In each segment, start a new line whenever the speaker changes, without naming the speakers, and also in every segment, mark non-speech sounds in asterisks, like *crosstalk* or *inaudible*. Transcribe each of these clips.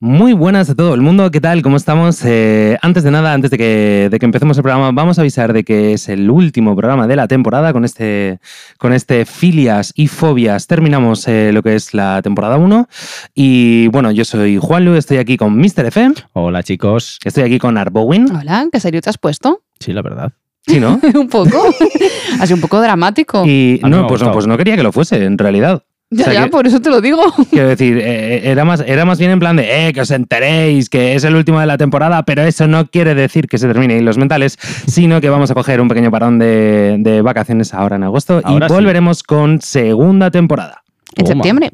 Muy buenas a todo el mundo, ¿qué tal? ¿Cómo estamos? Eh, antes de nada, antes de que, de que empecemos el programa, vamos a avisar de que es el último programa de la temporada. Con este, con este Filias y Fobias terminamos eh, lo que es la temporada 1. Y bueno, yo soy Juanlu, estoy aquí con Mr. F,
Hola chicos.
estoy aquí con Arbowin.
Hola, ¿qué serio te has puesto? *laughs*
Sí, la verdad.
¿Sí,
*laughs*
no?
un poco. Así un poco dramático.
Y
A mí Ah, me
no,
ha
pues no,
gustado.
pues no quería que lo fuese, en realidad.
ya,
o sea
ya,
que-
por eso te lo digo.
Quiero decir, eh, era, más, era más bien en plan de, eh, que os enteréis, que es el último de la temporada, pero eso no quiere decir que se termine los mentales, sino que vamos a coger un pequeño parón de, de vacaciones ahora en agosto
Ahora
y
sí.
volveremos con segunda temporada
En
Toma.
septiembre.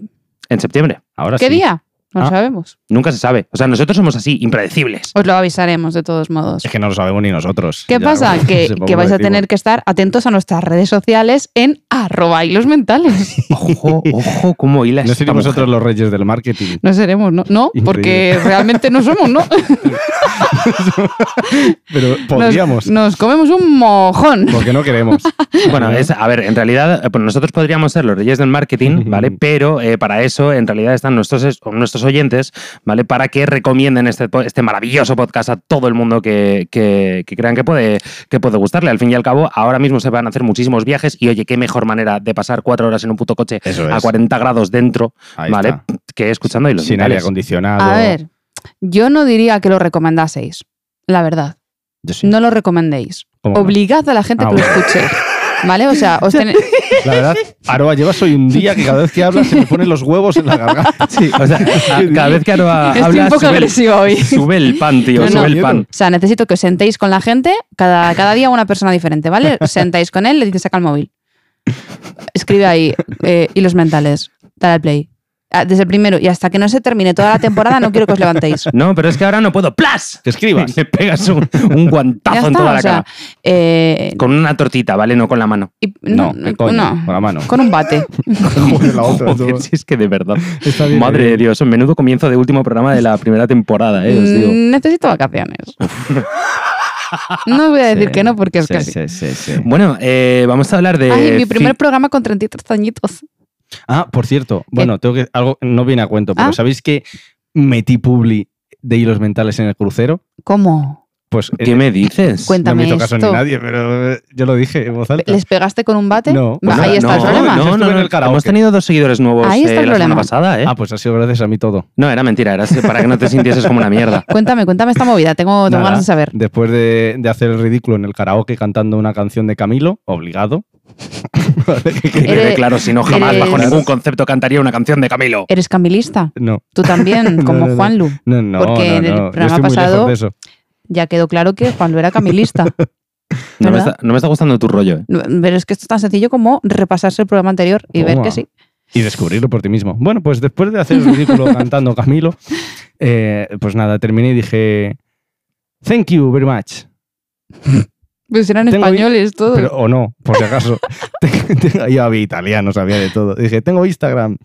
en septiembre.
Ahora
¿Qué
sí.
día? No
Ah.
lo sabemos.
Nunca se sabe. O sea, nosotros somos así,
*laughs*
impredecibles.
Os lo avisaremos de todos modos.
Es que no lo sabemos ni nosotros.
¿Qué
Ya, *laughs*
pasa?
bueno,
que,
hace poco
que vais
lo
a tener que estar atentos a nuestras redes sociales en arroba hilos mentales.
*laughs*
Ojo, ojo, cómo hila
decimos. No
esta
seríamos
mujer.
nosotros los reyes del marketing.
No seremos, ¿no? No,
Increíble.
porque realmente no
*laughs*
somos, ¿no?
Pero podríamos.
Nos, nos comemos un mojón.
Porque no queremos.
Bueno, es- a ver, en realidad eh, pues nosotros podríamos ser los reyes del marketing, ¿vale? Pero eh, para eso en realidad están nuestros, es- nuestros oyentes, ¿vale? Para que recomienden este, po- este maravilloso podcast a todo el mundo que, que- que crean que puede, que puede gustarle. Al fin y al cabo, ahora mismo se van a hacer muchísimos viajes y oye, qué mejor manera de pasar cuatro horas en un puto coche
Eso
a
es.
40 grados dentro,
Ahí
¿vale?
está.
Que escuchando y los
Sin aire
mentales.
acondicionado.
A ver, yo no diría que lo recomendaseis, la verdad.
Yo sí.
No lo recomendéis.
¿Cómo no?
Obligad a la gente
Ah,
que lo
bueno.
escuche. ¿Vale? O sea,
*laughs*
os tenéis...
La verdad, Aroa, llevas hoy un día que cada vez que hablas se me ponen los huevos en la garganta.
Sí, o sea,
*laughs*
a- cada vez que Aroa
Estoy
Ah, habla,
un poco
sube, el, *laughs*
agresiva hoy.
sube el pan, tío,
No, no.
sube el pan.
O sea, necesito que os sentéis con la gente, cada, cada día una persona diferente, ¿vale?
*laughs*
Os Sentáis con él, le dices saca el móvil. Escribe ahí, eh, hilos mentales, dale al play. Ah, Desde el primero y hasta que no se termine toda la temporada, no quiero que os levantéis.
*laughs* No, pero es que ahora no puedo. ¡Plas!
Que
*laughs*
escribas.
Le pegas un, un
Ya
guantazo en
está,
toda
o
la
sea,
cara.
eh,
Con una tortita, ¿vale? No con la mano.
y-
No,
no,
¿qué coño?
no.
Con la mano.
Con
*laughs*
un bate.
*laughs* Joder, la otra,
Joder,
tú.
si es que de
*laughs*
verdad.
Está bien,
Madre
bien.
de Dios, menudo comienzo de último programa de la primera temporada, ¿eh? Os digo.
Mm,
*laughs*
Necesito vacaciones. No os voy a decir
Sí,
que no, porque es
sí,
que sí.
Sí, sí, sí.
Bueno, eh, vamos a hablar de.
Ay, mi primer
fi-
programa con 33 añitos.
Ah, por cierto, bueno, tengo que. Algo no viene a cuento, pero
Ah.
¿sabéis que metí publi de hilos mentales en el crucero?
¿Cómo?
Pues eh,
¿Qué me dices?
Cuenta-
no me hizo
Cuéntame
caso
esto.
ni nadie, pero eh, yo lo dije en voz alta.
¿Les pegaste con un bate?
No.
Va,
Pues
ahí
nada,
está el
no,
problema.
No,
Yo
no,
estuve
no,
en el karaoke.
Hemos tenido dos seguidores nuevos
Ahí está
eh,
el
la semana
problema.
pasada, ¿eh?
Ah, pues ha sido gracias a mí todo.
No, era mentira, era para que no te sintieses como una
*laughs*
mierda.
Cuéntame, cuéntame esta movida. Tengo, tengo
Nada.
ganas de saber.
Después de, de hacer el ridículo en el karaoke cantando una canción de Camilo, obligado. *laughs*
Que quede
Eres-
claro, si no, jamás
eres- Eh,
bajo ningún concepto cantaría una canción de Camilo.
Eres camilista.
No,
Tú
*laughs*
también,
No,
como
no, no.
Juanlu.
no, no.
Porque
no,
en el
no. Yo
programa
estoy muy
pasado-
lejos de eso.
Ya quedó claro que Juanlu
*laughs*
era camilista.
No me,
¿Verdad?
está, no me está gustando tu rollo, ¿eh?
No, Pero es que esto es tan sencillo como repasarse el programa anterior y ver
Toma.
que sí.
Y descubrirlo por ti mismo. Bueno, pues después de hacer el
*laughs*
ridículo cantando Camilo, eh, pues nada, terminé y dije. Thank you very much.
Pues eran
Tengo ahí-
españoles todos.
Pero- o no, por
*laughs*
si acaso. Yo había italiano, sabía de todo. Dije, tengo Instagram,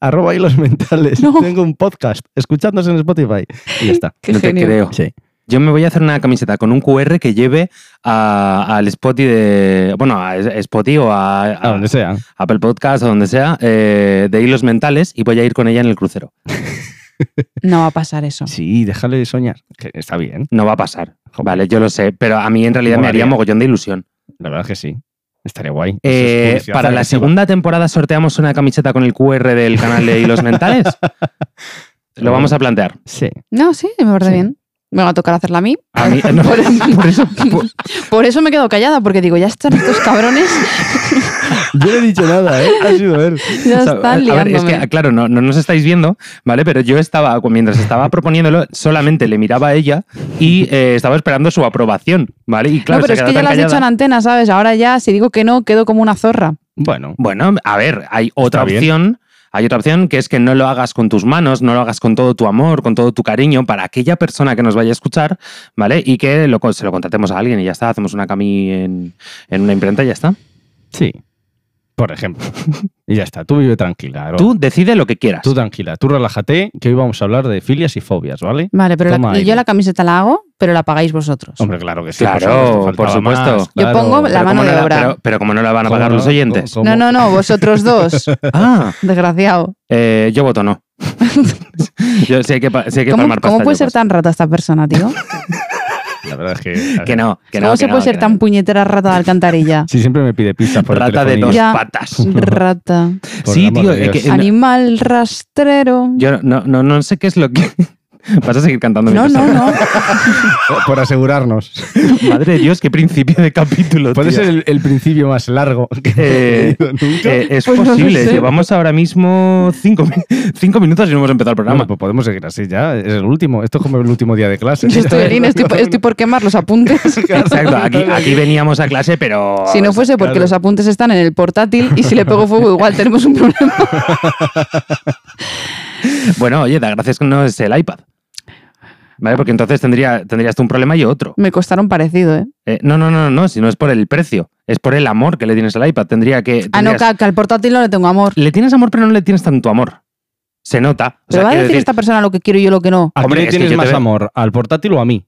arroba hilos mentales,
No.
tengo un podcast, escuchándose en Spotify. Y ya está.
Qué
no te
genio.
creo.
Sí.
Yo me voy a hacer una camiseta con un QR que lleve a- al Spotify de. Bueno, a Spotify o a,
A
a
donde sea.
Apple Podcast o donde sea, eh, de hilos mentales y voy a ir con ella en el crucero.
No va a pasar
Ah.
eso.
Sí, déjale soñar. Que está bien.
No va a pasar. Vale, yo lo sé, pero a mí en realidad me haría
Molaría.
mogollón de ilusión.
La verdad es que sí. Estaría guay. Eso
Eh,
es publicidad
para la
agresiva.
segunda temporada sorteamos una camiseta con el QR del canal de hilos
*laughs*
mentales. Lo vamos a plantear.
Sí.
No, sí, me parece
Sí.
bien. Me va a tocar hacerla a mí.
A
*laughs*
mí- no, *laughs* por eso- por-
Por eso me quedo callada, porque digo, ya están estos cabrones,
Yo no he dicho nada, ¿eh? Ha sido él.
ya
O sea, a
están
ver,
liándome.
es que, claro, no, no nos estáis viendo, ¿vale? Pero yo estaba, mientras
*laughs*
estaba proponiéndolo, solamente le miraba a ella y eh, estaba esperando su aprobación, ¿vale? Y claro,
no, pero
se
es
queda
que ya
tan
lo has dicho
callada.
en antena, ¿sabes? Ahora ya, si digo que no, quedo como una zorra.
Bueno,
Bueno, a ver, hay otra
bien.
opción. Hay otra opción que es que no lo hagas con tus manos, no lo hagas con todo tu amor, con todo tu cariño para aquella persona que nos vaya a escuchar, ¿vale? Y que lo, con- se lo contratemos a alguien y ya está, hacemos una cami en, en una imprenta y ya está.
sí. Por ejemplo. *laughs* Y ya está. Tú vive tranquila. Aroa.
Tú decide lo que quieras.
Tú tranquila. Tú relájate, que hoy vamos a hablar de filias y fobias, ¿vale?
Vale, pero la-
Toma
y yo
aire.
la camiseta la hago, pero la pagáis vosotros.
Hombre, claro que sí. pues
Claro,
faltaba
por supuesto.
más,
Yo pongo la
Pero
mano
como
de
no la-
obra.
pero, pero como no la van a
*laughs*
¿Cómo
pagar los
no?
oyentes.
*laughs* ¿Cómo-
No, no, no, vosotros dos.
Ah,
Desgraciado. *laughs*
eh, yo voto no. Yo sé que, pa- sí hay que
¿Cómo,
palmar
cómo
pasta,
puede
yo
ser
paso.
tan rata esta persona, tío?
La verdad *laughs* es que.
Que no, *laughs* que no.
¿Cómo
que
se
no,
puede
que
ser
no.
tan puñetera rata
*laughs*
de alcantarilla?
Si siempre me pide pistas por el
Rata de dos
telefonillo,
Ya.
patas.
Rata.
por
Sí,
el amor
tío,
de
es que-
Dios.
Animal rastrero.
Yo no, no, no sé qué es lo que. *laughs* Vas a seguir cantando
No,
mientras
no, no.
*laughs* Por- Por asegurarnos.
hablo. Madre de Dios, qué principio de capítulo.
Puede
tío.
ser el, el principio más *laughs* largo que he
Eh,
tenido nunca.
Eh, es
Pues no lo
posible.
sé.
Llevamos ahora mismo cinco, mi- *laughs* cinco minutos y no hemos empezado el programa.
Bueno, pues podemos seguir así ya. Es el último. Esto es como el último día de clase.
*laughs*
*laughs*
Yo estoy, Elina, estoy, po- estoy por quemar los apuntes.
Exacto, aquí, aquí veníamos a clase, pero.
Si no fuese porque
claro.
los apuntes están en el portátil y si le pego fuego igual tenemos un problema.
Bueno, oye, da gracias que no es el iPad. ¿Vale? Porque entonces tendría, tendrías tú un problema y yo otro.
Me costaron parecido, ¿eh?
Eh, no, no, no, no, no, si no es por el precio, es por el amor que le tienes al iPad. Tendría que.
Ah, no,
tendrías-
caca, al portátil no le tengo amor.
le tienes amor, pero no le tienes tanto amor. Se nota. O sea,
Pero va a
quiero
decir esta persona lo que quiero y yo lo que no.
¿A quién
Hombre, es
le
que
tienes
yo te
más
veo-
amor? ¿Al portátil o a mí?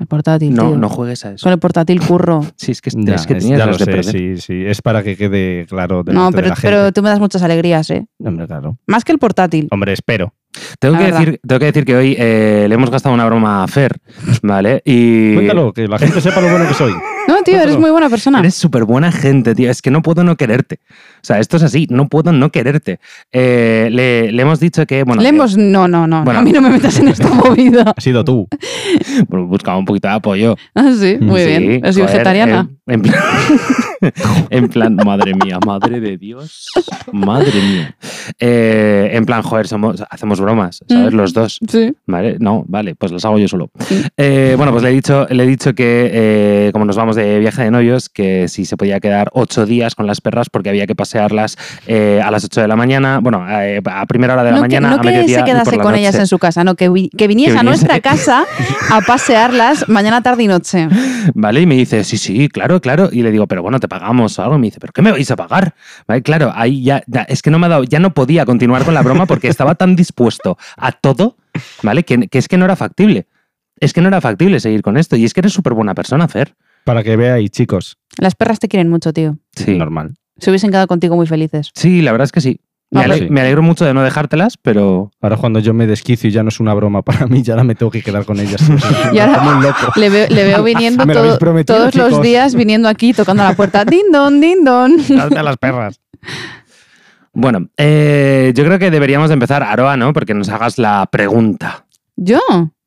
El portátil,
no,
tío.
no juegues a eso.
Con el portátil curro.
Sí, es que,
Ya,
es que
es-
tenías
ya
los
lo
de
sé,
perder.
sí, sí. Es para que quede claro delante
No,
de
pero,
la gente.
pero tú me das muchas alegrías, ¿eh?
Hombre, claro.
Más que el portátil.
Hombre, espero.
Tengo,
La
que
verdad.
decir, tengo que decir que hoy eh, le hemos gastado una broma a Fer,
*laughs*
¿vale? Y
Cuéntalo, que la gente sepa lo bueno que soy.
No, tío, eres
Cuéntalo.
muy buena persona.
Ah, pues Eres súper buena gente, tío. Es que no puedo no quererte. O sea, esto es así, no puedo no quererte. Eh, le, le hemos dicho que, bueno,
Lemos, no, no, no.
bueno.
A mí no me metas en
*laughs*
esta movida.
Has sido tú.
eh, bu- *laughs* buscaba un poquito de apoyo.
Ah, sí, muy
Mm, Sí,
bien. Soy
joder,
vegetariana.
En, en plan, *laughs* en plan, madre mía, madre de Dios, madre mía. Eh, en plan, joder, somos, hacemos bromas, ¿sabes?
Mm.
Los dos.
Sí.
¿Vale? No, vale, pues las hago yo solo.
Sí.
Eh, bueno, pues le he dicho, le he dicho que eh, como nos vamos de viaje de novios, que si se podía quedar ocho días con las perras porque había que pasearlas eh, a las ocho de la mañana, bueno, eh, a primera hora de la
No que,
mañana,
no
a
que
mediodía.
se
y por
quedase
la
con
noche.
ellas en su casa, no, que, vi- que viniese
Que
a
viniese.
nuestra casa a
*laughs*
pasearlas mañana, tarde y noche.
¿Vale? Y me dice, sí, sí, claro, claro. Y le digo, pero bueno, te pagamos o algo. Y me dice, ¿pero qué me vais a pagar? ¿Vale? Claro, ahí ya, ya- es que no me ha dado, ya no podía continuar con la broma porque estaba tan dispuesto a todo, ¿vale? Que, que es que no era factible. Es que no era factible seguir con esto. Y es que eres súper buena persona, Fer.
Para que veáis, chicos.
Las perras te quieren mucho, tío.
Sí.
Normal.
Se hubiesen quedado contigo muy felices.
Sí, la verdad es que sí. Me,
Ah,
ale-
sí.
me alegro mucho de no dejártelas, pero
Ahora cuando yo me desquicio y ya no es una broma para mí, ya ahora me tengo que quedar
*laughs*
con ellas.
Y ahora-
Como un *laughs* loco.
Le veo, le
Ah,
veo viniendo
Me lo habéis
todo-
prometido,
todos los
chicos.
días, viniendo aquí, tocando la
*laughs*
puerta. Din don, din don.
Dadme a las perras.
bueno, eh, yo creo que deberíamos de empezar, Aroa, ¿no? Porque nos hagas la pregunta,
¿Yo?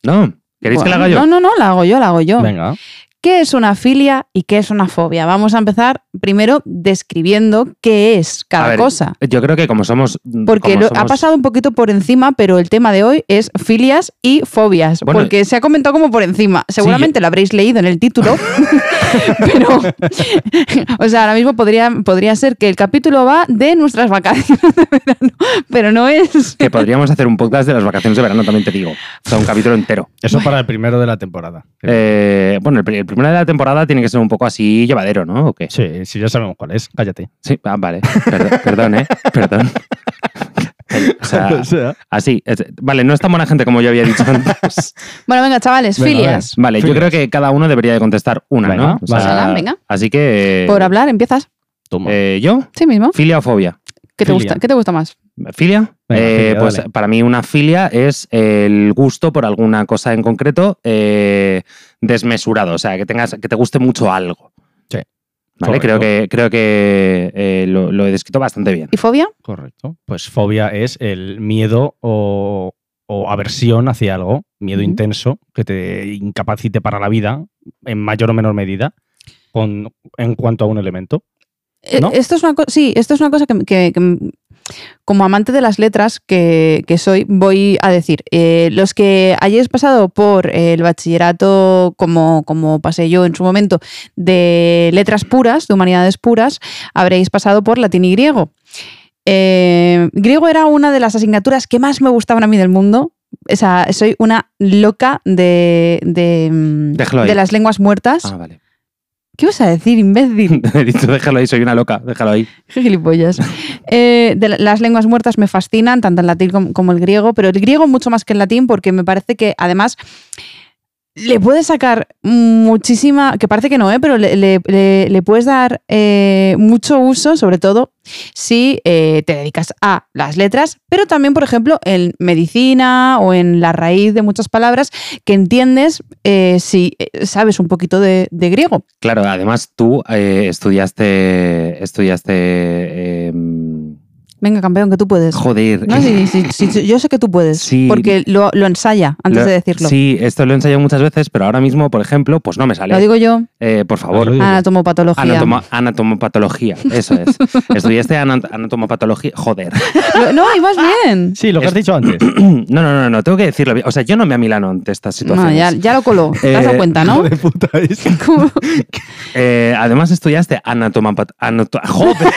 ¿no? ¿Queréis que la haga yo?
No, no, no, la hago yo, la hago yo.
Venga.
¿Qué es una filia y qué es una fobia? Vamos a empezar primero describiendo qué es cada
A ver,
cosa.
Yo creo que como somos...
Porque
como
lo- ha
somos-
pasado un poquito por encima, pero el tema de hoy es filias y fobias.
Bueno,
porque se ha comentado como por encima. Seguramente lo habréis leído en el
*laughs*
título. pero, o sea, ahora mismo podría, podría ser que el capítulo va de nuestras vacaciones de verano. Pero no es.
Que podríamos hacer un podcast de las vacaciones de verano, también te digo. O sea, un capítulo entero.
Eso para el primero de la temporada.
Eh, bueno, el, pri- el primero de la temporada tiene que ser un poco así llevadero, ¿no? ¿O qué?
Sí, sí, ya sabemos cuál es. Cállate.
Sí, ah, vale. Perdo- *laughs* perdón, ¿eh? Perdón. O
*laughs*
sea, así. es- Vale, no es tan buena gente como yo había dicho antes.
Bueno, venga, chavales,
Venga,
filias.
Vale, yo
Filias.
creo que cada uno debería de contestar una,
Venga,
¿no?
Venga, venga.
Así que...
Por hablar, empiezas.
Toma.
eh, ¿Yo?
Sí mismo.
¿Filia o fobia?
¿Qué te,
filia.
gusta, ¿Qué te gusta más?
¿Filia?
Venga,
Eh,
filia,
pues
dale.
para mí una filia es el gusto por alguna cosa en concreto eh, desmesurado, o sea, que, tengas, que te guste mucho algo.
Sí.
Vale,
Correcto.
creo que, creo que eh, lo, lo he descrito bastante bien.
¿Y fobia?
Correcto. Pues fobia es el miedo o, o aversión hacia algo, miedo
Ujú.
intenso que te incapacite para la vida, en mayor o menor medida, con, en cuanto a un elemento.
Eh,
¿No?
Esto es una cosa, sí, esto es una cosa que, que- que- como amante de las letras que, que soy, voy a decir. Eh, los que hayáis pasado por el bachillerato, como, como pasé yo en su momento, de letras puras, de humanidades puras, habréis pasado por latín y griego. Eh, griego era una de las asignaturas que más me gustaban a mí del mundo. O sea, soy una loca de, de, mm,
Déjalo ahí.
de las lenguas muertas.
Ah, vale.
¿Qué vas a decir, imbécil?
*laughs* he dicho, déjalo ahí, soy una loca, déjalo ahí.
Qué gilipollas. Eh, de la- las lenguas muertas me fascinan, tanto el latín com- como, el griego, pero el griego mucho más que el latín porque me parece que además le puedes sacar muchísima, que parece que no, ¿eh? pero le, le- le- le puedes dar eh, mucho uso, sobre todo si eh, te dedicas a las letras, pero también, por ejemplo, en medicina o en la raíz de muchas palabras que entiendes eh, si eh, sabes un poquito de, de griego.
Claro, además tú eh, estudiaste. Estudiaste. em,
Venga, campeón, que tú puedes.
joder.
No, sí, sí, sí, sí, yo sé que tú puedes,
Sí.
porque lo, lo ensaya antes
Lo-
de decirlo.
Sí, esto lo he ensayado muchas veces, pero ahora mismo, por ejemplo, pues no me sale.
Lo digo yo,
Eh, por favor.
Lo digo yo.
anatomopatología.
Anatomo- anatomopatología, eso
*laughs*
es. Estudiaste anat- anatomopatología. Joder.
Lo- no, ibas bien.
Sí, lo que has
Es- *coughs*
dicho antes.
No, no, no, no, tengo que decirlo bien. O sea, yo no me amilano ante estas *laughs*
No,
situaciones.
ya, ya lo coló, te has
Eh,
dado cuenta, ¿no?
*laughs*
Hijo de puta, *coughs* es-
Como-
Eh, además estudiaste anatomopat- anato-
*laughs*
joder.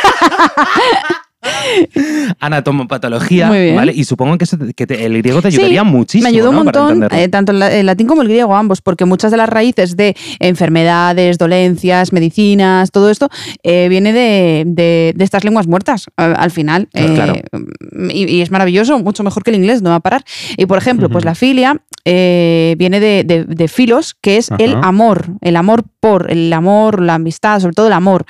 anatomopatología,
Muy bien.
¿vale? Y supongo que, eso te- que te- el griego te
Sí,
ayudaría muchísimo.
Me ayudó un
¿no? Para
montón,
entenderlo.
eh, tanto el la- el latín como el griego, ambos, porque muchas de las raíces de enfermedades, dolencias, medicinas, todo esto, eh, viene de, de- de estas lenguas muertas a- al final.
Claro,
eh,
Ah, claro.
y, y es maravilloso, mucho mejor que el inglés, no va a parar. Y por ejemplo, pues la filia eh, viene de, de- de filos, que es el
Ajá.
amor, el amor por, el amor, la amistad, sobre todo el amor.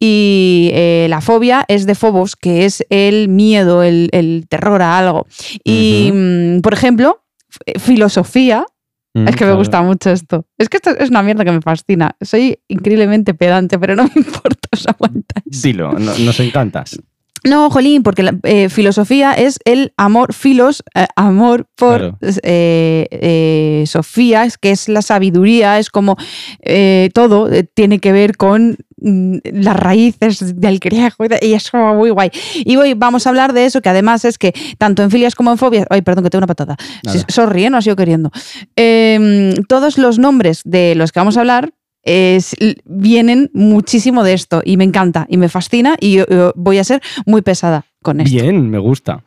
Y eh, la fobia es de fobos, que es el miedo, el, el terror a algo. Y, mm, por ejemplo, f- eh, filosofía, es que me
Mm, Claro.
gusta mucho esto. Es que esto es una mierda que me fascina. Soy increíblemente pedante, pero no me *laughs* importa, os aguantáis.
Dilo, no-
*laughs*
nos encantas.
No, Jolín, porque la eh, filosofía es el amor, filos, eh, amor por
Claro.
eh, eh, Sofía, es que es la sabiduría, es como eh, todo eh, tiene que ver con mm, las raíces del griego y de- y es como muy guay. Y hoy vamos a hablar de eso, que además es que tanto en filias como en fobias, ay, perdón, que tengo una patada,
Nada.
Sí, sorry, eh, no ha sido queriendo. Eh, todos los nombres de los que vamos a hablar es- l- vienen muchísimo de esto y me encanta y me fascina y yo- yo voy a ser muy pesada con esto.
Bien, me gusta.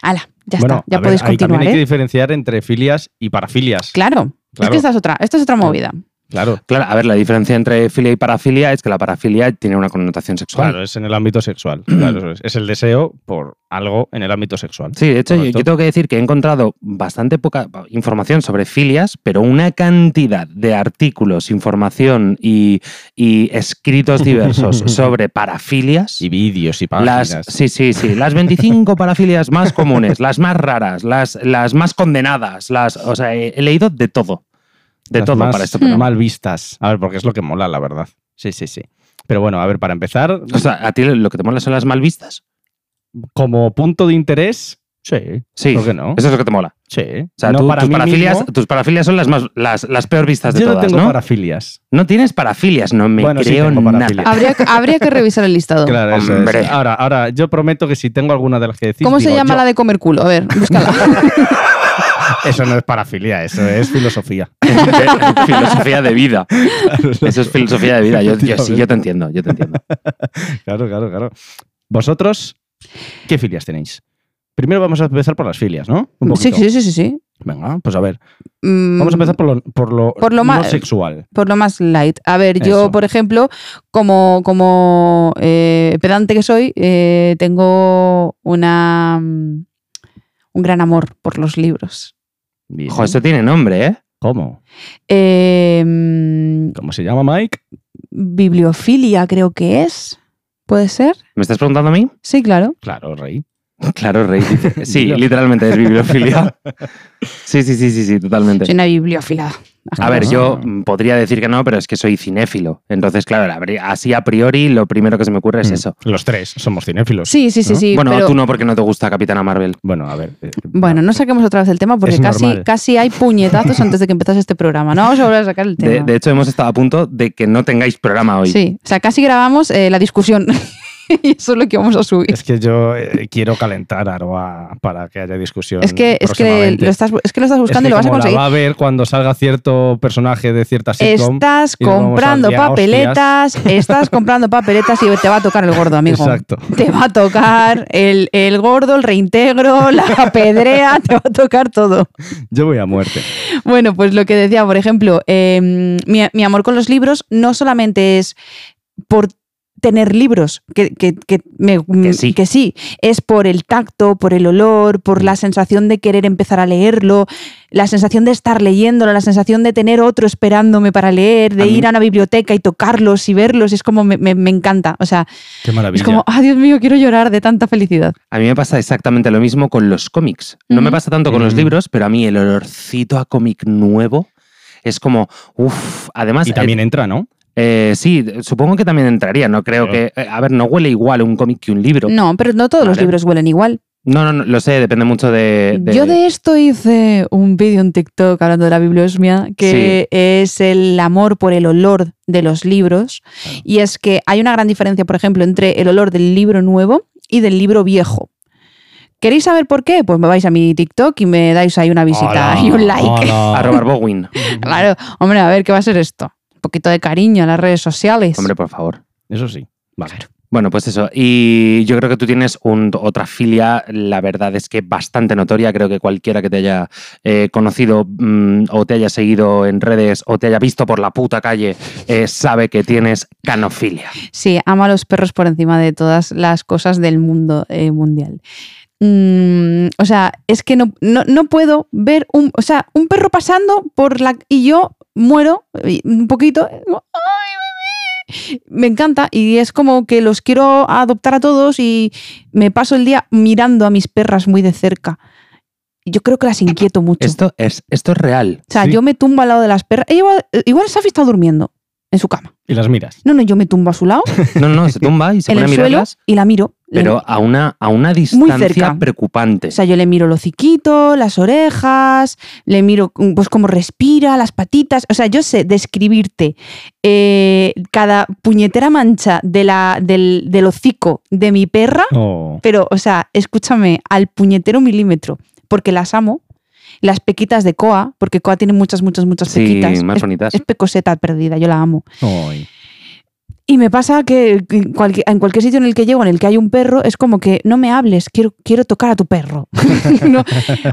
Hala, ya
bueno,
está, ya
a ver,
podéis
hay- también
continuar.
hay que
¿eh?
diferenciar entre filias y parafilias.
Claro. Es
Claro.
que esta es otra, esta es otra movida.
Claro,
Claro, a ver, la diferencia entre filia y parafilia es que la parafilia tiene una connotación sexual.
claro, es en el ámbito sexual.
*clears throat*
Claro, eso es. Es el deseo por algo en el ámbito sexual.
Sí, de hecho, yo,
Correcto.
yo tengo que decir que he encontrado bastante poca información sobre filias, pero una cantidad de artículos, información y, y
*laughs*
escritos diversos sobre parafilias.
Y vídeos y páginas.
Las, sí, sí, sí. Las 25 parafilias más comunes, las más raras, las, las más condenadas. Las, o sea, he, he leído de todo. De
Las
todo
más
para esto.
mal vistas. A ver, porque es lo que mola, la verdad. Sí, sí, sí. Pero bueno, a ver, para empezar,
O sea, ¿a ti lo que te mola son las mal vistas?
como punto de interés, sí,
Sí.
¿por qué no?
Eso es lo que te mola.
Sí.
O sea,
No
tú-
para
tus,
mí
parafilias,
mismo.
tus parafilias son las, más, las, las peor vistas de
yo no
todas,
tengo
¿no?
parafilias.
No tienes parafilias, no me
Bueno, sí
creo
tengo
nada.
parafilias.
Habría, que- habría que revisar
*laughs*
el listado.
Claro, eso es.
Hombre.
Ahora, ahora, yo prometo que si tengo alguna de las que decís.
¿Cómo se
digo,
llama
yo,
la de comer culo? A ver, búscala.
Eso no es parafilia, eso es *laughs* filosofía.
*laughs* filosofía de vida. Eso es filosofía de vida. Yo, yo- sí, yo te entiendo, yo te
*laughs*
entiendo.
Claro, claro, claro. ¿Vosotros qué filias tenéis? Primero vamos a empezar por las filias, ¿no? *laughs* Un
sí,
poquito.
sí, sí, sí, sí.
Venga, pues a ver.
Mm,
Vamos a empezar por lo, por lo,
Por lo
no
más-
sexual.
por lo más light. A ver, yo,
Eso.
por ejemplo, como, como eh, pedante que soy, eh, tengo una mm, un gran amor por los libros.
Bien.
Ojo, esto tiene nombre, ¿eh?
¿Cómo?
Eh, mm,
¿Cómo se llama, Mike?
bibliofilia creo que es. ¿Puede ser?
¿Me estás preguntando a mí? *laughs*
Sí, claro.
Claro, Rey.
Claro, Rey. dice. *laughs* Sí,
*laughs* Dilo.
literalmente es
*laughs*
bibliofilia. Sí, sí, sí, sí, sí,
Soy
totalmente.
una bibliófila.
A ver,
Ah.
yo mm, podría decir que no, pero es que soy cinéfilo. Entonces, claro, la pri- así a priori lo primero que se me ocurre es
Mm.
eso.
Los tres somos cinéfilos.
Sí, sí, sí,
¿No?
sí.
bueno,
pero-
tú no porque no te gusta Capitana Marvel.
Bueno, a ver. eh,
Bueno, no saquemos otra vez el tema porque
Es
casi,
normal.
casi hay puñetazos antes de que empezase este programa. No vamos a volver a sacar el tema.
De, de hecho, hemos estado a punto de que no tengáis programa hoy.
Sí, o sea, casi grabamos eh, la discusión *laughs* y eso es lo que vamos a subir.
Es que yo eh, quiero calentar a Aroa para que haya discusión.
Es que, es, que
próximamente.
lo estás, es que lo estás
Es
buscando
que
y lo vas a
como la
conseguir.
va a ver cuando salga cierto personaje de cierta sitcom.
Estás
y nos vamos a
comprando
liar a
papeletas, estás comprando papeletas y te va a tocar el gordo, amigo.
Exacto.
Te va a tocar el, el gordo, el reintegro, la pedrea, *laughs* te va a tocar todo.
Yo voy a muerte.
Bueno, pues lo que decía, em, por ejemplo, eh, mi, mi amor con los libros no solamente es por tener libros, que, que- que me-
Que sí.
es por el tacto, por el olor, por la sensación de querer empezar a leerlo, la sensación de estar leyéndolo, la sensación de tener otro esperándome para leer, de
A mí-
ir a una biblioteca y tocarlos y verlos, es como me, me- me encanta, o sea,
Qué
es
maravilla.
como, ah, Dios mío, quiero llorar de tanta felicidad.
A mí me pasa exactamente lo mismo con los cómics. No me
Ujú.
pasa tanto con los
Mm.
libros, pero a mí el olorcito a cómic nuevo es como, uff, además...
y también entra,
eh,
¿no?
eh, sí, supongo que también entraría, no creo
Claro.
que... eh, a ver, no huele igual un cómic que un libro. No.
No, pero no todos los
Vale.
libros huelen igual.
No, no, lo sé, depende mucho de... de-
Yo de esto hice un vídeo en TikTok hablando de la bibliosmia, que es el amor por el olor de los libros. Y es que hay una gran diferencia, por ejemplo, entre el olor del libro nuevo y del libro viejo. ¿Queréis saber por qué? Pues me vais a mi TikTok y me dais ahí una visita
Hola,
y un like.
hola.
*laughs*
A robar Bowen.
Claro, hombre, a ver qué va a ser esto. Un poquito de cariño en las redes sociales.
Hombre, por favor.
Eso sí. Vale.
Bueno, pues eso. Y yo creo que tú tienes un- otra filia, la verdad es que bastante notoria. Creo que cualquiera que te haya eh, conocido mm, o te haya seguido en redes o te haya visto por la puta calle eh, sabe que tienes canofilia.
Sí, ama a los perros por encima de todas las cosas del mundo eh, mundial. Mm, o sea, es que no, no, no puedo ver un, o sea, un perro pasando por la y yo muero y un poquito. eh, digo, "Ay, bebé". Me encanta y es como que los quiero adoptar a todos y me paso el día mirando a mis perras muy de cerca. Yo creo que las inquieto mucho.
Esto es, esto es real.
o sea,
sí.
yo me tumbo al lado de las perras. Igual, igual Safi está durmiendo en su cama.
Y las miras.
No, no, yo me tumbo a su lado
No, no, se tumba y se
*laughs* en
pone a
el suelo
mirarlas,
y la miro. Le-
pero a una, a una distancia
cerca.
preocupante.
o sea, yo le miro el hociquito, las orejas, le miro mm, pues cómo respira, las patitas. O sea, yo sé describirte eh, cada puñetera mancha de la, del, del hocico de mi perra,
Oh.
pero, o sea, escúchame, al puñetero milímetro, porque las amo. Las pequitas de Coa, porque Coa tiene muchas, muchas, muchas
sí,
pequitas.
más
es,
bonitas.
es pecoseta perdida, yo la amo.
Ay.
Y me pasa que en cualquier- en cualquier sitio en el que llego, en el que hay un perro, es como que no me hables, quiero, quiero tocar a tu perro. *laughs* No,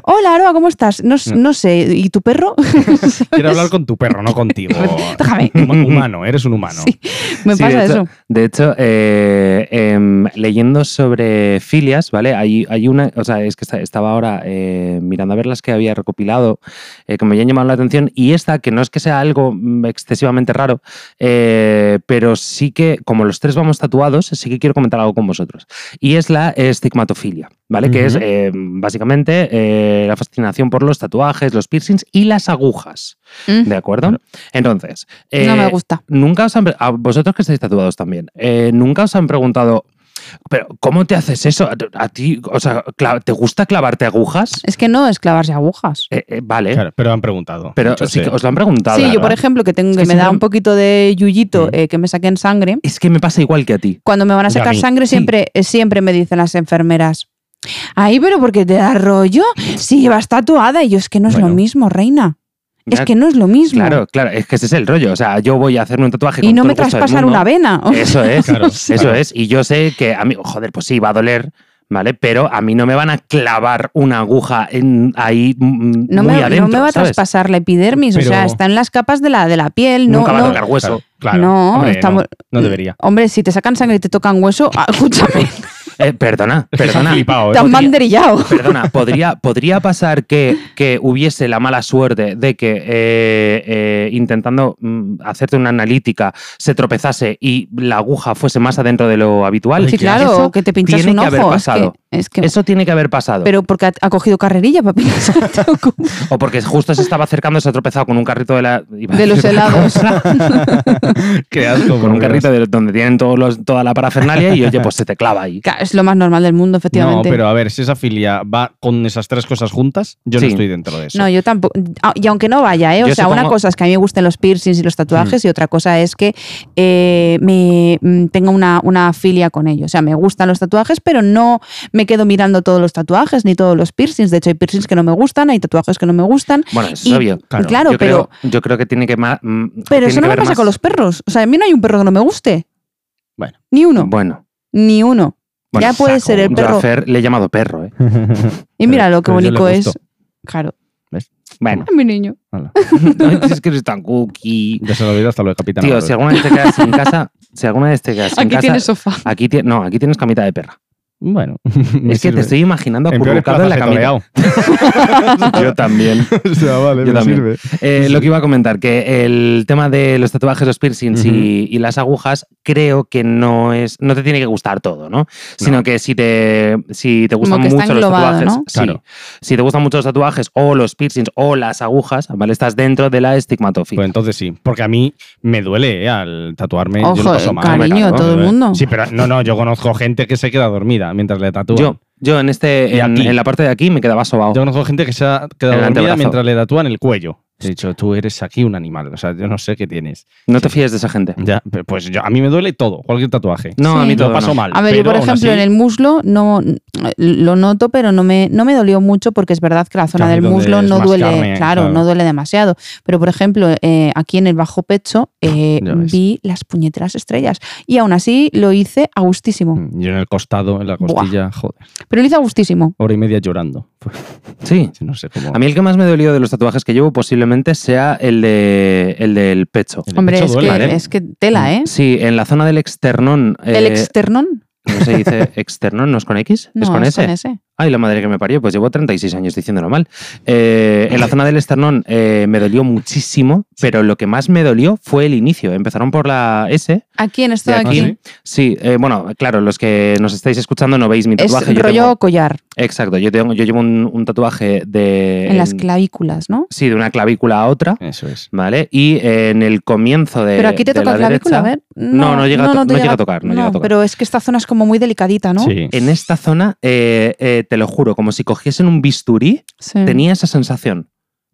Hola, Aroa, ¿cómo estás? No, s- no sé, ¿y tu perro? *laughs* ¿Sabes?
Quiero hablar con tu perro, no contigo.
*laughs* Déjame.
Huma- Humano, eres un humano.
Sí, Me
Sí,
pasa
de hecho,
eso.
De hecho, eh, em, leyendo sobre filias, ¿vale? Hay, hay una, o sea, es que esta- estaba ahora eh, mirando a ver las que había recopilado, eh, que me habían llamado la atención, y esta, que no es que sea algo mm, excesivamente raro, eh, pero sí que, como los tres vamos tatuados, sí que quiero comentar algo con vosotros. Y es la estigmatofilia, ¿vale? Que es
Ujú.
eh, básicamente eh, la fascinación por los tatuajes, los piercings y las agujas,
Mm,
¿de acuerdo? Entonces...
no me
eh,
gusta.
Nunca os han pre- a vosotros que estáis tatuados también, eh, nunca os han preguntado, pero ¿cómo te haces eso? ¿A, a ti, o sea, cla- ¿te gusta clavarte agujas?
Es que no es clavarse agujas.
Eh, eh, vale,
Claro, pero han preguntado.
pero
Mucho,
sí
sí.
que os lo han preguntado.
Sí, yo
¿verdad?
por ejemplo, que tengo
Es
que,
que
me da
siempre-
un poquito de yuyito
Mm.
eh, que me saquen sangre.
Es que me pasa igual que a ti.
Cuando me van a
Ya a
sacar
mí.
sangre,
Sí.
siempre, eh, siempre me dicen las enfermeras. Ay, pero porque te da rollo si llevas tatuada. Y yo, es que no es
Bueno.
lo mismo, reina. Es
Ya,
que no es lo mismo.
Claro, claro, es que ese es el rollo. O sea, yo voy a hacerme un tatuaje
y
con
no
todo
me
el gusto del
traspasar
mundo.
una vena. *laughs*
Eso es,
Claro,
eso
claro.
es. Y yo sé que a mí, joder, pues sí, va a doler. ¿Vale? Pero a mí no me van a clavar una aguja en- ahí mm,
No
muy
me, no
adentro,
me va a
¿sabes?
traspasar la epidermis, o sea,
Pero-
está en las capas de la, de la piel. No,
Nunca va a
no,
tocar hueso.
Claro, claro.
No,
Hombre,
estamos-
no, no debería.
Hombre, si te sacan sangre y te tocan hueso, ah, *laughs* escúchame,
Eh, perdona,
Es que se han
perdona.
flipado, ¿eh?
te han banderillado.
Perdona, ¿podría, podría pasar que, que hubiese la mala suerte de que eh, eh, intentando mm, hacerte una analítica se tropezase y la aguja fuese más adentro de lo habitual?
Ay,
Sí,
qué asco.
claro,
Eso,
que te pinchas
tiene
un
que
ojo.
haber
es que-
pasado.
es que-
eso tiene que haber pasado.
pero porque ha, ha cogido carrerilla,
*laughs*
papi. *laughs*
o porque justo se estaba acercando, se ha tropezado con un carrito de, la- iba a
de los
decir otra
helados.
cosa,
*laughs* Qué asco.
*laughs*
por
Con un
Dios.
carrito de- donde tienen todos los- toda la parafernalia y oye, pues se te clava ahí.
Claro, es lo más normal del mundo,
No,
efectivamente.
pero a ver, si esa filia va con esas tres cosas juntas, yo
Sí.
no estoy dentro de eso.
No, yo tampoco. ah, Y aunque no vaya, ¿eh? O
Yo
sea, una
supongo- Mm.
cosa es que a mí me gusten los piercings y los tatuajes y otra cosa es que eh, me mm, tenga una, una filia con ellos. O sea, me gustan los tatuajes, pero no me quedo mirando todos los tatuajes ni todos los piercings. De hecho, hay piercings que no me gustan, hay tatuajes que no me gustan.
Bueno, eso
Y-
es obvio.
claro, Claro,
yo
pero-
Creo, yo creo que tiene que. ma- mm,
Pero
tiene
eso
que
no me
ver
pasa
más-
con los perros. O sea, a mí no hay un perro que no me guste.
Bueno.
Ni uno.
Bueno,
Ni uno.
bueno,
ya puede
saco
ser el
yo a
perro.
Fer le he llamado perro, ¿eh?
Y mira lo que
Pero yo le
bonito es.
gusto.
Claro.
¿Ves?
Bueno,
mi niño.
*laughs* Hala.
*laughs* es que eres tan cookie.
Ya se lo he oído hasta lo de Capitán
Tío,
Marvel.
si alguna vez te quedas sin casa, si alguna vez te quedas sin
Aquí
casa,
tienes sofá.
aquí ti- no, aquí tienes camita de perra.
Bueno.
es que te
*laughs*
estoy imaginando
en peores
acurrucado en la
plazas he
camita. *laughs*
toleado. *laughs*
Yo también.
o sea, vale,
Yo
me
también.
sirve.
Eh, lo que iba a comentar, que el tema de los tatuajes, los piercings y-
Ujú.
y, las agujas, creo que no es, no te tiene que gustar todo, ¿no? Sino que si te, si te gustan
que está
mucho los
englobado,
tatuajes,
¿no?
sí.
Claro.
si te gustan mucho los tatuajes o los piercings o las agujas, ¿vale? Estás dentro de la estigmatofobia.
Pues entonces sí, porque a mí me duele eh, al tatuarme. yo lo
Ojo,
paso mal,
cariño,
me cago,
todo el
me duele.
mundo.
Sí, pero no, no, yo conozco gente que se queda dormida mientras le tatúan.
yo, yo en este,
Pues, Y a
en,
ti.
en la parte de aquí me quedaba sobao.
Yo conozco gente que se ha
El
quedado dormida
antebrazo.
mientras le tatúan el cuello. He dicho, tú eres aquí un animal, o sea, yo no sé qué tienes.
No te fíes de esa gente.
Ya, pe- pues yo, a mí me duele todo, cualquier tatuaje.
No, a
Sí.
mí todo
lo paso
no.
mal.
A ver, yo
pero
por
aún
ejemplo
así,
en el muslo no lo noto, pero no me, no me dolió mucho porque es verdad que la zona
Claro,
del
donde
muslo
es
no
más
duele,
carne,
claro,
claro.
no duele demasiado. Pero por ejemplo eh, aquí en el bajo pecho eh,
Ya ves.
vi las puñeteras estrellas y aún así lo hice a gustísimo.
Yo en el costado, en la
Buah.
costilla, joder,
Pero lo hice a gustísimo.
hora y media llorando.
Sí.
no sé cómo.
A mí el que más me dolió de los tatuajes que llevo posiblemente sea el, de, el del pecho.
El
Hombre,
pecho
es,
duele,
que,
¿eh?
es que tela, ¿eh?
Sí, en la zona del externón.
el
eh,
externón.
*laughs* ¿Cómo se dice externón? ¿No es con X?
No,
¿Es con S?
ese.
Ay, la madre que me parió, pues llevo 36 años diciéndolo mal. Eh, en la zona del esternón eh, me dolió muchísimo, pero lo que más me dolió fue el inicio. Empezaron por la S.
Aquí en esto de
¿De
aquí.
aquí? Ah, Sí, eh, bueno, claro, los que nos estáis escuchando no veis mi
Es
tatuaje. yo
rollo
tengo-
collar
exacto, yo, tengo, yo llevo un, un tatuaje de...
en las clavículas, ¿no?
Sí, de una clavícula a otra.
Eso es.
¿Vale? Y eh, en el comienzo de.
Pero aquí te
Eh, de
toca
la
la clavícula,
derecha-
a ver.
No, no llega a to-
te
no llega a tocar, no llega a tocar.
Pero es que esta zona es como muy delicadita, ¿no?
Sí.
En esta zona, eh, eh, te lo juro, como si cogiesen un bisturí,
Sí.
tenía esa sensación.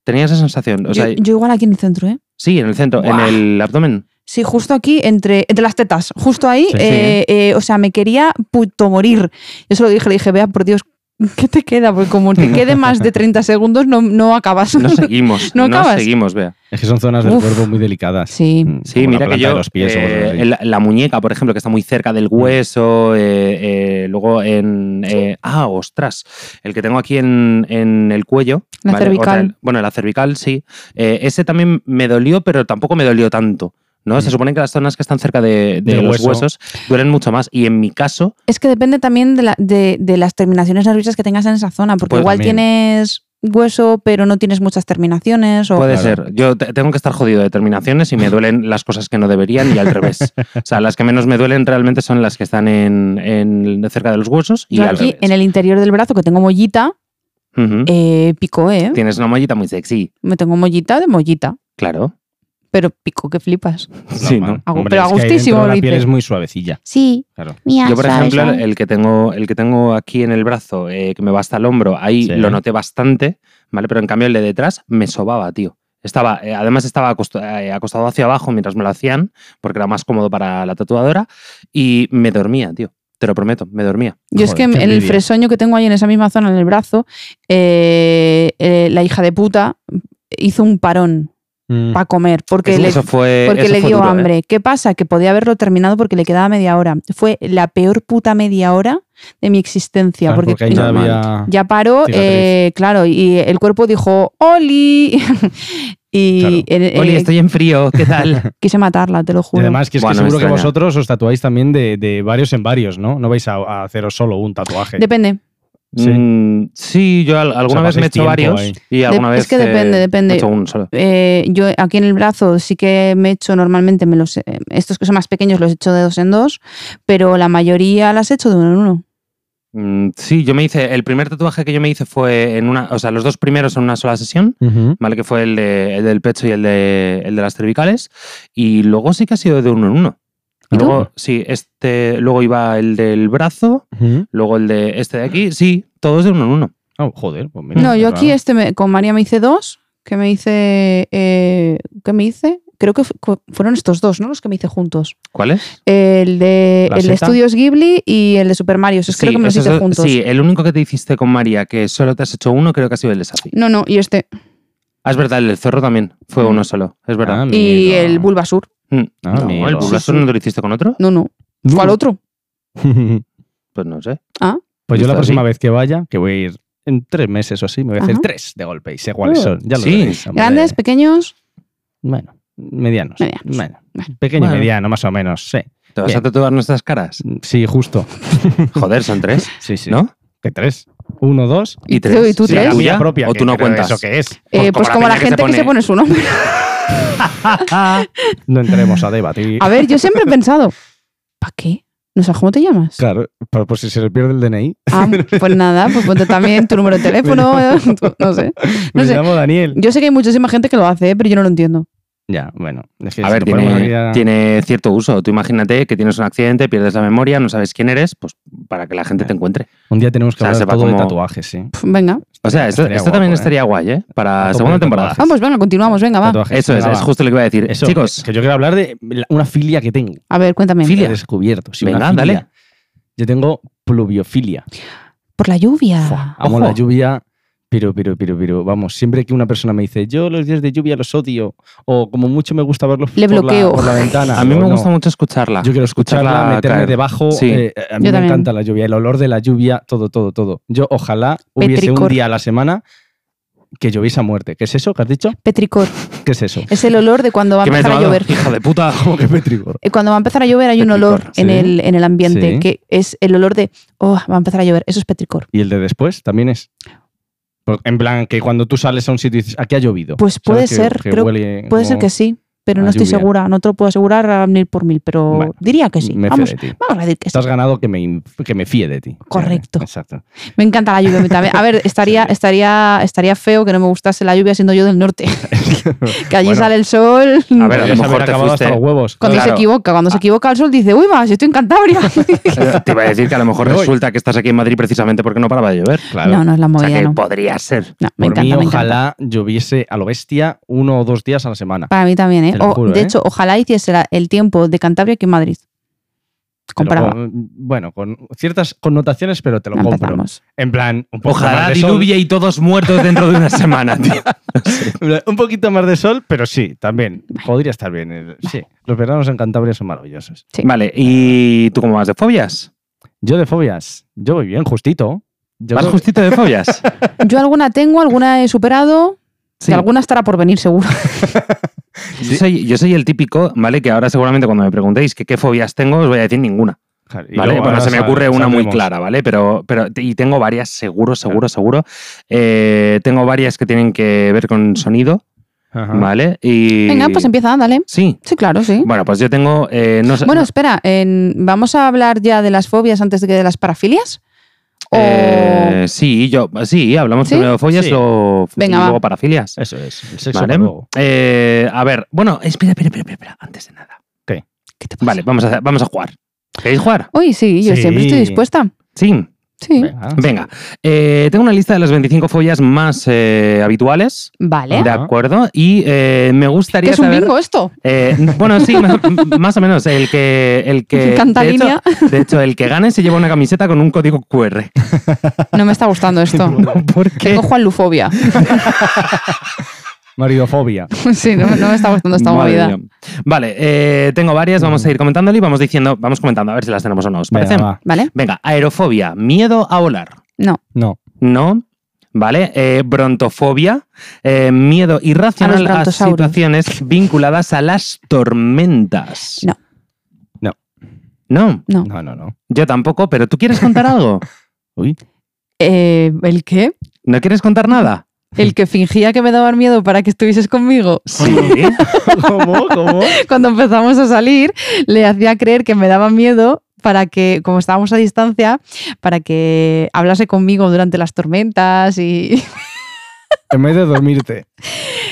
Tenía esa sensación. O sea,
Mm. yo, yo igual aquí en el centro, ¿eh?
sí, en el centro,
Buah.
en el abdomen.
Sí, justo aquí, entre, entre las tetas, justo ahí,
Sí, sí.
eh, eh, o sea, me quería puto morir. Yo se lo dije, le dije, vea, por Dios, ¿qué te queda? Porque como te quede más de 30 segundos, no, no acabas. *laughs*
No seguimos.
No
no
acabas.
seguimos, vea.
Es que son zonas del
Uf.
cuerpo muy delicadas.
Sí.
Mm,
Sí,
como la
mira que
planta de
yo.
los pies o
eh,
cosas así. Mm.
en la, la muñeca, por ejemplo, que está muy cerca del hueso. eh, eh, luego en. eh, ah, ostras. El que tengo aquí en, en el cuello.
La cervical.
otra- bueno, la cervical, sí. Eh, ese también me dolió, pero tampoco me dolió tanto. ¿no? Se
Mm.
supone que las zonas que están cerca de, de
Del
los
hueso.
huesos duelen mucho más. Y en mi caso,
Es que depende también de, la- de- de las terminaciones nerviosas que tengas en esa zona, porque
Pues
igual
también.
tienes hueso, pero no tienes muchas terminaciones. O...
puede
Claro.
ser. Yo te- tengo que estar jodido de terminaciones y me duelen las cosas que no deberían y al revés. O sea, las que menos me duelen realmente son las que están en, en- cerca de los huesos y
Yo
al
aquí,
revés.
en el interior del brazo, que tengo mollita,
Ujú.
eh, pico, ¿eh?
Tienes una mollita muy sexy,
Me tengo mollita de mollita,
claro.
pero pico que flipas.
Sí,
Normal.
¿no?
Agu-
Hombre,
pero
es que ahí
agustísimo, ¿eh?
dentro La
dice.
piel es muy suavecilla,
Sí,
claro.
mía.
Yo, por
Ah, suave,
ejemplo,
suave.
el que tengo, el que tengo aquí en el brazo, eh, que me va hasta el hombro, ahí
Sí.
lo noté bastante, ¿vale? Pero en cambio el de detrás me sobaba, tío. Estaba, eh, además estaba acosto- eh, acostado hacia abajo mientras me lo hacían, porque era más cómodo para la tatuadora, y me dormía, tío. Te lo prometo, me dormía.
Yo es que
Joder,
en
qué
el
envidia.
fresoño que tengo ahí en esa misma zona, en el brazo, eh, eh, la hija de puta hizo un parón
Mm.
para comer porque
Eso,
le,
eso fue.
porque
eso
le
fue
dio
duro, ¿eh?
hambre. ¿Qué pasa? Que podía haberlo terminado porque le quedaba media hora. Fue la peor puta media hora de mi existencia.
Claro,
porque,
porque, ahí ya
normal.
había...
ya paró,
cicatriz.
eh, claro, y el cuerpo dijo, ¡Oli! *laughs* y
Claro.
eh, eh,
Oli, estoy en frío, ¿qué tal?
quise matarla, te lo
Y
juro.
además que es
Bueno,
que
me
seguro que
extraña.
vosotros os tatuáis también de, de varios en varios, ¿no? No vais a, a haceros solo un tatuaje.
Depende.
*laughs* Sí.
Mm, sí, yo al- alguna vez
pasáis
me he hecho
tiempo
varios
ahí.
y alguna
Dep-
vez.
es que
eh,
depende, depende.
me he hecho un solo.
Eh, yo aquí en el brazo sí que me he hecho normalmente, me los, eh, estos que son más pequeños los he hecho de dos en dos, pero la mayoría las he hecho de uno en uno.
Mm, Sí, yo me hice. El primer tatuaje que yo me hice fue en una. O sea, los dos primeros en una sola sesión,
Ujú.
¿vale? Que fue el, de- el del pecho y el de, el de las cervicales. Y luego sí que ha sido de uno en uno.
¿Y tú?
Luego, sí, este. Luego iba el del brazo,
Ujú.
luego el de este de aquí. Sí, todos de uno en uno.
Oh, joder, pues mira,
No,
qué
yo aquí
raro.
este me- con María me hice dos, que me hice, eh, ¿qué me hice? Creo que fu- cu- fueron estos dos, ¿no? Los que me hice juntos.
¿Cuáles?
El de,
¿La
el de
seta?
Estudios Ghibli y el de Super Mario. Esos creo
Sí,
que me los
esos
hice
dos-
juntos.
Sí, el único que te hiciste con María, que solo te has hecho uno, creo que ha sido el de Safi.
No, no, y este.
Ah, es verdad, el del zorro también fue uno solo, es verdad.
Amigo.
Y el Bulbasur.
Mm.
Ah,
Ah, No,
amigo.
¿El
*laughs*
Bulbasaur no te lo hiciste con otro?
No, no. Fue al otro.
Pues no sé. Visto
Pues yo la
así.
Pues próxima vez que vaya, que voy a ir en tres meses o así me voy a hacer
Ajá.
tres de golpe y sé cuáles
Uh.
son. Ya lo
Sí.
veréis, hombre.
Grandes, pequeños.
Bueno, medianos.
Medianos.
Bueno, pequeño y
Bueno.
mediano, más o menos, sí.
¿Te vas
Bien.
a tatuar nuestras
*laughs*
caras?
Sí, justo.
Joder, son tres,
Sí, sí.
¿no?
¿Qué tres? Uno, dos.
Y
Sí, ¿y tú
Sí,
la
tres?
la
tuya
tuya
propia.
O
que-
tú no
pero
cuentas.
¿Eso qué es? *laughs*
Pues
Eh,
como
pues
la
como la
peña que se
gente que se
pone-
pone su nombre.
No entremos a debatir.
A ver, yo siempre he pensado, ¿para qué? No sé, ¿cómo te llamas?
Claro, pero por si se le pierde el DNI.
Ah, pues nada, pues ponte también tu número
*laughs*
de teléfono,
Me llamo-
*laughs* tu- no sé.
Me
*laughs* No sé.
llamo Daniel.
Yo sé que hay muchísima gente que lo hace, ¿eh? pero yo no lo entiendo.
Ya, bueno. es que
A
si
ver,
nos ponemos aquí
tiene,
a-
tiene cierto uso. Tú imagínate que tienes un accidente, pierdes la memoria, no sabes quién eres, pues para que la gente
Eh,
te encuentre.
Un día tenemos que
O sea,
hablar
sepa
todo de
cómo-
tatuajes, sí.
Pf, venga.
O sea, esto,
Estaría
esto también
guapo, ¿eh?
estaría guay, ¿eh? Para
Comprar
segunda temporada.
tatuajes.
Vamos, bueno, continuamos, venga, Ah, va.
Tatuajes.
Eso es,
Venga,
es
va.
justo lo que iba a decir.
Eso,
Chicos,
que yo quiero hablar de la- una filia que tengo.
A ver, cuéntame.
He
Filia.
descubierto. sí, una
Venga,
filia.
dale.
Yo tengo pluviofilia.
Por la
Fua,
lluvia.
amo
Ojo.
la lluvia, pero, pero, pero, pero, vamos, siempre que una persona me dice, yo los días de lluvia los odio, o como mucho me gusta verlos
Le
por, la-
bloqueo.
por La, ventana.
a mí
o
me
no.
gusta mucho escucharla.
Yo quiero escucharla,
escucharla
meterme
caer.
debajo.
Sí.
eh, a mí me
Yo también.
encanta la lluvia, el olor de la lluvia, todo, todo, todo. Yo ojalá hubiese un
Petricor.
día a la semana que lloviese a muerte. ¿Qué es eso? ¿Qué has dicho?
Petricor.
¿Qué es eso?
Es el olor de cuando va a
¿Qué me has
empezar a
llamado?
llover.
Hija de puta.
*laughs* ¿Cómo que petricor?
Eh, Cuando va a empezar a llover hay un
Petricor,
olor en,
sí.
el, en el ambiente
Sí.
que es el olor de, oh, va a empezar a llover. Eso es petricor.
¿Y el de después también es? Por- En plan, que cuando tú sales a un sitio y dices, aquí ha llovido.
Pues
¿Sabes?
puede
Que-
ser,
que
creo-
huele
Puede
como-
ser que sí, pero
a
no estoy
Oh. lluvia.
segura. No te lo puedo asegurar a mil por mil, pero
Bueno,
diría que sí.
me fío
Vamos,
de ti.
vamos a decir que sí.
Te has ganado que me, inf- que me fíe de ti.
Correcto.
Exacto.
Me encanta la lluvia. a mí también. A
*laughs*
ver, estaría,
Sí.
estaría, estaría feo que no me gustase la lluvia siendo yo
*laughs*
del norte. que allí
Bueno. Ah,
sale el
A
sol.
ver, a lo
Podrías haber
mejor te
acabado hasta
fuiste.
los huevos.
cuando
claro.
se equivoca, cuando se
Ah.
equivoca el sol dice, uy, va, si estoy en Cantabria.
Eh, Te iba a decir que a lo mejor
Me *laughs* voy.
resulta que estás aquí en Madrid precisamente porque no paraba de llover.
*laughs* Claro.
no, no es la
O sea,
movida,
que
no.
podría ser.
No, me
Por
encanta, me
mí,
encanta.
ojalá lloviese a lo bestia uno o dos días a la semana.
Para mí también, ¿eh?
Te lo
O,
juro,
de
¿eh?
hecho, ojalá hiciese la- el tiempo de Cantabria que en Madrid.
Pero
Comparado.
con- bueno, con ciertas connotaciones, pero te lo
Ya
compro.
empezamos.
En plan, un poquito más
Ojalá
Pues de sol.
diluvie y todos muertos dentro de una semana, tío.
*laughs* Un poquito más de sol, pero sí, también. Podría estar bien. eh, Sí, los veranos en Cantabria son maravillosos.
*laughs* Sí.
Vale, ¿y tú cómo vas de fobias?
Yo de fobias, yo voy bien, justito. Yo
¿Vas
creo-
justito de
*laughs*
fobias?
Yo alguna tengo, alguna he superado,
Sí.
y alguna estará por venir seguro.
Yo, soy, yo soy el típico, ¿vale? Que ahora seguramente cuando me preguntéis que qué fobias tengo, os voy a decir ninguna.
Claro, y
¿Vale?
luego
Bueno,
ahora
se me
sal-
ocurre una muy
saldremos.
clara, ¿vale? Pero, pero y tengo varias, seguro, seguro, seguro. Eh, tengo varias que tienen que ver con sonido,
Ajá.
¿vale? Y...
Venga, pues empieza, dale.
Sí.
Sí, claro, sí.
Bueno, pues yo tengo. eh, no sé-
Bueno, espera, en- ¿vamos a hablar ya de las fobias antes de que de las parafilias? O...
Eh, sí, yo, sí, hablamos
¿Sí?
primero de fobias
Sí.
luego-
Venga,
y luego
va.
parafilias.
Eso es, el sexo
¿Vale?
por luego.
Eh, a ver, bueno, espera, espera, espera, espera, espera, antes de nada.
¿Qué te pasa?
Vale, vamos a, vamos a jugar. ¿Queréis jugar?
Uy, sí, yo
Sí.
siempre estoy dispuesta.
Sí.
Sí.
Venga.
Venga, eh, tengo una lista de las 25 follas más eh, habituales.
Vale.
De
Ajá.
acuerdo. Y eh, me
¿Qué
gustaría
es un
saber.
bingo esto?
eh, bueno,
*laughs*
sí, *laughs* más, más o menos. El que. El que
Canta
de,
línea.
Hecho, de hecho, el que gane se lleva una camiseta con un código QR.
No me está
*laughs*
gustando esto.
¿Por qué?
Tengo Juanlufobia. *laughs*
Maridofobia.
sí, no, no me Pues está gustando esta
Madre
movida.
mía. Vale, eh, tengo varias, vamos a ir comentándole y vamos diciendo, vamos comentando a ver si las tenemos o no. ¿Os parece?
Venga, va.
¿Vale?
Venga, aerofobia, miedo a volar.
No.
No.
No. ¿Vale? Eh, brontofobia, eh, miedo irracional a,
brontosaurios.
situaciones vinculadas a las tormentas.
No.
No.
No,
No.
No, no, no.
yo tampoco, pero ¿tú quieres
*laughs*
contar algo?
Uy.
Eh, ¿El qué?
¿No quieres contar nada?
El que fingía que me daba miedo para que estuvieses conmigo. *laughs*
Sí.
¿Cómo? ¿Cómo?
Cuando empezamos a salir, le hacía creer que me daba miedo para que, como estábamos a distancia, para que hablase conmigo durante las tormentas y...
En vez de
*laughs*
dormirte.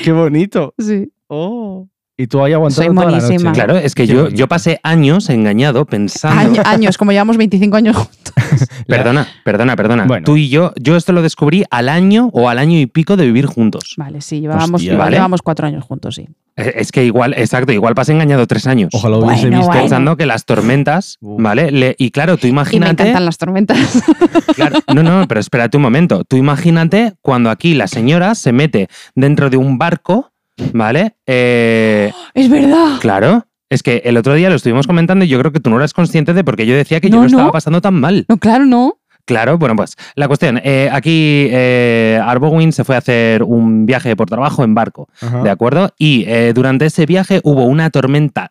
Qué bonito.
Sí.
Oh. Y tú ahí aguantando
Soy
toda la
monísima.
noche.
claro, es que
Qué
yo,
bonito.
yo pasé años engañado pensando.
Año- años, como llevamos 25 años juntos.
Perdona, perdona, perdona.
Bueno.
Tú y yo, yo esto lo descubrí al año o al año y pico de vivir juntos.
Vale, sí, llevábamos,
Hostia.
Vale.
llevábamos cuatro años juntos, sí.
Eh, Es que igual, exacto, igual pasé engañado tres años.
Ojalá hubiese
Bueno,
visto.
bueno.
Pensando que las tormentas,
Uf.
¿vale? Le- y claro, tú
Y me
imagínate.
encantan las tormentas. *laughs*
Claro, *laughs* no, no, pero espérate un momento. Tú imagínate cuando aquí la señora se mete dentro de un barco, ¿vale? Eh,
es verdad.
claro, es que el otro día lo estuvimos comentando y yo creo que tú no eras consciente de por qué yo decía que yo
No,
lo estaba
no.
pasando tan mal.
No, claro, no.
Claro, bueno, pues la cuestión. eh, aquí eh, Arbowin se fue a hacer un viaje por trabajo en barco,
Ajá.
¿de acuerdo? Y eh, durante ese viaje hubo una tormenta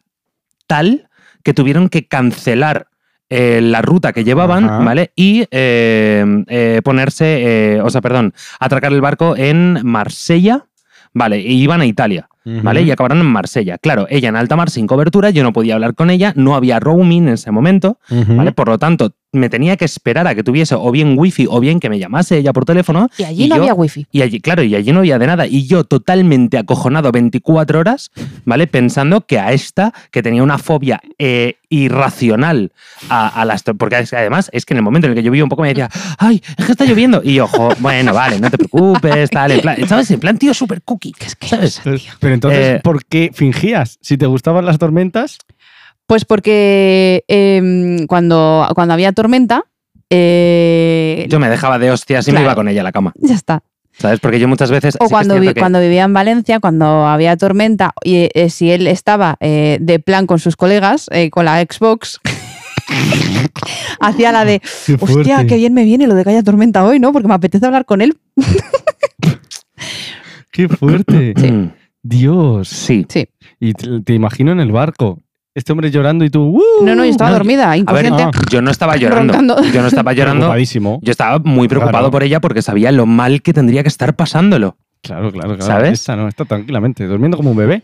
tal que tuvieron que cancelar eh, la ruta que llevaban,
Ajá.
¿vale? Y eh, eh, ponerse, eh, o sea, perdón, atracar el barco en Marsella, ¿vale? Y iban a Italia.
Ujú.
¿vale? Y acabaron en Marsella. Claro, ella en alta mar sin cobertura, yo no podía hablar con ella, no había roaming en ese momento,
Ujú.
¿vale? Por lo tanto, me tenía que esperar a que tuviese o bien wifi o bien que me llamase ella por teléfono.
Y allí
Y
no
yo-
había wifi.
Y allí, claro, y allí no había de nada. Y yo totalmente acojonado 24 horas, ¿vale? Pensando que a esta, que tenía una fobia eh, irracional a, a las... to- Porque es- además es que en el momento en el que yo vi un poco me decía, ay, es que está lloviendo. Y yo, "Jo, bueno, vale, no te preocupes, tal, en plan, ¿sabes? En plan, tío, super cookie. ¿Sabes?
Pero entonces,
Eh,
¿por qué fingías? Si te gustaban las tormentas,
Pues porque em, cuando, cuando había tormenta, eh,
Yo me dejaba de hostias y me
Claro.
iba con ella a la cama,
ya está.
¿sabes? Porque yo muchas veces... sí que
O
es
cuando,
cierto
vi-
que-
cuando vivía en Valencia, cuando había tormenta, y eh, eh, si él estaba eh, de plan con sus colegas, eh, con la Xbox, *laughs* hacía la de,
qué
hostia,
fuerte,
qué bien me viene lo de que haya tormenta hoy, ¿no? Porque me apetece hablar con él.
qué fuerte.
Mm,
Dios.
Sí.
Y te, te imagino en el barco. Este hombre llorando y tú. ¡uh!
No, no, yo estaba
No,
dormida,
A ver,
inconsciente.
ah,
*laughs*
yo no estaba llorando.
Roncando.
Yo no estaba
*laughs*
llorando.
Preocupadísimo.
Yo estaba muy preocupado
Claro.
por ella porque sabía lo mal que tendría que estar pasándolo.
Claro, claro, claro.
¿Sabes?
Esta no, está tranquilamente, durmiendo como un bebé.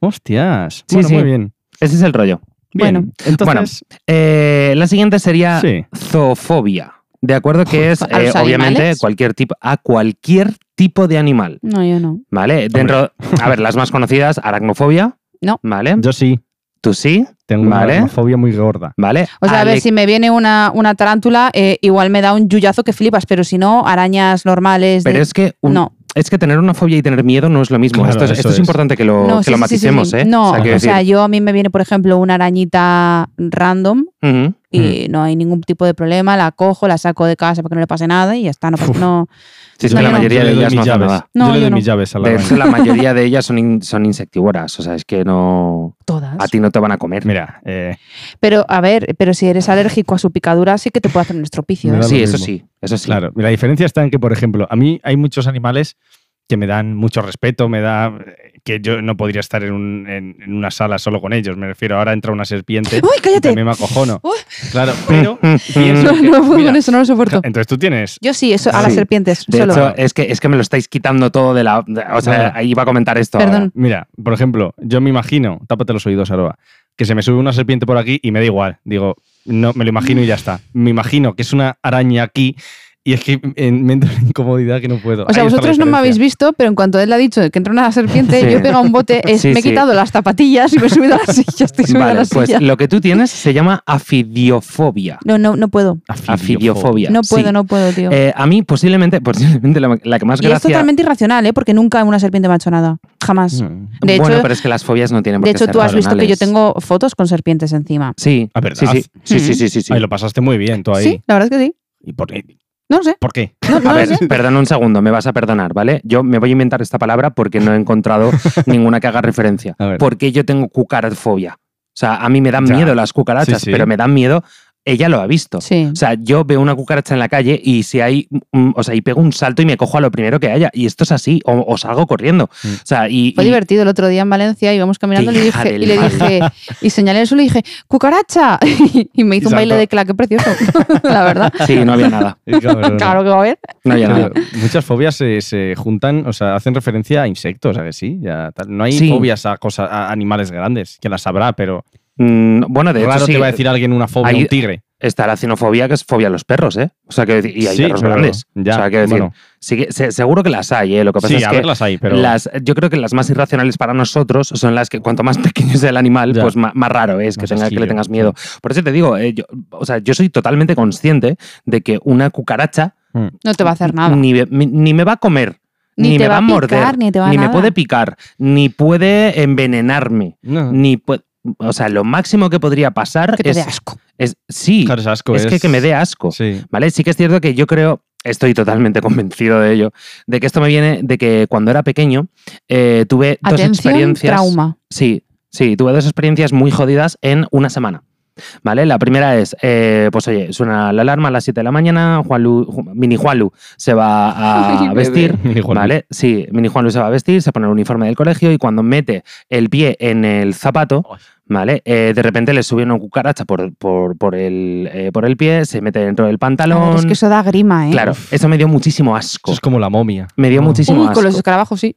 Hostias.
Sí,
bueno,
sí.
muy bien.
Ese es el rollo.
Bien,
Bueno. Ah.
entonces.
Eh, la siguiente sería
sí.
zoofobia. ¿De acuerdo? Que es,
¿a
eh,
los
obviamente,
animales?
cualquier tipo, a cualquier tipo de animal.
No, yo no.
¿Vale? Dentro, a ver, las más conocidas, aracnofobia.
No.
¿Vale?
Yo sí.
Tú sí.
Tengo
Vale.
una fobia muy gorda.
¿Vale?
O sea, a ver,
Ale-
si me viene una, una tarántula, eh, igual me da un yuyazo que flipas, pero si no, arañas normales. de-
Pero es que un-
no,
Es que tener una fobia y tener miedo no es lo mismo.
Claro,
esto es,
eso
esto es
es.
importante que lo,
no,
que lo
sí, sí, sí, sí,
maticemos,
sí.
¿eh?
No,
O sea, quiero
o sea,
decir,
yo a mí me viene, por ejemplo, una arañita random
ujú.
y
Mm.
no hay ningún tipo de problema, la cojo, la saco de casa para que no le pase nada y ya está, no pasa-
Uf.
no.
Sí, es
No,
que la
yo no.
mayoría
Yo
de
le doy
ellas
mis
no hacen
llaves.
nada.
No,
yo le
yo
doy
no.
mis llaves a la
De
araña.
hecho, la mayoría
*laughs*
de ellas son, in- son insectívoras. O sea, es que no.
Todas.
A ti no te van a comer.
Ah, Mira, eh,
Pero, a ver, pero si eres alérgico a su picadura, sí que te puede hacer un estropicio.
Me
¿eh?
da lo
Sí, eso
mismo.
sí. Eso sí. *laughs*
Claro, la diferencia está en que, por ejemplo, a mí hay muchos animales que me dan mucho respeto, me da eh, que yo no podría estar en, un- en- en una sala solo con ellos. Me refiero, ahora entra una serpiente
*laughs* ¡Uy,
y
cállate!
también me acojono.
Uy.
Claro, pero
*laughs* No,
pienso que,
no puedo
mira,
con eso, no lo
*laughs*
soporto.
entonces tú tienes
Yo sí, eso, a
Sí.
las serpientes,
De
solo.
hecho, es que, es que me lo estáis quitando todo de la. de- o sea,
Nada.
ahí iba a comentar esto. ahora.
Perdón. *laughs*
Mira, por ejemplo, yo me imagino, tápate los oídos, Aroa, que se me sube una serpiente por aquí y me da igual. Digo, no, me lo imagino y ya está. Me imagino que es una araña aquí y es que eh, me entra una incomodidad que no puedo.
O sea,
Ahí está la
vosotros no me
diferencia.
habéis visto, pero en cuanto él ha dicho que entró una serpiente,
Sí.
yo he pegado
*laughs*
un bote, es-
Sí,
me he
sí.
quitado las zapatillas y me he subido a la silla. *laughs* Estoy subida a
Vale,
la
pues
silla.
lo que tú tienes se llama afidiofobia.
No, no, no puedo.
Afidiofobia.
No
sí.
puedo, no puedo, tío.
Eh, pues a mí, posiblemente, *laughs* posiblemente la, la que más
y es
gracia.
totalmente irracional, ¿eh? Porque nunca una serpiente me ha hecho nada. Jamás.
Mm.
De
bueno,
hecho-
pero es que las fobias no tienen por
De
qué
hecho,
ser
tú has visto que yo
racionales.
tengo fotos con serpientes encima.
Sí.
Ah, ¿verdad?
Sí, sí. Sí, sí,
Mm.
sí, sí, sí.
Ahí lo pasaste muy bien tú ahí.
Sí, la verdad es que sí.
¿Y por, y
No lo sé.
por
*laughs*
qué?
No, no
A
lo
ver,
sé.
perdona un segundo, me vas a perdonar, ¿vale? Yo me voy a inventar esta palabra porque no he
*laughs*
encontrado ninguna que haga referencia.
A ver.
Porque yo tengo cucarafobia. O sea, a mí me dan
Ya.
miedo las cucarachas,
Sí, sí.
pero me dan miedo. Ella lo ha visto.
Sí.
O sea, yo veo una cucaracha en la calle y si hay, mm, o sea, y pego un salto y me cojo a lo primero que haya. Y esto es así, o, o salgo corriendo.
Mm.
O sea, y,
Fue
y-
divertido el otro día en Valencia, íbamos caminando y le
hija
dije,
del
y le
mal.
dije, y señalé el suelo y dije, ¡cucaracha! *laughs* y me hizo un baile
saltó.
de claque precioso, *laughs* la verdad.
sí, no había nada.
Claro que va a haber.
No
*laughs*
había nada.
Pero muchas fobias se, se juntan, o sea, hacen referencia a insectos, ¿a que sí? Ya, tal. No hay
Sí.
fobias a, cosas, a animales grandes, que las habrá, pero
Mm, bueno, de hecho,
raro
sí,
te va a decir alguien una fobia, a
Hay-
un tigre.
está la cinofobia, que es fobia a los perros, ¿eh? O sea, que, y hay
Sí,
perros
pero
grandes.
ya,
o sea, quiero decir,
bueno.
sí que- se- seguro que las hay, ¿eh? Lo que pasa
Sí,
es
a
que
ver, las hay, pero...
Las, yo creo que las más irracionales para nosotros son las que cuanto más *laughs* pequeño sea el animal,
Ya.
pues ma- más, raro es que,
Más
tenga, que le
asquillo,
tengas miedo. Por eso te digo, eh, yo, o sea, yo soy totalmente consciente de que una cucaracha
Mm.
No te va a hacer nada.
ni, me- mi- ni me va a comer, ni,
te
me va a
picar,
morder,
ni te va a
me
nada.
puede picar, ni puede envenenarme,
No.
ni puede... O sea, lo máximo que podría pasar
Que te
es,
dé asco.
es- Sí,
Claro, es asco.
es, que, que me dé asco.
Sí.
¿Vale? Sí que es cierto que yo creo, estoy totalmente *laughs* convencido de ello, de que esto me viene de que cuando era pequeño eh, tuve dos
Atención,
experiencias.
trauma.
Sí, sí, tuve dos experiencias muy jodidas en una semana. ¿vale? La primera es, eh, pues oye, suena la alarma a las 7 de la mañana, Juanlu, Ju- Mini Juanlu se va
*laughs*
Ay,
a
bebé.
vestir,
Mini Juanlu.
¿vale? Sí, Mini Juanlu se va a vestir, se pone el uniforme del colegio y cuando mete el pie en el zapato,
Ay.
¿vale? Eh, de repente le sube una cucaracha por, por, por el, eh, por el pie, se mete dentro del
A
pantalón.
ver, es que eso da grima, ¿eh?
Claro, eso me dio muchísimo
Eso
asco.
es como la momia.
Me dio
Ah.
muchísimo
Uy,
asco.
con los escarabajos, sí.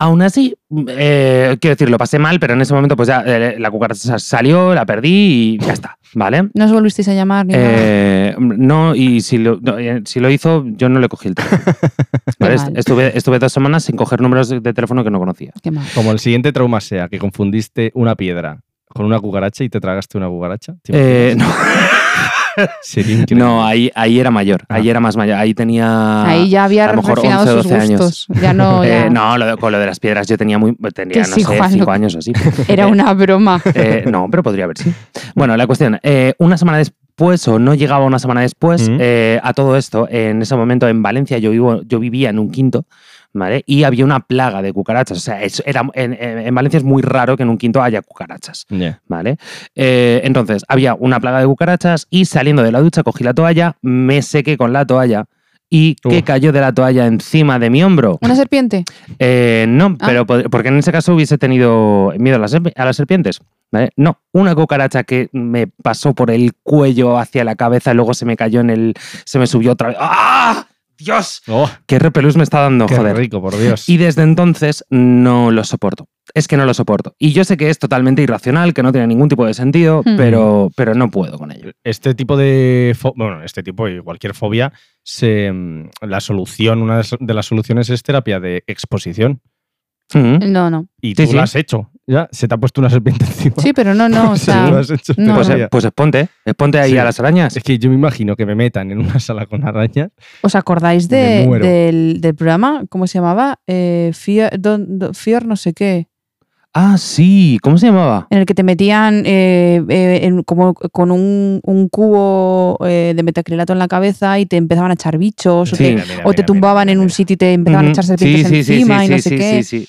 Aún así, eh, quiero decir, lo pasé mal, pero en ese momento pues ya eh, la cucaracha salió, la perdí y ya está, ¿vale?
No os volvisteis a llamar ni nada.
Eh, no, y si lo, no, eh, si lo hizo, yo no le
*laughs*
cogí el teléfono. ¿Vale?
Qué mal.
Estuve, estuve dos semanas sin coger números de teléfono que no conocía.
Qué mal.
Como el siguiente trauma sea que confundiste una piedra con una cucaracha y te tragaste una cucaracha. ¿te
Eh,
imaginas?
no,
Sería increíble.
no, ahí, ahí era mayor,
Ah.
ahí era más mayor, ahí tenía...
Ahí ya había
ah, a lo mejor
refinado
11,
sus
12 años.
gustos. Ya no, ya-
*laughs* Eh, no, lo de- con lo de las piedras yo tenía muy tenía,
Que
no
sí,
sé,
Juan,
cinco
lo-
años o así.
Era una broma.
*laughs*
Eh, no, pero podría haber sí. Bueno, la cuestión, eh, una semana después o no llegaba una semana después
Mm.
eh, a todo esto, en ese momento en Valencia yo, vivo, yo vivía en un quinto. ¿Vale? Y había una plaga de cucarachas. O sea, es- era, en, en- en Valencia es muy raro que en un quinto haya cucarachas.
Ya.
¿Vale? Eh, entonces, había una plaga de cucarachas y saliendo de la ducha cogí la toalla, me sequé con la toalla y que
Uf.
cayó de la toalla encima de mi hombro. *laughs*
¿Una serpiente?
Eh, no,
Ah.
pero pod- porque en ese caso hubiese tenido miedo a las, serp- a las serpientes. ¿vale? No, una cucaracha que me pasó por el cuello hacia la cabeza, luego se me cayó en el. se me subió otra vez. ¡Ah! ¡Dios!
Oh,
¡Qué repelús me está dando,
qué
joder!
rico, por Dios.
Y desde entonces no lo soporto. Es que no lo soporto. Y yo sé que es totalmente irracional, que no tiene ningún tipo de sentido,
Hmm.
pero, pero no puedo con ello.
Este tipo de fo- bueno, este tipo y cualquier fobia se mm, la solución, una de las- de las soluciones es terapia de exposición
Mm.
No, no.
y
Sí,
tú
sí.
la has hecho. Ya, se te ha puesto una serpiente encima.
Sí, pero
*laughs*
no, no. O
Sí,
sea,
tú la has hecho
no,
Pues,
no.
terapia.
eh, pues exponte, exponte ahí
Sí.
a las arañas.
Es que yo me imagino que me metan en una sala con arañas.
¿Os acordáis de-
Me muero.
del, del programa? ¿Cómo se llamaba? Eh, Fear, don- do- Fear no sé qué.
Ah, sí, ¿cómo se llamaba?
En el que te metían eh, eh, en- como con un, un cubo eh, de metacrilato en la cabeza y te empezaban a echar bichos. o
Sí.
te-
Mira,
O te tumbaban en un sitio y te empezaban a
Ujú.
echar serpientes
Sí, sí, sí,
encima
sí,
y no
sí,
sé
sí,
qué.
sí, sí.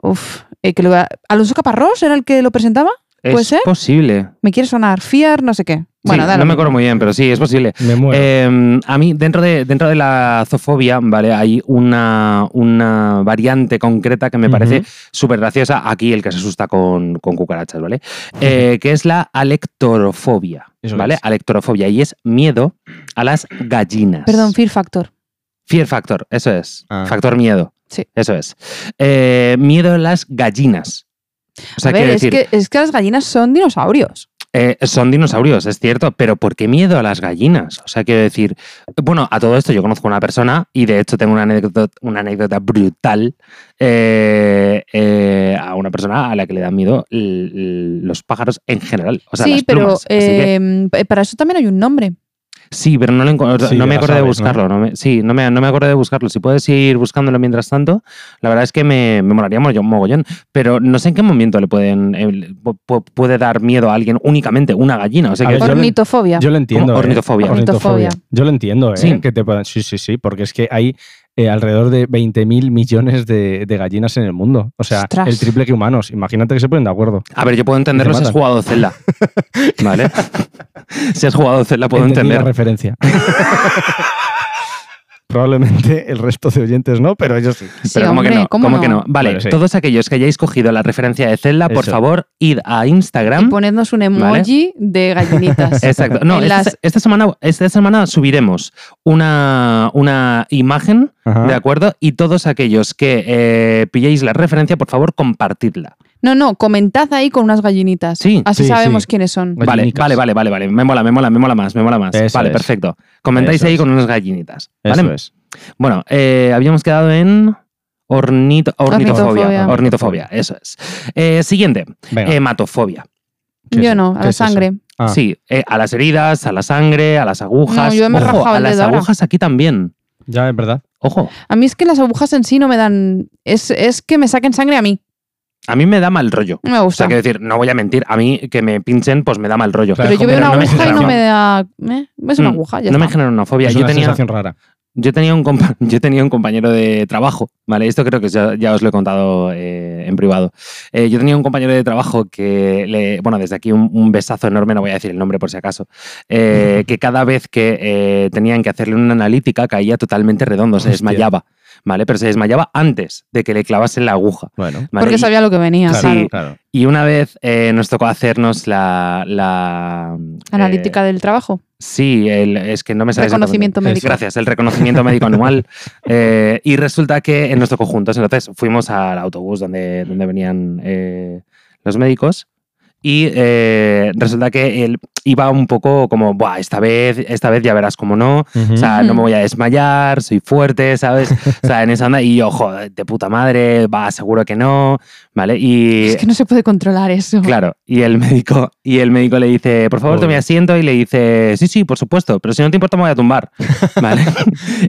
Uf, eh, que lo- ¿Alonso Caparrós era el que lo presentaba? ¿Puede
es
ser?
posible.
Me quiere sonar Fear, no sé qué. Bueno,
Sí,
dale.
no me acuerdo muy bien, pero sí, es posible.
Me muero.
Eh, a mí, dentro de, dentro de la zoofobia, ¿vale? Hay una, una variante concreta que me parece
Ujú.
súper graciosa aquí, el que se asusta con, con cucarachas, ¿vale? Eh, que es la alectorofobia,
Eso
¿vale?
es.
Alectorofobia, y es miedo a las gallinas.
Perdón, Fear Factor.
Fear factor, eso es.
Ah.
Factor miedo.
Sí.
Eso es. Eh, miedo a las gallinas. O sea,
a ver,
quiero
es
decir,
que, es que las gallinas son dinosaurios.
eh, son dinosaurios, es cierto, pero ¿por qué miedo a las gallinas? O sea, quiero decir, bueno, a todo esto yo conozco una persona y de hecho tengo una anécdota, una anécdota brutal eh, eh, a una persona a la que le dan miedo l- l- los pájaros en general. O sea,
sí,
las
pero
plumas. Así que-
eh, pa- para eso también hay un nombre.
sí, pero no, lo enco-
Sí,
no
ya
me
la
acordé de
sabes, ¿no?
buscarlo. ¿no? me, sí, no me, no me acordé de buscarlo. Si puedes ir buscándolo mientras tanto, la verdad es que me, me molaría mo- mogollón. Pero no sé en qué momento le pueden eh, le- pu- pu- puede dar miedo a alguien únicamente una gallina. O sea,
A
que
ver, yo le-
Ornitofobia.
Yo lo entiendo.
¿Cómo?
¿eh?
Ornitofobia.
Ornitofobia.
Yo lo entiendo, ¿eh?
Sí.
Que te puedan... Sí, sí, sí, porque es que hay eh, alrededor de 20.000 millones de, de gallinas en el mundo. O sea,
Ostras.
el triple que humanos. Imagínate que se ponen de acuerdo.
A ver, yo puedo entenderlo si has
matan.
jugado
*laughs*
Zelda. ¿Vale? *laughs* si has jugado Zelda, puedo
Entendí la
entender. *laughs*
referencia. Probablemente el resto de oyentes no, pero ellos sí.
Sí,
Pero como que
hombre,
no,
¿cómo
como que no. Vale,
Bueno, sí.
todos aquellos que hayáis cogido la referencia de Zelda, por
Eso.
favor, id a
Y
Instagram.
ponernos un emoji de
*laughs*
gallinitas.
Exacto. No,
en
esta,
las-
esta semana, esta semana subiremos una, una imagen,
Ajá.
¿de acuerdo? Y todos aquellos que eh, pilléis la referencia, por favor, compartidla.
No, no, comentad ahí con unas gallinitas.
Sí,
Así
sí,
sabemos
sí.
quiénes son.
Vale.
Vale,
Gallinicas.
vale, vale, vale, vale. Me mola, me mola, me mola más, me mola más.
Eso
vale,
es.
perfecto. Comentáis
Eso
ahí
es.
con unas gallinitas.
Eso
¿Vale?
es.
Bueno, eh, habíamos quedado en ornito- ornitofobia.
Ornitofobia.
Ornitofobia, eso es. Eh, siguiente,
Venga.
hematofobia.
¿Qué es
Yo
eso?
no,
¿Qué
a la
es eso?
sangre.
Ah.
Sí, eh, a las heridas, a la sangre, a las agujas.
No, yo me he
Ojo,
rajado
a
el
las
dedo ahora.
agujas aquí también.
Ya, es verdad.
Ojo,
A mí es que las agujas en sí no me dan. Es, es que me saquen sangre a mí.
a mí me da mal rollo.
No me
O sea,
gusta.
quiero decir, no voy a mentir, a mí que me pinchen, pues me da mal rollo.
Claro,
pero yo veo
pero
una
no me
aguja y
genera
no
nada.
me da. eh, Es una
Mm,
aguja, ya
no me
está.
genera una fobia.
es
yo
una
tenía,
sensación rara.
Yo tenía un, compa- *laughs* yo tenía un compañero de trabajo, ¿vale? Esto creo que ya, ya os lo he contado eh, en privado. Eh, yo tenía un compañero de trabajo que, le, bueno, desde aquí un, un besazo enorme, no voy a decir el nombre por si acaso, eh, que cada vez que eh, tenían que hacerle una analítica caía totalmente redondo, se
Hostia.
desmayaba, ¿vale? Pero se desmayaba antes de que le clavasen la aguja.
Bueno,
¿vale?
Porque
Y-
sabía lo que venía.
Claro.
claro.
Sí. Y una vez eh, nos tocó hacernos la... la
Analítica
eh,
del trabajo.
sí, el- es que no me sale exactamente.
Reconocimiento
exactamente.
médico.
Gracias, el reconocimiento médico
*laughs*
anual. Eh, y resulta que nos tocó juntos. Entonces fuimos al autobús donde, donde venían eh, los médicos. Y eh, resulta que él iba un poco como, Buah, esta vez, esta vez ya verás cómo no. O sea, no me voy a desmayar, soy fuerte, ¿sabes? O sea, en esa onda. Y yo, joder, de puta madre, va, seguro que no. ¿Vale? Y
Es que no se puede controlar eso.
Claro, y el médico, y el médico le dice, por favor,
Pobre.
tome asiento, y le dice, sí, sí, por supuesto, pero si no te importa me voy a
*laughs*
tumbar. ¿Vale?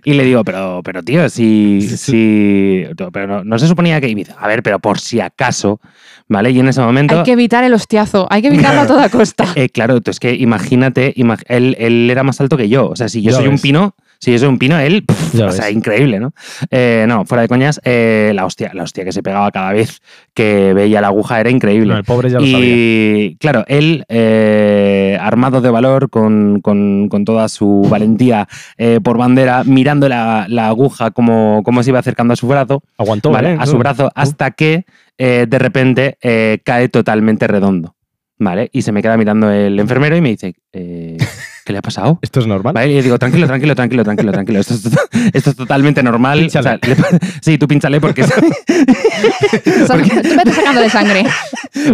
y le digo, pero, pero tío, si, si no, pero no, no se suponía que. y me dice, a ver, pero por si acaso, ¿vale? Y en ese momento.
Hay que evitar el hostiazo. Hay que evitarlo a toda costa.
*laughs* eh, claro, tú es que imagínate, imag- él, él era más alto que yo. O sea, si yo
Ya
soy un
ves.
pino, si yo soy un pino, él, pff,
Ya
o sea,
ves.
increíble, ¿no? Eh, no, fuera de coñas, eh, la hostia, la hostia que se pegaba cada vez que veía la aguja era increíble.
No, el pobre ya lo sabía.
Y claro, él, eh, armado de valor, con, con- con toda su valentía eh, por bandera, mirando la, la aguja como, como se iba acercando a su brazo,
Aguantó,
¿vale?
¿eh?
a su brazo, hasta que eh, de repente eh, cae totalmente redondo. ¿Vale? Y se me queda mirando el enfermero y me dice, eh, ¿qué le ha
*laughs*
pasado?
Esto es normal.
¿Vale? Y yo digo, tranquilo, tranquilo, tranquilo, tranquilo, tranquilo. Esto es, to- esto es totalmente normal. O sea, le pa- sí, tú pinchale porque
*laughs*
es-
Saca- Tú vete sacándole sangre.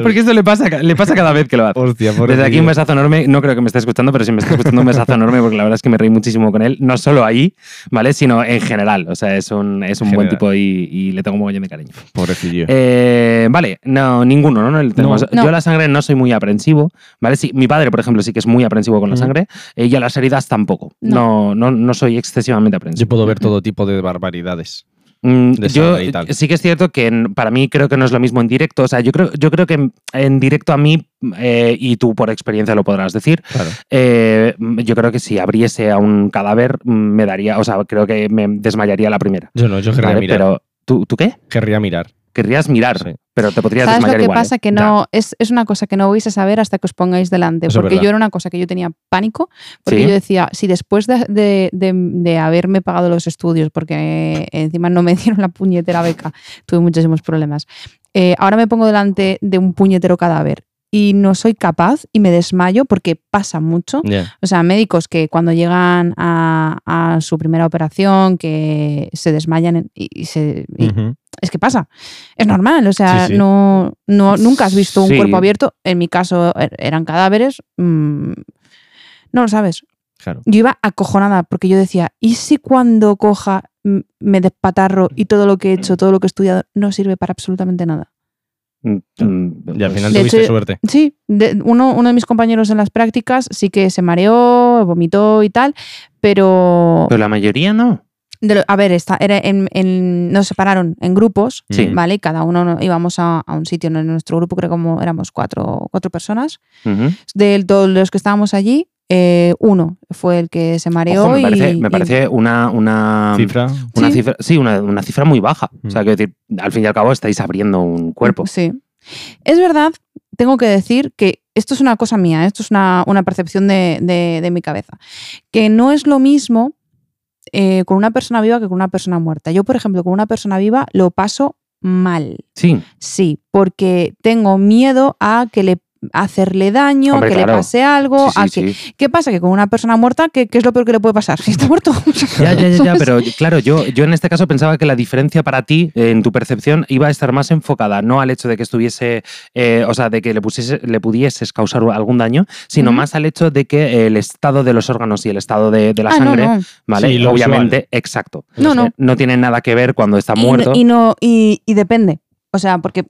Porque esto le pasa, ca- le pasa cada vez que lo hace.
Hostia, pobre
Desde aquí
tío.
un besazo enorme, no creo que me esté escuchando, pero sí me está escuchando un besazo enorme porque la verdad es que me reí muchísimo con él, no solo ahí, ¿vale? Sino en general, o sea, es un, es un buen
General.
tipo y, y le tengo un mogollón de cariño.
Pobrecillo.
Eh, vale, no, ninguno, ¿no? No le tenemos.
No.
No.
Yo a la sangre no soy muy aprensivo, ¿vale? Sí, mi padre, por ejemplo, sí que es muy aprensivo con la
Ujú.
sangre eh, y a las heridas tampoco. No, no,
No.
no soy excesivamente
Yo
aprensivo.
puedo ver todo tipo de barbaridades.
Mm,
de
yo
sangre y tal.
sí que es cierto que en- para mí creo que no es lo mismo en directo. O sea, yo creo, yo creo que en, en directo a mí, eh, y tú por experiencia lo podrás decir,
Claro.
Eh, mm, yo creo que si abriese a un cadáver, mm, me daría, o sea, creo que me desmayaría la primera.
Yo no, yo querría
¿vale?
Pues mirar.
Pero, ¿tú, ¿tú qué?
Querría mirar.
Querrías mirar,
Sí.
pero te podrías
¿Sabes lo
desmayar
que
igual. ¿eh?
pasa? Que no es, es una cosa que no vais a saber hasta que os pongáis delante.
Eso es
porque
verdad.
yo era una cosa que yo tenía pánico. Porque
Sí.
yo decía, si después de, de- de- de haberme pagado los estudios, porque eh, encima no me *laughs* dieron la puñetera beca, tuve muchísimos problemas. eh, ahora me pongo delante de un puñetero cadáver y no soy capaz y me desmayo porque pasa mucho.
Ya.
O sea, médicos que cuando llegan a, a su primera operación, que se desmayan en- y, y se, y
Ujú.
es que pasa. Es normal, o sea,
Sí, sí.
No, no, nunca has visto un
Sí.
cuerpo abierto. En mi caso er- eran cadáveres. mm, no lo sabes.
Claro.
Yo iba acojonada porque yo decía, ¿y si cuando coja mm, me despatarro y todo lo que he hecho, todo lo que he estudiado, no sirve para absolutamente nada?
Mm, mm,
Y al
pues,
final
De
tuviste
hecho-
suerte.
Sí, de- uno, uno de mis compañeros en las prácticas sí que se mareó, vomitó y tal, pero...
Pero la mayoría no.
de lo- a ver, esta, era en- en- nos separaron en grupos
Sí.
Mm.
¿vale? Y Cada uno no- íbamos a, a un sitio, ¿no? en nuestro grupo creo como éramos cuatro, cuatro personas.
Ujú.
De todos los que estábamos allí, eh, uno fue el que se mareó.
Ojo, me parece,
y-
me
y-
parece una, una,
Cifra.
una
Sí.
cifra, sí, una, una cifra muy baja. O sea,
Mm.
quiero decir, al fin y al cabo estáis abriendo un cuerpo.
Sí. Es verdad, tengo que decir que esto es una cosa mía, ¿eh? esto es una, una percepción de, de- de mi cabeza, que no es lo mismo eh, con una persona viva que con una persona muerta. Yo, por ejemplo, con una persona viva lo paso mal.
Sí,
Sí, porque tengo miedo a que le a hacerle daño,
Hombre,
a que
claro.
le pase algo,
sí, sí,
a que
sí.
¿Qué pasa? Que con una persona muerta, ¿qué, qué es lo peor que le puede pasar? *laughs* Si está muerto.
Ya, ya, ya, ya, pero claro, yo, yo en este caso pensaba que la diferencia para ti, eh, en tu percepción, iba a estar más enfocada, no al hecho de que estuviese, eh, o sea, de que le, pusiese- le pudieses causar algún daño, sino
Ujú.
más al hecho de que el estado de los órganos y el estado de, de la
*laughs* Ah,
sangre,
no, no.
¿vale?
Sí, lo
Obviamente, exacto.
No, no.
Eh, no tiene nada que ver cuando está muerto.
Y, no, y, y depende. O sea, porque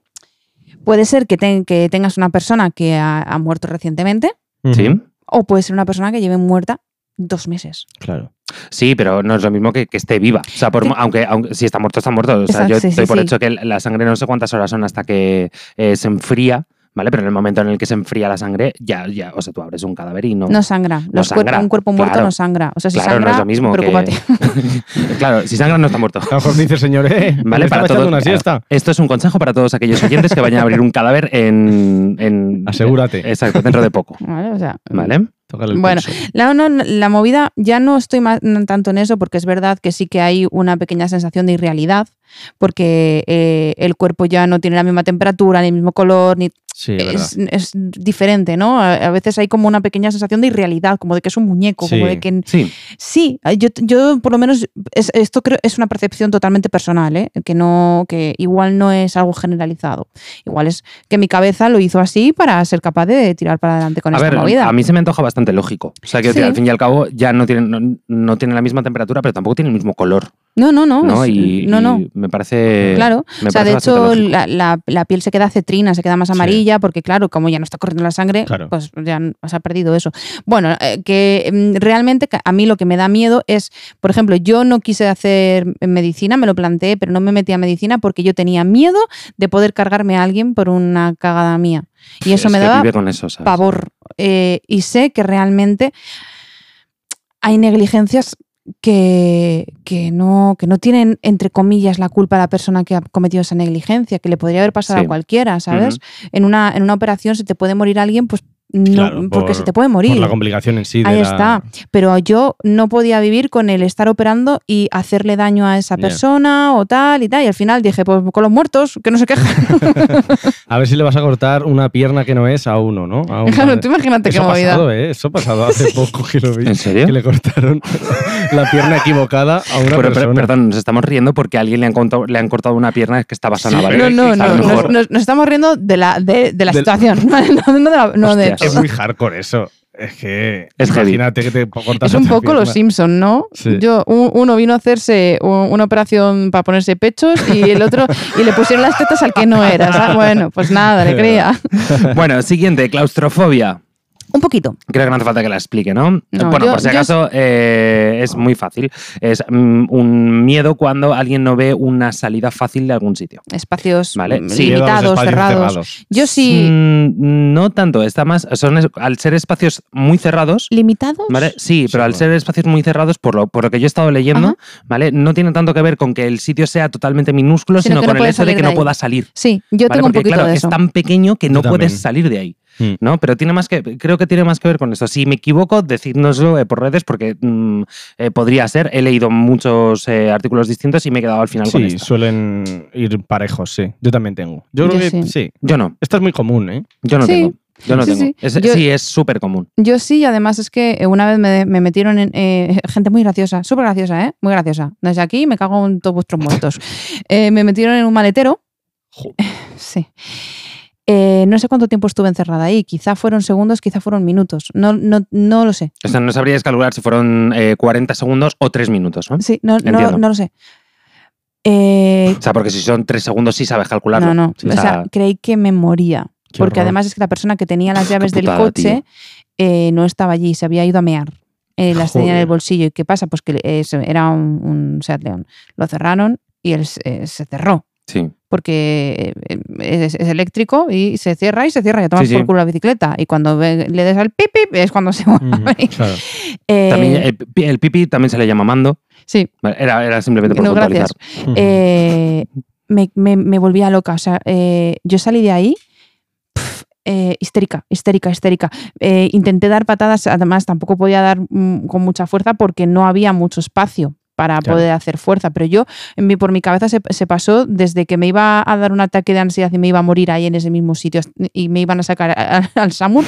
puede ser que, ten- que tengas una persona que ha, ha muerto recientemente,
Sí,
o puede ser una persona que lleve muerta dos meses.
Claro.
sí, pero no es lo mismo que, que esté viva. O sea, por
Sí.
mu- aunque, aunque si está muerto, está muerto. O sea,
Exacto,
yo
sí, sí,
estoy por
sí.
hecho que la sangre no sé cuántas horas son hasta que eh, se enfría, ¿vale? Pero en el momento en el que se enfría la sangre, ya, ya, o sea, tú abres un cadáver y no.
No sangra. Los cuer-
sangra,
un cuerpo muerto
claro.
no sangra. O sea, si
claro,
sangra,
no es lo mismo. que-
preocúpate.
*laughs* claro, si sangra no está muerto.
A lo mejor me dice el señor, eh,
Vale,
me
para
estaba echando
todos.
una
claro.
siesta.
Esto es un consejo para todos aquellos oyentes que vayan a abrir un cadáver en. en-
Asegúrate.
Exacto, dentro de
*laughs*
poco.
*laughs* Vale, o sea,
¿Vale?
Tócale el
Bueno,
pulso.
La, no, la movida, ya no estoy más, no tanto en eso, porque es verdad que sí que hay una pequeña sensación de irrealidad, porque eh, el cuerpo ya no tiene la misma temperatura, ni el mismo color, ni
Sí, es verdad.
es, es diferente, ¿no? A, a veces hay como una pequeña sensación de irrealidad, como de que es un muñeco, como
Sí.
de que
Sí.
sí, yo, yo por lo menos es- esto creo es una percepción totalmente personal, ¿eh? que no, que igual no es algo generalizado, igual es que mi cabeza lo hizo así para ser capaz de tirar para adelante con
A
esta
ver,
movida.
a mí se me antoja bastante lógico. O sea, que
Sí.
al fin y al cabo ya no tienen, no, no tienen la misma temperatura, pero tampoco tienen el mismo color.
no, no, no,
¿no?
es-
Y,
Oh, no,
y
no.
me parece.
Claro,
Eh, me
o sea,
parece
de
bastante
hecho
lógico.
la, la- la piel se queda cetrina, se queda más
Sí.
amarilla, porque claro, como ya no está corriendo la sangre,
Claro.
pues ya n- se ha perdido eso. Bueno, eh, que mm, realmente ca- a mí lo que me da miedo es, por ejemplo, yo no quise hacer medicina, me lo planteé, pero no me metí a medicina porque yo tenía miedo de poder cargarme a alguien por una cagada mía. Y eso
Es
me
que
daba
vive con eso, ¿sabes?
pavor. Eh, y sé que realmente hay negligencias que, que no, que no tienen, entre comillas, la culpa a la persona que ha cometido esa negligencia, que le podría haber pasado
Sí.
a cualquiera, ¿sabes? en, una, en una operación se te puede morir alguien, pues no,
Claro,
porque
por-
se te puede
Por
morir.
la complicación en sí. de
Ahí
la-
está. Pero yo no podía vivir con el estar operando y hacerle daño a esa
Ya.
persona o tal y tal. Y al final dije, pues con los muertos, que no se quejan. *laughs*
A ver si le vas a cortar una pierna que no es a uno, ¿no?
*laughs*
A un
claro,
padre.
tú imagínate qué
Eso ha
movida.
pasado, ¿eh? Eso ha pasado
*laughs*
hace poco que lo vi.
¿En serio?
Que le cortaron *laughs* la pierna equivocada a una
Pero, pero-
persona.
perdón, nos estamos riendo porque a alguien le han, contado- le han cortado una pierna que estaba sana, Ah, ¿vale?
No, no,
A
no,
lo
nos,
mejor-
nos- nos estamos riendo de la, de, de la
Del-
situación, *laughs* no, no de la- no de
Hostias.
Es
todo.
muy hardcore eso. Es que.
Es heavy.
imagínate que te cortas
Es un
otra
poco
pierna.
los Simpson, ¿no?
Sí.
Yo, un- uno vino a hacerse u- una operación para ponerse pechos y el otro y le pusieron las tetas al que no era.
*laughs*
¿sabes? Bueno, pues nada, le creía.
Bueno, siguiente, claustrofobia.
Un poquito.
Creo que no hace falta que la explique, ¿no? bueno,
yo-
por si
yo-
acaso eh, es muy fácil. Es mm, un miedo cuando alguien no ve una salida fácil de algún sitio.
Espacios
Vale,
mm,
sí.
Miedo a los
limitados,
espacios
cerrados.
cerrados.
Yo sí.
Mm, no tanto, está más. Son, es- al ser espacios muy cerrados.
Mm. ¿Limitados?
¿Vale? Sí,
Sí,
pero al
bueno.
ser espacios muy cerrados, por lo, por lo que yo he estado leyendo,
Ajá.
¿vale? No tiene tanto que ver con que el sitio sea totalmente minúsculo,
Sino
sino,
que no
con el
puedes
hecho de
salir
que
de
no
ahí.
puedas salir.
Sí, yo
¿vale?
tengo un
Porque,
poquito
claro,
de eso.
es tan pequeño que no
Yo
puedes
también.
salir de ahí.
Mm.
¿no? Pero tiene más que, creo que tiene más que ver con esto. Si me equivoco, decídnoslo eh, por redes porque mm, eh, podría ser. He leído muchos eh, artículos distintos y me he quedado al final con
Sí,
esto.
suelen ir parejos, sí. Yo también tengo. Yo,
Yo
creo que
sí.
sí.
Yo no,
Esto es muy común, ¿eh?
yo no
Sí.
tengo. Yo no
Sí,
tengo.
sí.
Es-
Yo-
sí, es súper común.
Yo sí, y además es que eh, una vez me, me metieron en eh, *laughs* gente muy graciosa, súper graciosa, ¿eh? Muy graciosa. Desde aquí me cago en todos vuestros muertos. Eh, me metieron en un maletero.
Jo.
Sí. Eh, no sé cuánto tiempo estuve encerrada ahí. Quizá fueron segundos, quizá fueron minutos. No, no, no lo sé.
O sea, no sabrías calcular si fueron eh, 40 segundos o 3 minutos, ¿no?
Sí, no, no,
Entiendo.
no lo sé. Eh,
O sea, porque si son 3 segundos sí sabes calcularlo.
no, no.
Sí,
o sea, creí que me moría.
Qué
Porque
horror.
además es que la persona que tenía las llaves del
putada,
coche eh, no estaba allí, se había ido a mear. Eh, las tenía en el
Joder.
bolsillo. ¿Y qué pasa? Pues que eh, se- era un, un Seat León. Lo cerraron y él se- eh, se cerró.
sí.
Porque eh, es, es eléctrico y se cierra y se cierra y a tomar
Sí, sí.
por culo la bicicleta. Y cuando ve- le des al pip, pip, es cuando se
*laughs*
Ujú,
mueve.
claro.
Eh,
También el, pi- el pipi también se le llama mando.
sí,
Vale, Era, era simplemente por
No,
puntualizar.
gracias. eh, me, me- me volvía loca. O sea, eh, yo salí de ahí pf, eh, histérica, histérica, histérica. Eh, intenté dar patadas, además tampoco podía dar mm, con mucha fuerza porque no había mucho espacio para
Claro.
poder hacer fuerza, pero yo en mi- por mi cabeza se, se pasó desde que me iba a dar un ataque de ansiedad y me iba a morir ahí en ese mismo sitio hasta- y me iban a sacar a- a- al Samur,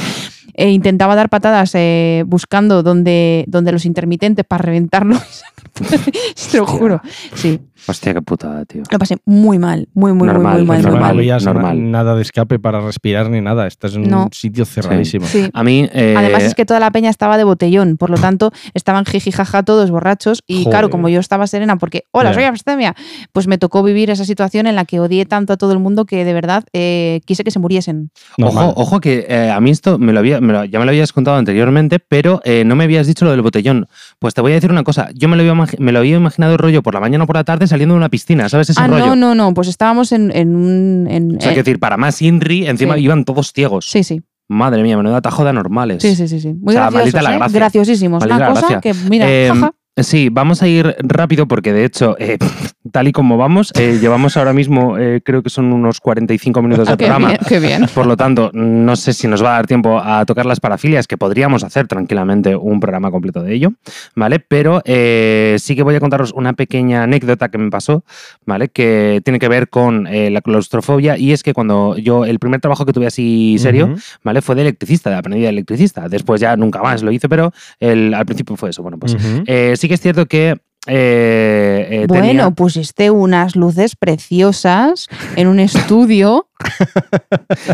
e intentaba dar patadas eh, buscando donde, donde los intermitentes para reventarlos, *laughs* te lo
Hostia.
juro, sí.
Hostia, qué putada, tío.
Lo pasé muy mal, muy, muy,
Normal,
muy, muy mal.
Normal,
muy
no
normal.
veías na-
normal.
nada de escape para respirar ni nada. Estás en
No.
un sitio cerradísimo.
mal. Sí.
A mí. eh,
Además es que toda la peña estaba de botellón, por lo tanto estaban jijijaja todos borrachos y
Joder.
claro, como yo estaba serena porque, hola,
Ya.
soy abstemia, pues me tocó vivir esa situación en la que odié tanto a todo el mundo que de verdad eh, quise que se muriesen.
Normal.
Ojo, ojo que eh, a mí esto me lo había, me lo- ya me lo habías contado anteriormente, pero eh, no me habías dicho lo del botellón. Pues te voy a decir una cosa, yo me lo había imagi- me lo había imaginado rollo por la mañana o por la tarde saliendo de una piscina, ¿sabes? Ese
Ah,
rollo.
no, no, no. Pues estábamos en, en un. en-
O sea,
eh,
quiero decir, para más Inri, encima
Sí.
iban todos ciegos.
sí, sí.
Madre mía, menuda tajo de anormales.
Sí, sí, sí, sí. Muy
O sea, maldita
graciosos,
la
¿eh?
gracia.
Graciosísimos.
Maldita
Una
la
cosa
gracia.
que, mira,
Eh,
jaja.
Sí, vamos a ir rápido porque de hecho, eh, *laughs* tal y como vamos, eh, llevamos ahora mismo, eh, creo que son unos 45 minutos
*laughs* Ah,
de
qué
pues programa.
bien, qué bien.
Por lo tanto, no sé si nos va a dar tiempo a tocar las parafilias, que podríamos hacer tranquilamente un programa completo de ello, ¿vale? Pero eh, sí que voy a contaros una pequeña anécdota que me pasó, ¿vale? Que tiene que ver con eh, la claustrofobia y es que cuando yo, el primer trabajo que tuve así serio,
Ujú.
¿vale? Fue de electricista, de aprendí de electricista. Después ya nunca más lo hice, pero el- al principio fue eso. Bueno, pues
Ujú.
eh, sí que es cierto que... eh, eh,
bueno,
tenía-
pusiste unas luces preciosas en un estudio.
*laughs*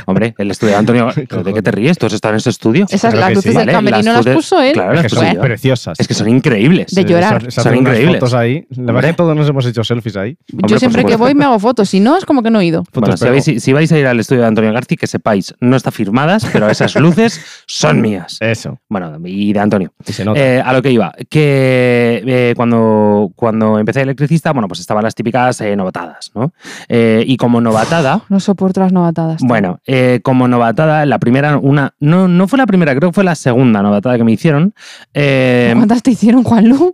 Hombre, el estudio de
*laughs*
Antonio. ¿pero ¿De qué te ríes? ¿Todos están en ese estudio?
Esas
Claro
las
que
luces
sí.
del
Vale,
camerino
las
las,
luces-
puso él.
Claro,
Es
las
que
puse
son
yo.
preciosas.
Es que son increíbles.
De llorar.
Se,
Son
hacen unas
increíbles.
fotos ahí. La verdad
Hombre.
es que todos nos hemos hecho selfies ahí.
Hombre,
Yo
por
siempre que
supuesto.
voy me hago fotos. Si no, es como que no he ido.
Fotos
Bueno, si,
pego.
habéis- si vais a ir al estudio de Antonio Garci, que sepáis, no está firmadas, pero
*laughs*
esas luces son mías.
Eso.
Bueno, y de Antonio.
Y se nota.
Eh, a lo que iba, que eh, cuando, cuando empecé electricista, bueno, pues estaban las típicas eh, novatadas, ¿no? Eh, y como novatada,
No soporto las novatadas. tío.
bueno, eh, como novatada, la primera, una, no, no fue la primera, creo que fue la segunda novatada que me hicieron, eh,
¿Cuántas te hicieron, Juanlu?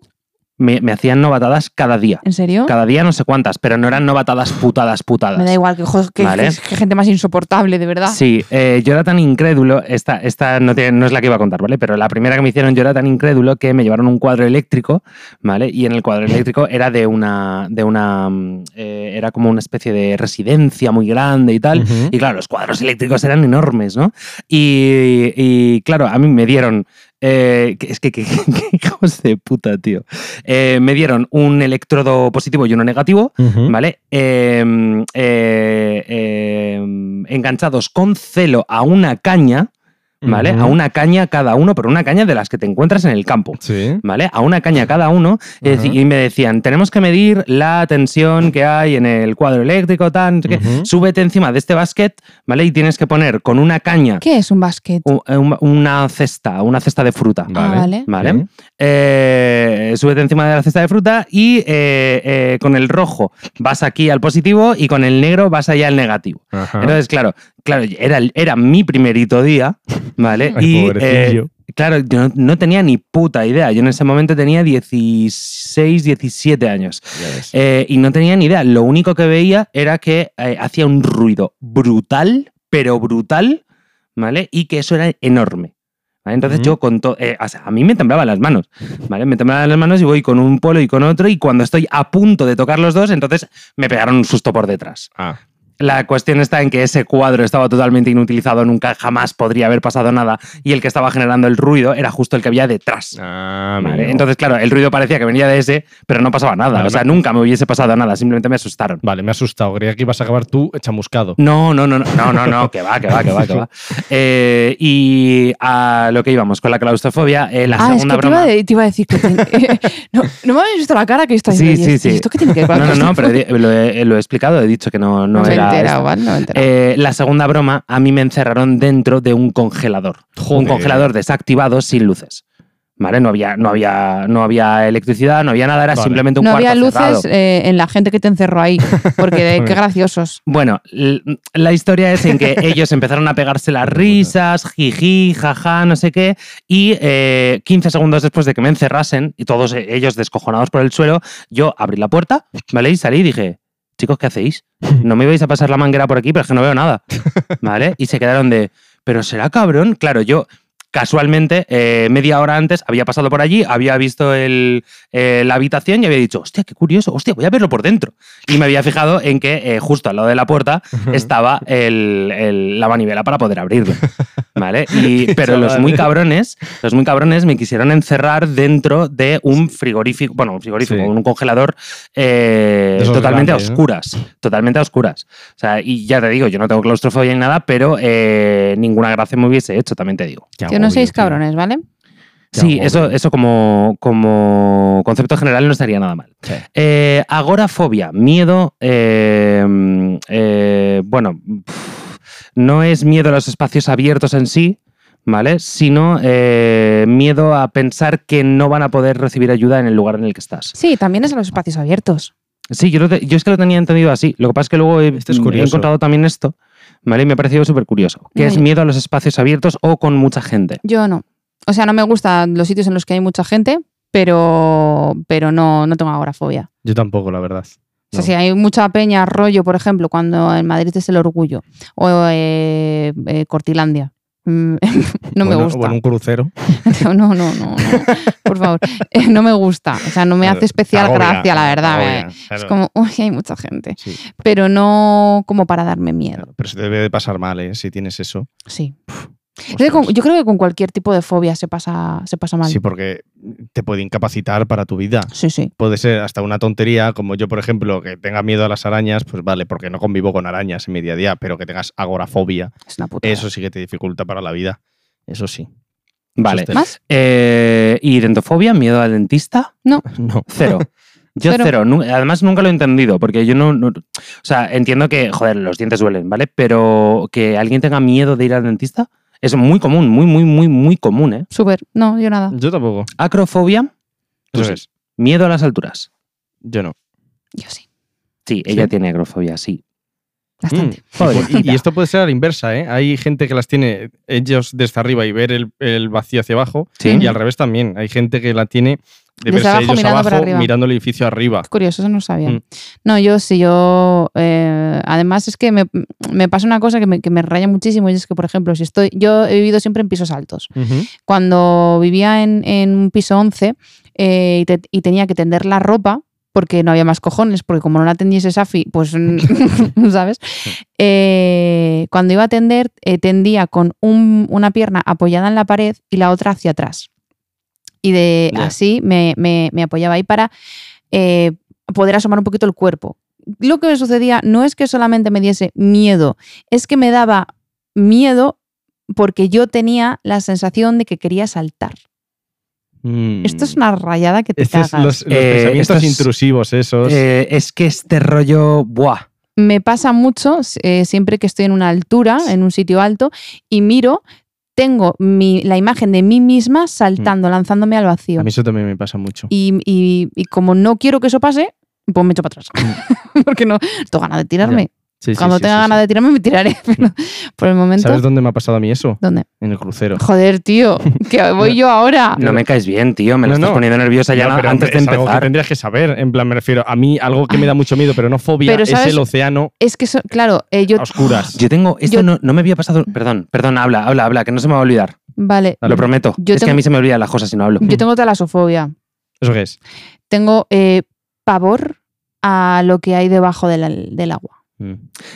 me, me hacían novatadas cada día.
¿En serio?
Cada día no sé cuántas, pero no eran novatadas putadas, putadas.
Me da igual, Ah. que, jo- que-
Vale.
que- que gente más insoportable, de verdad.
Sí, eh, yo era tan incrédulo, esta, esta no, tiene- no es la que iba a contar, ¿vale? Pero la primera que me hicieron yo era tan incrédulo que me llevaron un cuadro eléctrico, ¿vale? Y en el cuadro eléctrico era de una, de una, mm, eh, era como una especie de residencia muy grande y tal.
Ujú.
Y claro, los cuadros eléctricos eran enormes, ¿no? Y, y, claro, a mí me dieron... eh, que- es que, *laughs* que- que hijos de puta, tío. Eh, me dieron un electrodo positivo y uno negativo,
Ujú.
¿vale? Em, eh, em, enganchados con celo a una caña, ¿vale?
Ujú.
A una caña cada uno, pero una caña de las que te encuentras en el campo.
Sí.
¿Vale? A una caña cada uno. es decir,
Ajá.
Y me decían, tenemos que medir la tensión que hay en el cuadro eléctrico, tan, no sé qué.
Ujú.
súbete encima de este basquet, ¿vale? Y tienes que poner con una caña
¿Qué es un basquet?
u- eh, un- una cesta, una cesta de fruta.
Ah,
vale.
vale.
¿Vale?
Sí.
Eh, súbete encima de la cesta de fruta y eh, eh, con el rojo vas aquí al positivo y con el negro vas allá al negativo.
Ajá.
Entonces, claro, claro, era, el- era mi primerito día, ¿vale?
*laughs* Ay,
y
pobrecillo.
eh, claro, yo no, no tenía ni puta idea. Yo en ese momento tenía 16, 17 años.
Ya ves.
Eh, y no tenía ni idea. Lo único que veía era que eh, hacía un ruido brutal, pero brutal, ¿vale? Y que eso era enorme. ¿vale? Entonces
Ujú.
yo con todo... a mí me temblaban las manos, ¿vale? Me temblaban las manos y voy con un polo y con otro y cuando estoy a punto de tocar los dos, entonces me pegaron un susto por detrás.
Ah,
La cuestión está en que ese cuadro estaba totalmente inutilizado, nunca jamás podría haber pasado nada y el que estaba generando el ruido era justo el que había detrás.
ah,
Vale,
amigo.
Entonces, claro, el ruido parecía que venía de ese, pero no pasaba nada.
Vale,
o sea,
vale.
nunca me hubiese pasado nada, simplemente me asustaron.
Vale, me he asustado. Creía que ibas a acabar tú chamuscado.
No, no, no, no, no, no, no, que va, que va, que va, que va. Eh, y a lo que íbamos, con la claustrofobia, eh, la
ah, es que
segunda
Te, iba
broma.
a de- te iba a decir
*laughs*
que. te- no, no me habéis visto la cara que está
Sí,
diciendo.
sí,
"Oye,
sí.
¿y ¿Esto qué tiene que ver con la
No, no, no, pero
claustrofobia?".
di- lo he, lo he explicado, he dicho que no, no,
No me he
era.
enterado,
esto.
¿vale? No me he enterado.
Eh, la segunda broma, a mí me encerraron dentro de un congelador. Un
Joder.
congelador desactivado sin luces. ¿Vale? No había, no había, no había electricidad, no había nada, era
Vale.
simplemente un
no
cuarto
había
cerrado.
luces eh, en la gente que te encerró ahí.
*laughs*
Porque de- qué graciosos.
Bueno, l- la historia es en
*laughs*
que ellos empezaron a pegarse las risas, jiji, jaja, no sé qué, y eh, 15 segundos después de que me encerrasen, y todos eh, ellos descojonados por el suelo, yo abrí la puerta, ¿vale? Y salí y dije, chicos, ¿qué hacéis? No me ibais a pasar la manguera por aquí, pero es que no veo nada, ¿vale? Y se quedaron de, pero será cabrón, claro, yo... Casualmente, eh, media hora antes había pasado por allí, había visto el, eh, la habitación y había dicho, hostia, qué curioso, hostia, voy a verlo por dentro. Y me había fijado en que eh, justo al lado de la puerta estaba el- el- la manivela para poder abrirlo. ¿Vale? Y, pero los
chaval.
muy
*laughs*
cabrones, los muy cabrones me quisieron encerrar dentro de un frigorífico, bueno, un frigorífico,
Sí.
un congelador eh,
De esos
totalmente a
grandes, ¿no?
oscuras. Totalmente a oscuras. O sea, y ya te digo, yo no tengo claustrofobia ni nada, pero eh, ninguna gracia me hubiese hecho, también te digo.
Qué
Que no
agobio,
seáis
tío.
cabrones, ¿vale?
Qué
Sí,
agobio.
eso, eso como, como concepto general no estaría nada mal.
Sí.
Eh, agorafobia, miedo. eh, mm, eh, bueno, pf, no es miedo a los espacios abiertos en sí. ¿vale? Sino eh, miedo a pensar que no van a poder recibir ayuda en el lugar en el que estás.
Sí, también es en los espacios abiertos.
Sí, yo, lo te- yo es que lo tenía entendido así. Lo que pasa es que luego he,
Esto es
he
curioso.
encontrado también esto, ¿vale? Y me ha parecido súper curioso. Que es
Vale.
miedo a los espacios abiertos o con mucha gente.
Yo no. O sea, no me gustan los sitios en los que hay mucha gente, pero, pero no, no tengo agorafobia.
Yo tampoco, la verdad.
O sea,
No.
si hay mucha peña, rollo, por ejemplo, cuando en Madrid es el orgullo, o eh, eh, Cortilandia. Mm, *laughs* no me
Bueno,
gusta.
O en un crucero.
*laughs* No, no, no, no, no. Por favor. *laughs* Eh, no me gusta. O sea, no me hace especial
Agobia,
gracia, la verdad. me-
agobia,
Es
claro.
como, uy, hay mucha gente.
Sí,
Pero no como para darme miedo.
claro. Pero se te debe de pasar mal, ¿eh? Si tienes eso.
Sí. Es que con-
Ostras.
yo creo que con cualquier tipo de fobia se pasa, se pasa mal.
Sí, porque te puede incapacitar para tu vida.
sí. sí.
Puede ser hasta una tontería, como yo, por ejemplo, que tenga miedo a las arañas, pues vale, porque no convivo con arañas en mi día a día, pero que tengas agorafobia,
Es una puta.
eso sí que te dificulta para la vida. Eso sí. *laughs*
Vale.
Eso
¿Más?
Eh, ¿Y dentofobia? ¿Miedo al dentista?
No.
*laughs* Cero. Yo
Cero.
cero. Nu- Además, nunca lo he entendido, porque yo no, no- O sea, entiendo que, joder, los dientes duelen, ¿vale? Pero que alguien tenga miedo de ir al dentista es muy común, muy, muy, muy, muy común, ¿eh?
Súper. No, yo nada.
Yo tampoco.
Acrofobia, Tú
Eso
sí.
Pues es.
miedo a las alturas.
Yo no.
Yo sí.
Sí, ella tiene acrofobia, sí.
Bastante.
Mm. Y-
Pobrecita.
Y, esto puede ser a la inversa, ¿eh? Hay gente que las tiene ellos desde arriba y ver el, el vacío hacia abajo.
Sí.
Y al revés también. Hay gente que la tiene de
Desde
verse
abajo
ellos
mirando para
abajo
arriba.
mirando el edificio arriba.
Curioso, eso no sabía.
Mm.
No, yo sí, yo. eh, además, es que me, me pasa una cosa que me, que me raya muchísimo y es que, por ejemplo, si estoy. Yo he vivido siempre en pisos altos. cuando vivía en, en un piso 11 eh, y, te- y tenía que tender la ropa porque no había más cojones, porque como no la tendiese Safi, pues, *laughs* mm, ¿sabes? Eh, cuando iba a tender, eh, tendía con un- una pierna apoyada en la pared y la otra hacia atrás. Y de
Ya.
así me, me- me apoyaba ahí para eh, poder asomar un poquito el cuerpo. Lo que me sucedía no es que solamente me diese miedo, es que me daba miedo porque yo tenía la sensación de que quería saltar. Mm. Esto es una rayada que te
Mm. Este es
cagas.
los, los
Eh, esto
pensamientos
es-
intrusivos esos.
Eh, es que este rollo, buah.
Me pasa mucho eh, siempre que estoy en una altura, en un sitio alto, y miro, tengo mi- la imagen de mí misma saltando, lanzándome al vacío.
Mm. a mí eso también me pasa mucho.
Y, y- y como no quiero que eso pase, pues me echo para atrás. *laughs* Porque no tengo ganas de tirarme.
Mm. Sí, sí,
Cuando
sí,
tenga
sí,
ganas
sí. Mm.
de tirarme, me tiraré. *laughs* Pero por el momento,
¿Sabes dónde me ha pasado a mí eso?
¿dónde?
En el crucero.
Joder,
*laughs*
tío, que voy yo ahora.
No me caes bien, tío. Me lo
No,
estás
no.
poniendo nerviosa ya
No, pero
antes de
es algo que
empezar.
tendrías que saber. En plan, me refiero a mí, algo que me da mucho miedo, pero no fobia,
Pero,
es
¿sabes?
el océano
Es que, eso- claro, eh, yo.
a oscuras.
Yo tengo. Esto
Yo-
no, no me había pasado. Perdón, perdón, habla, habla, habla, que no se me va a olvidar.
Vale.
Dale.
Lo prometo.
Yo
es que a
tengo-
mí se me olvidan las cosas si no hablo.
Yo tengo talasofobia.
¿Eso qué es?
Tengo eh, pavor a lo que hay debajo del, del agua.
Mm.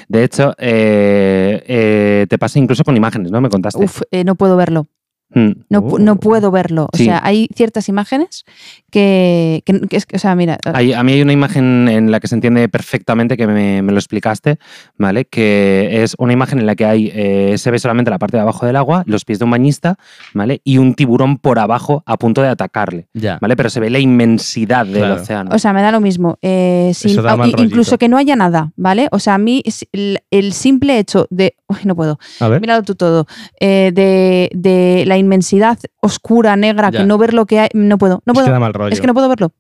De hecho, eh, eh, te pasa incluso con imágenes, ¿no? Me contaste.
Uf, eh, no puedo verlo.
Mm.
No, pu-
Oh.
no puedo verlo. O
Sí.
sea, hay ciertas imágenes que, que- que es que, o sea, mira,
Hay- a mí hay una imagen en la que se entiende perfectamente que me, me lo explicaste, ¿vale? Que es una imagen en la que hay, eh, se ve solamente la parte de abajo del agua, los pies de un bañista, ¿vale? Y un tiburón por abajo a punto de atacarle,
Ya.
¿vale? Pero se ve la inmensidad del
Claro.
océano.
O sea, me da lo mismo. Eh, sin-
Eso da
au-
mal
i- incluso
rollito.
que no haya nada, ¿vale? O sea, a mí es el, el simple hecho de. Uy, no puedo.
A ver.
Míralo tú todo. Eh, de, de la inmensidad oscura, negra,
Ya.
que no ver lo que hay. No puedo. No
Es que
puedo.
da mal rollo.
Es que no puedo verlo.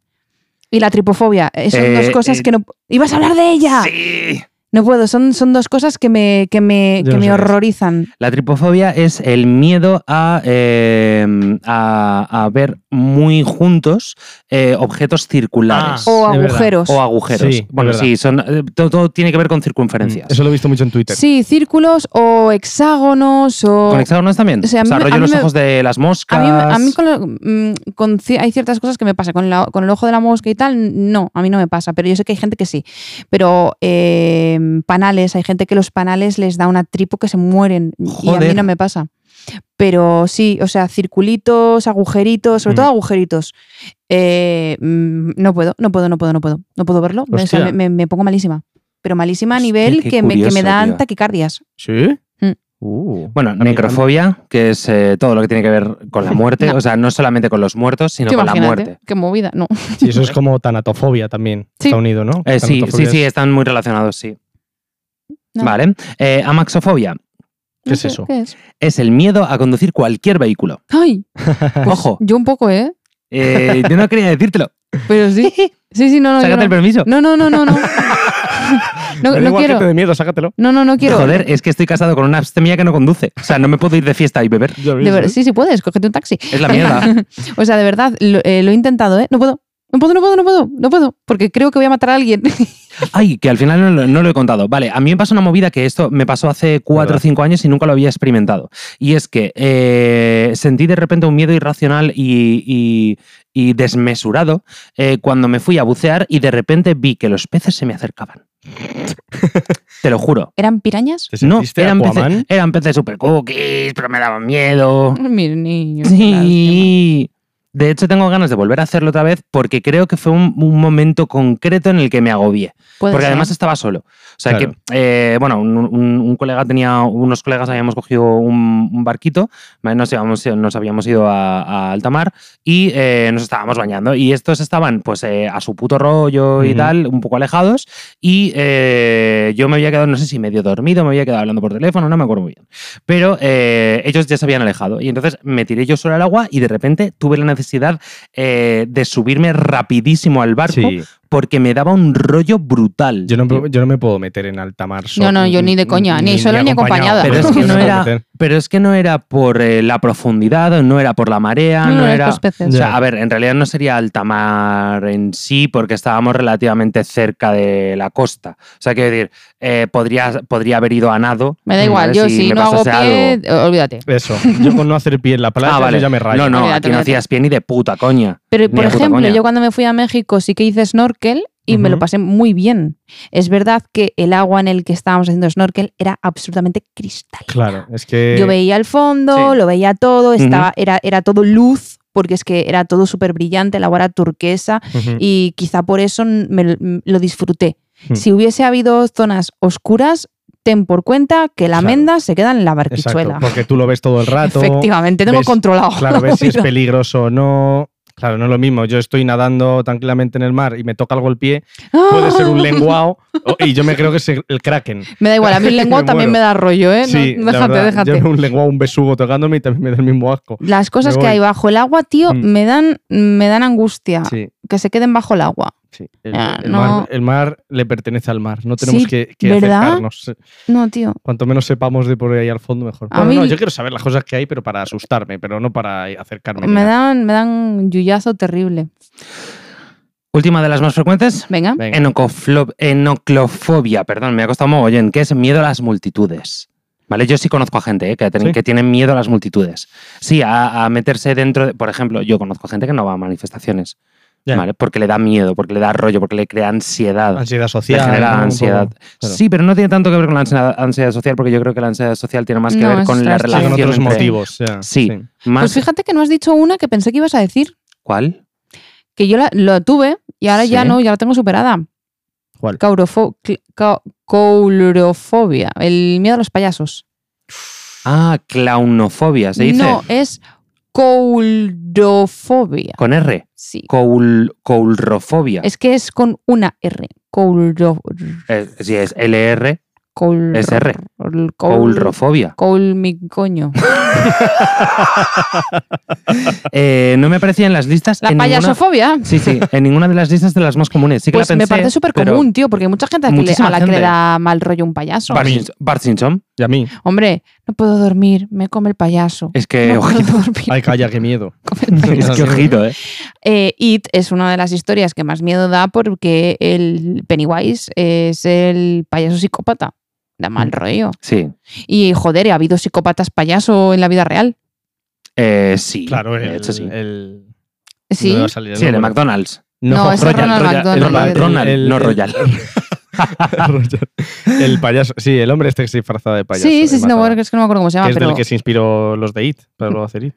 Y la tripofobia. eh, son
Eh,
dos cosas
eh,
que no. ¡Ibas a hablar de ella!
Sí.
No puedo. Son, son dos cosas que me, que me,
Yo
que
no
me
sé qué es.
horrorizan.
La tripofobia es el miedo a, eh, a, a ver muy juntos eh, objetos circulares
Ah, O
Es verdad.
agujeros.
o agujeros.
Sí, es
bueno,
verdad.
sí, son, eh, todo, todo tiene que ver con
Mm,
circunferencias.
Eso lo he visto mucho en Twitter.
Sí, círculos o hexágonos o.
¿Con hexágonos también?
O
O
sea, a
sea,
mí me-
rollo
a mí
los
me-
ojos de las moscas.
A mí, a mí con, lo- mm, con ci- hay ciertas cosas que me pasa. Con, la- con el ojo de la mosca y tal, no, a mí no me pasa. Pero yo sé que hay gente que sí. Pero eh, panales, hay gente que los panales les da una tripo que se mueren. Y a mí
Joder.
no me pasa. Pero sí, o sea, circulitos, agujeritos, sobre todo
Mm.
agujeritos. Eh, mm, no puedo, no puedo, no puedo, no puedo. No puedo verlo. Me- o sea,
Hostia.
me, me- me pongo malísima. Pero malísima a
Hostia,
nivel
qué
que, me, que me
curioso,
dan
tío.
taquicardias.
¿Sí?
Mm.
Uh.
Bueno,
mí-
necrofobia, que es eh, todo lo que tiene que ver con la muerte.
No.
O sea, no solamente con los muertos, sino
Tú
con la
imagínate,
muerte.
Qué movida, no.
Sí, eso es como tanatofobia también.
Sí.
Está unido, ¿no?
Eh, sí, sí,
Tanatofobia
sí, están muy relacionados, sí.
No.
Vale. Eh, amaxofobia.
¿Qué
No
es
sé,
eso?
¿Qué es?
Es el miedo a conducir cualquier vehículo.
¡Ay! pues
Ojo,
Yo un poco, ¿eh?
eh, yo no quería
*laughs*
decírtelo.
Pero
*laughs*
sí. Sí, sí, no, no. yo
Sácate el
no.
permiso.
No, no,
*laughs*
no, no, no. No,
Me da
no
igual que
quiero.
te dé miedo, sácatelo.
No, no, no quiero. ¿eh?
Joder, eh, es que estoy casado con una abstemia que no conduce. O sea, no me puedo ir de fiesta y beber.
Ya ves,
De ver-
¿eh?
sí, sí puedes, cógete un taxi.
Es la
*laughs*
mierda.
O sea, de verdad, lo, eh, lo he intentado, ¿eh? No puedo. No puedo, no puedo, no puedo, no puedo, porque creo que voy a matar a alguien. *laughs*
Ay, que al final no, lo- no lo he contado. Vale, a mí me pasó una movida que esto me pasó hace cuatro o
¿Verdad?
cinco años y nunca lo había experimentado. Y es que eh, sentí de repente un miedo irracional y, y- y desmesurado eh, cuando me fui a bucear y de repente vi que los peces se me
*laughs*
acercaban. Te lo juro.
¿Eran pirañas?
¿Te
No,
sentiste
eran
Aquaman?
peces, eran peces super cookies, pero me daban miedo.
Mis niños. qué lástima.
Sí. De hecho, tengo ganas de volver a hacerlo otra vez porque creo que fue un, un momento concreto en el que me agobié.
Puede
Porque
ser.
además estaba solo. O sea
Claro.
que, eh, bueno, un, un- un colega tenía, unos colegas habíamos cogido un, un barquito, ¿vale? nos, habíamos, nos habíamos ido a, a alta mar y eh, nos estábamos bañando. Y estos estaban, pues, eh, a su puto rollo y
Ujú.
tal, un poco alejados. Y eh, yo me había quedado, no sé si medio dormido, me había quedado hablando por teléfono, no me acuerdo muy bien. Pero eh, ellos ya se habían alejado. Y entonces me tiré yo solo al agua y de repente tuve la necesidad eh, de subirme rapidísimo al barco
Sí,
porque me daba un rollo brutal.
yo no,
tío.
me- yo no me puedo meter en alta mar.
No, no, yo ni de coña, ni solo ni acompañada.
Pero es que
yo
no
me puedo
era,
meter.
pero es que no era por eh, la profundidad, no era por la marea,
No,
ah, no,
no,
era.
estos peces.
O sea,
Ya.
a ver, en realidad no sería alta mar en sí, porque estábamos relativamente cerca de la costa. O sea, quiero decir, eh, podría, podría haber ido a nado.
Me da igual,
¿vale?
yo si
me
no hago
pasase
pie,
algo.
eh, olvídate.
*laughs*
Eso, yo con no hacer pie en la playa
Ah, vale.
yo ya me rayo.
No, no,
Olvídate,
aquí no
olvídate.
hacías pie ni de puta coña.
Pero,
Ni
por
de puta
ejemplo,
coña.
yo cuando me fui a México sí que hice snorkel y me lo
Ujú.
pasé muy bien. Es verdad que el agua en el que estábamos haciendo snorkel era absolutamente cristalina.
Claro, es que... *laughs*
Yo veía el fondo,
sí.
lo veía todo,
Ujú.
estaba, era, era todo luz, porque es que era todo súper brillante, el agua era turquesa
Ujú.
y quizá por eso n- me l- m- lo disfruté.
Hmm.
Si hubiese habido zonas oscuras, ten por cuenta que la
Claro.
menda se queda en la
Exacto,
barquichuela.
porque tú lo ves todo el rato.
Efectivamente, tengo
ves-
controlado.
Claro,
*laughs* la
ves si es
vida.
peligroso o no. Claro, no es lo mismo. Yo estoy nadando tranquilamente en el mar y me toca algo el pie. Puede ser
*laughs*
un lenguao o- y yo me creo que es el el kraken.
Me da igual, a mí
*laughs*
el
Me
lenguao también me
muero.
da rollo, ¿eh? No,
Sí, la
déjate,
verdad,
déjate.
Yo veo un lenguao, un besugo tocándome y también me da el mismo asco.
Las cosas
me
que
voy.
hay bajo el agua, tío,
Mm.
me dan me dan angustia.
Sí,
Que se queden bajo el agua.
sí. El,
Ah,
el
no.
mar, el mar le pertenece al mar. No tenemos
Sí,
que, que
¿verdad?
acercarnos.
No, tío.
Cuanto menos sepamos de por ahí al fondo, mejor.
A
Bueno,
mí-
no, yo quiero saber las cosas que hay, pero para asustarme, pero no para acercarme. ni
Me
nada.
dan, me dan un yuyazo terrible.
Última de las más frecuentes.
Venga.
Venga.
Enocoflo- enoclofobia, perdón, me ha costado mogollón, que es miedo a las multitudes. ¿Vale? Yo sí conozco a gente ¿eh? que, ten-
¿Sí?
que tienen miedo a las multitudes. Sí, a, a meterse dentro de- Por ejemplo, yo conozco a gente que no va a manifestaciones.
Ya.
¿Vale? Porque le da miedo, porque le da rollo, porque le crea ansiedad.
Ansiedad
Le
social.
genera
¿no? Un
ansiedad.
poco, claro.
Sí, pero no tiene tanto que ver con la ansiedad, ansiedad social, porque yo creo que la ansiedad social tiene más que
No,
ver con
está-
la
está-
Con
relación
otros
entre-
motivos. ya,
Sí. Más,
Pues fíjate que no has dicho una que pensé que ibas a decir.
¿Cuál?
Que yo la, lo tuve y ahora ya
Sí.
no, ya la tengo superada.
¿Cuál?
Caurofo- cl- ca- Coulrofobia. El miedo a los payasos.
Ah, claunofobia, se dice.
No, es coulrofobia.
Con R.
Sí.
Coul, coulrofobia.
Es que es con una R. Coulro,
Eh, sí, es LR.
coul,
Es R.
Coul,
Coulrofobia.
coul- mi
*laughs*
coño.
Eh, no me aparecía en las listas.
La
en ninguna-
payasofobia.
Sí, sí, en ninguna de las listas de las más comunes. Sí que
Pues
la
me
pensé,
parece súper
pero-
común, tío, porque hay mucha gente a, que le-
Muchísima
a la que le
gente.
da mal rollo un payaso.
Bart, Sin- Bart Simpson.
Y a mí.
Hombre, no puedo dormir, me come el payaso.
Es Eh, que,
no puedo
ojito. *laughs*
dormir,
Ay, calla, qué miedo.
me come el payaso.
Es que ojito, ¿eh?
Eh, It es una de las historias que más miedo da porque el Pennywise es el payaso psicópata. Da
Mm.
mal rollo.
Sí.
Y joder, ha habido psicópatas payaso en la vida real.
Eh, sí.
Claro, el,
de hecho, sí.
el-
Sí.
no va a salir
Sí, el de
nombre.
McDonald's.
*laughs*
No, ese
Royal,
Ronald
Royal,
McDonald.
Ronald,
El-
Ronald,
el-
no
el-
Royal.
El payaso. Sí, el hombre este que se disfrazaba de payaso.
sí, sí,
el
sí, no,
matador,
bueno, es que no me acuerdo cómo se
que
llama,
es
pero
del que se inspiró los de It, para luego hacer
*laughs*
It.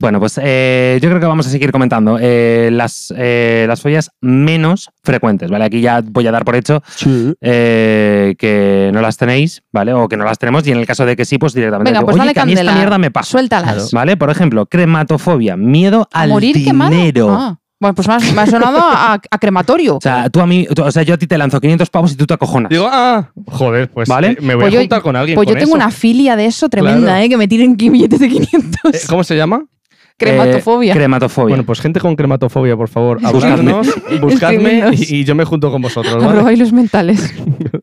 Bueno, pues eh, yo creo que vamos a seguir comentando eh, las, eh, las follas menos frecuentes, ¿vale? Aquí ya voy a dar por hecho eh, que no las tenéis, ¿vale? O que no las tenemos y en el caso de que sí, pues directamente
Venga,
digo,
pues
"Oye,
dale
que a mí esta
candela".
mierda me pasó.
suéltalas.
¿Vale? Por ejemplo, crematofobia, miedo
¿A
al
morir quemado?
dinero.
Ah, Bueno, pues me has- me ha sonado a, a
*laughs*
crematorio.
O sea, tú a mí, tú- o sea, yo a ti te lanzo 500 pavos y tú te acojonas. Eh,
Digo, ah, joder, pues
Vale.
eh, me voy
Pues
a
yo-
juntar con alguien.
pues yo
con eso.
tengo una filia de eso tremenda,
Claro.
¿eh? Que me tiren qui- billetes de 500.
Eh, ¿Cómo se llama?
crematofobia.
Eh, crematofobia.
Bueno, pues gente con crematofobia, por
*laughs*
favor,
Buscadme.
hablarnos, *laughs* buscadme
Escribidnos.
y, y yo me junto con vosotros,
Arroba
¿vale?
hilos mentales.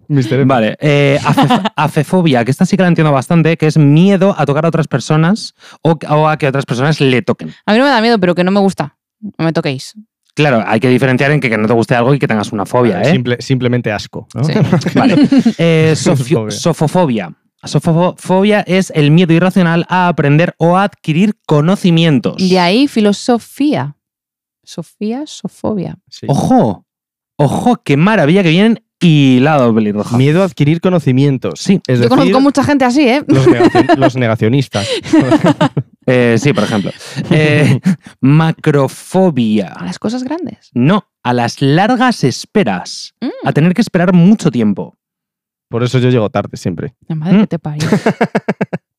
Mister F.
Vale, eh,
*laughs*
afe- afefobia, que esta sí que la entiendo bastante, que es miedo a tocar a otras personas o, o a que otras personas le toquen.
A mí no me da miedo, pero que no me gusta. No me toquéis.
Claro, hay que diferenciar en que, que no te guste algo y que tengas una fobia, ¿eh?
Simple- simplemente asco. ¿no?
Sí.
Vale. Eh, sofio-
Fobia.
sofofobia. Sofofobia es el miedo irracional a aprender o a adquirir conocimientos.
Pues
De ahí filosofía. Sofía, sofobia.
*laughs* Sí.
Ojo, ojo, qué maravilla que vienen hilados, pelirroja.
Miedo a adquirir conocimientos.
Sí.
Es
Yo
decir,
conozco mucha gente así, ¿eh?
los,
*laughs*
negaci- los negacionistas.
Eh, sí, por
*laughs*
ejemplo. Eh, macrofobia.
A las cosas grandes.
No, a las largas esperas.
Mm.
A tener que esperar mucho tiempo.
Por eso yo llego tarde siempre.
La madre
Mm.
que te parió.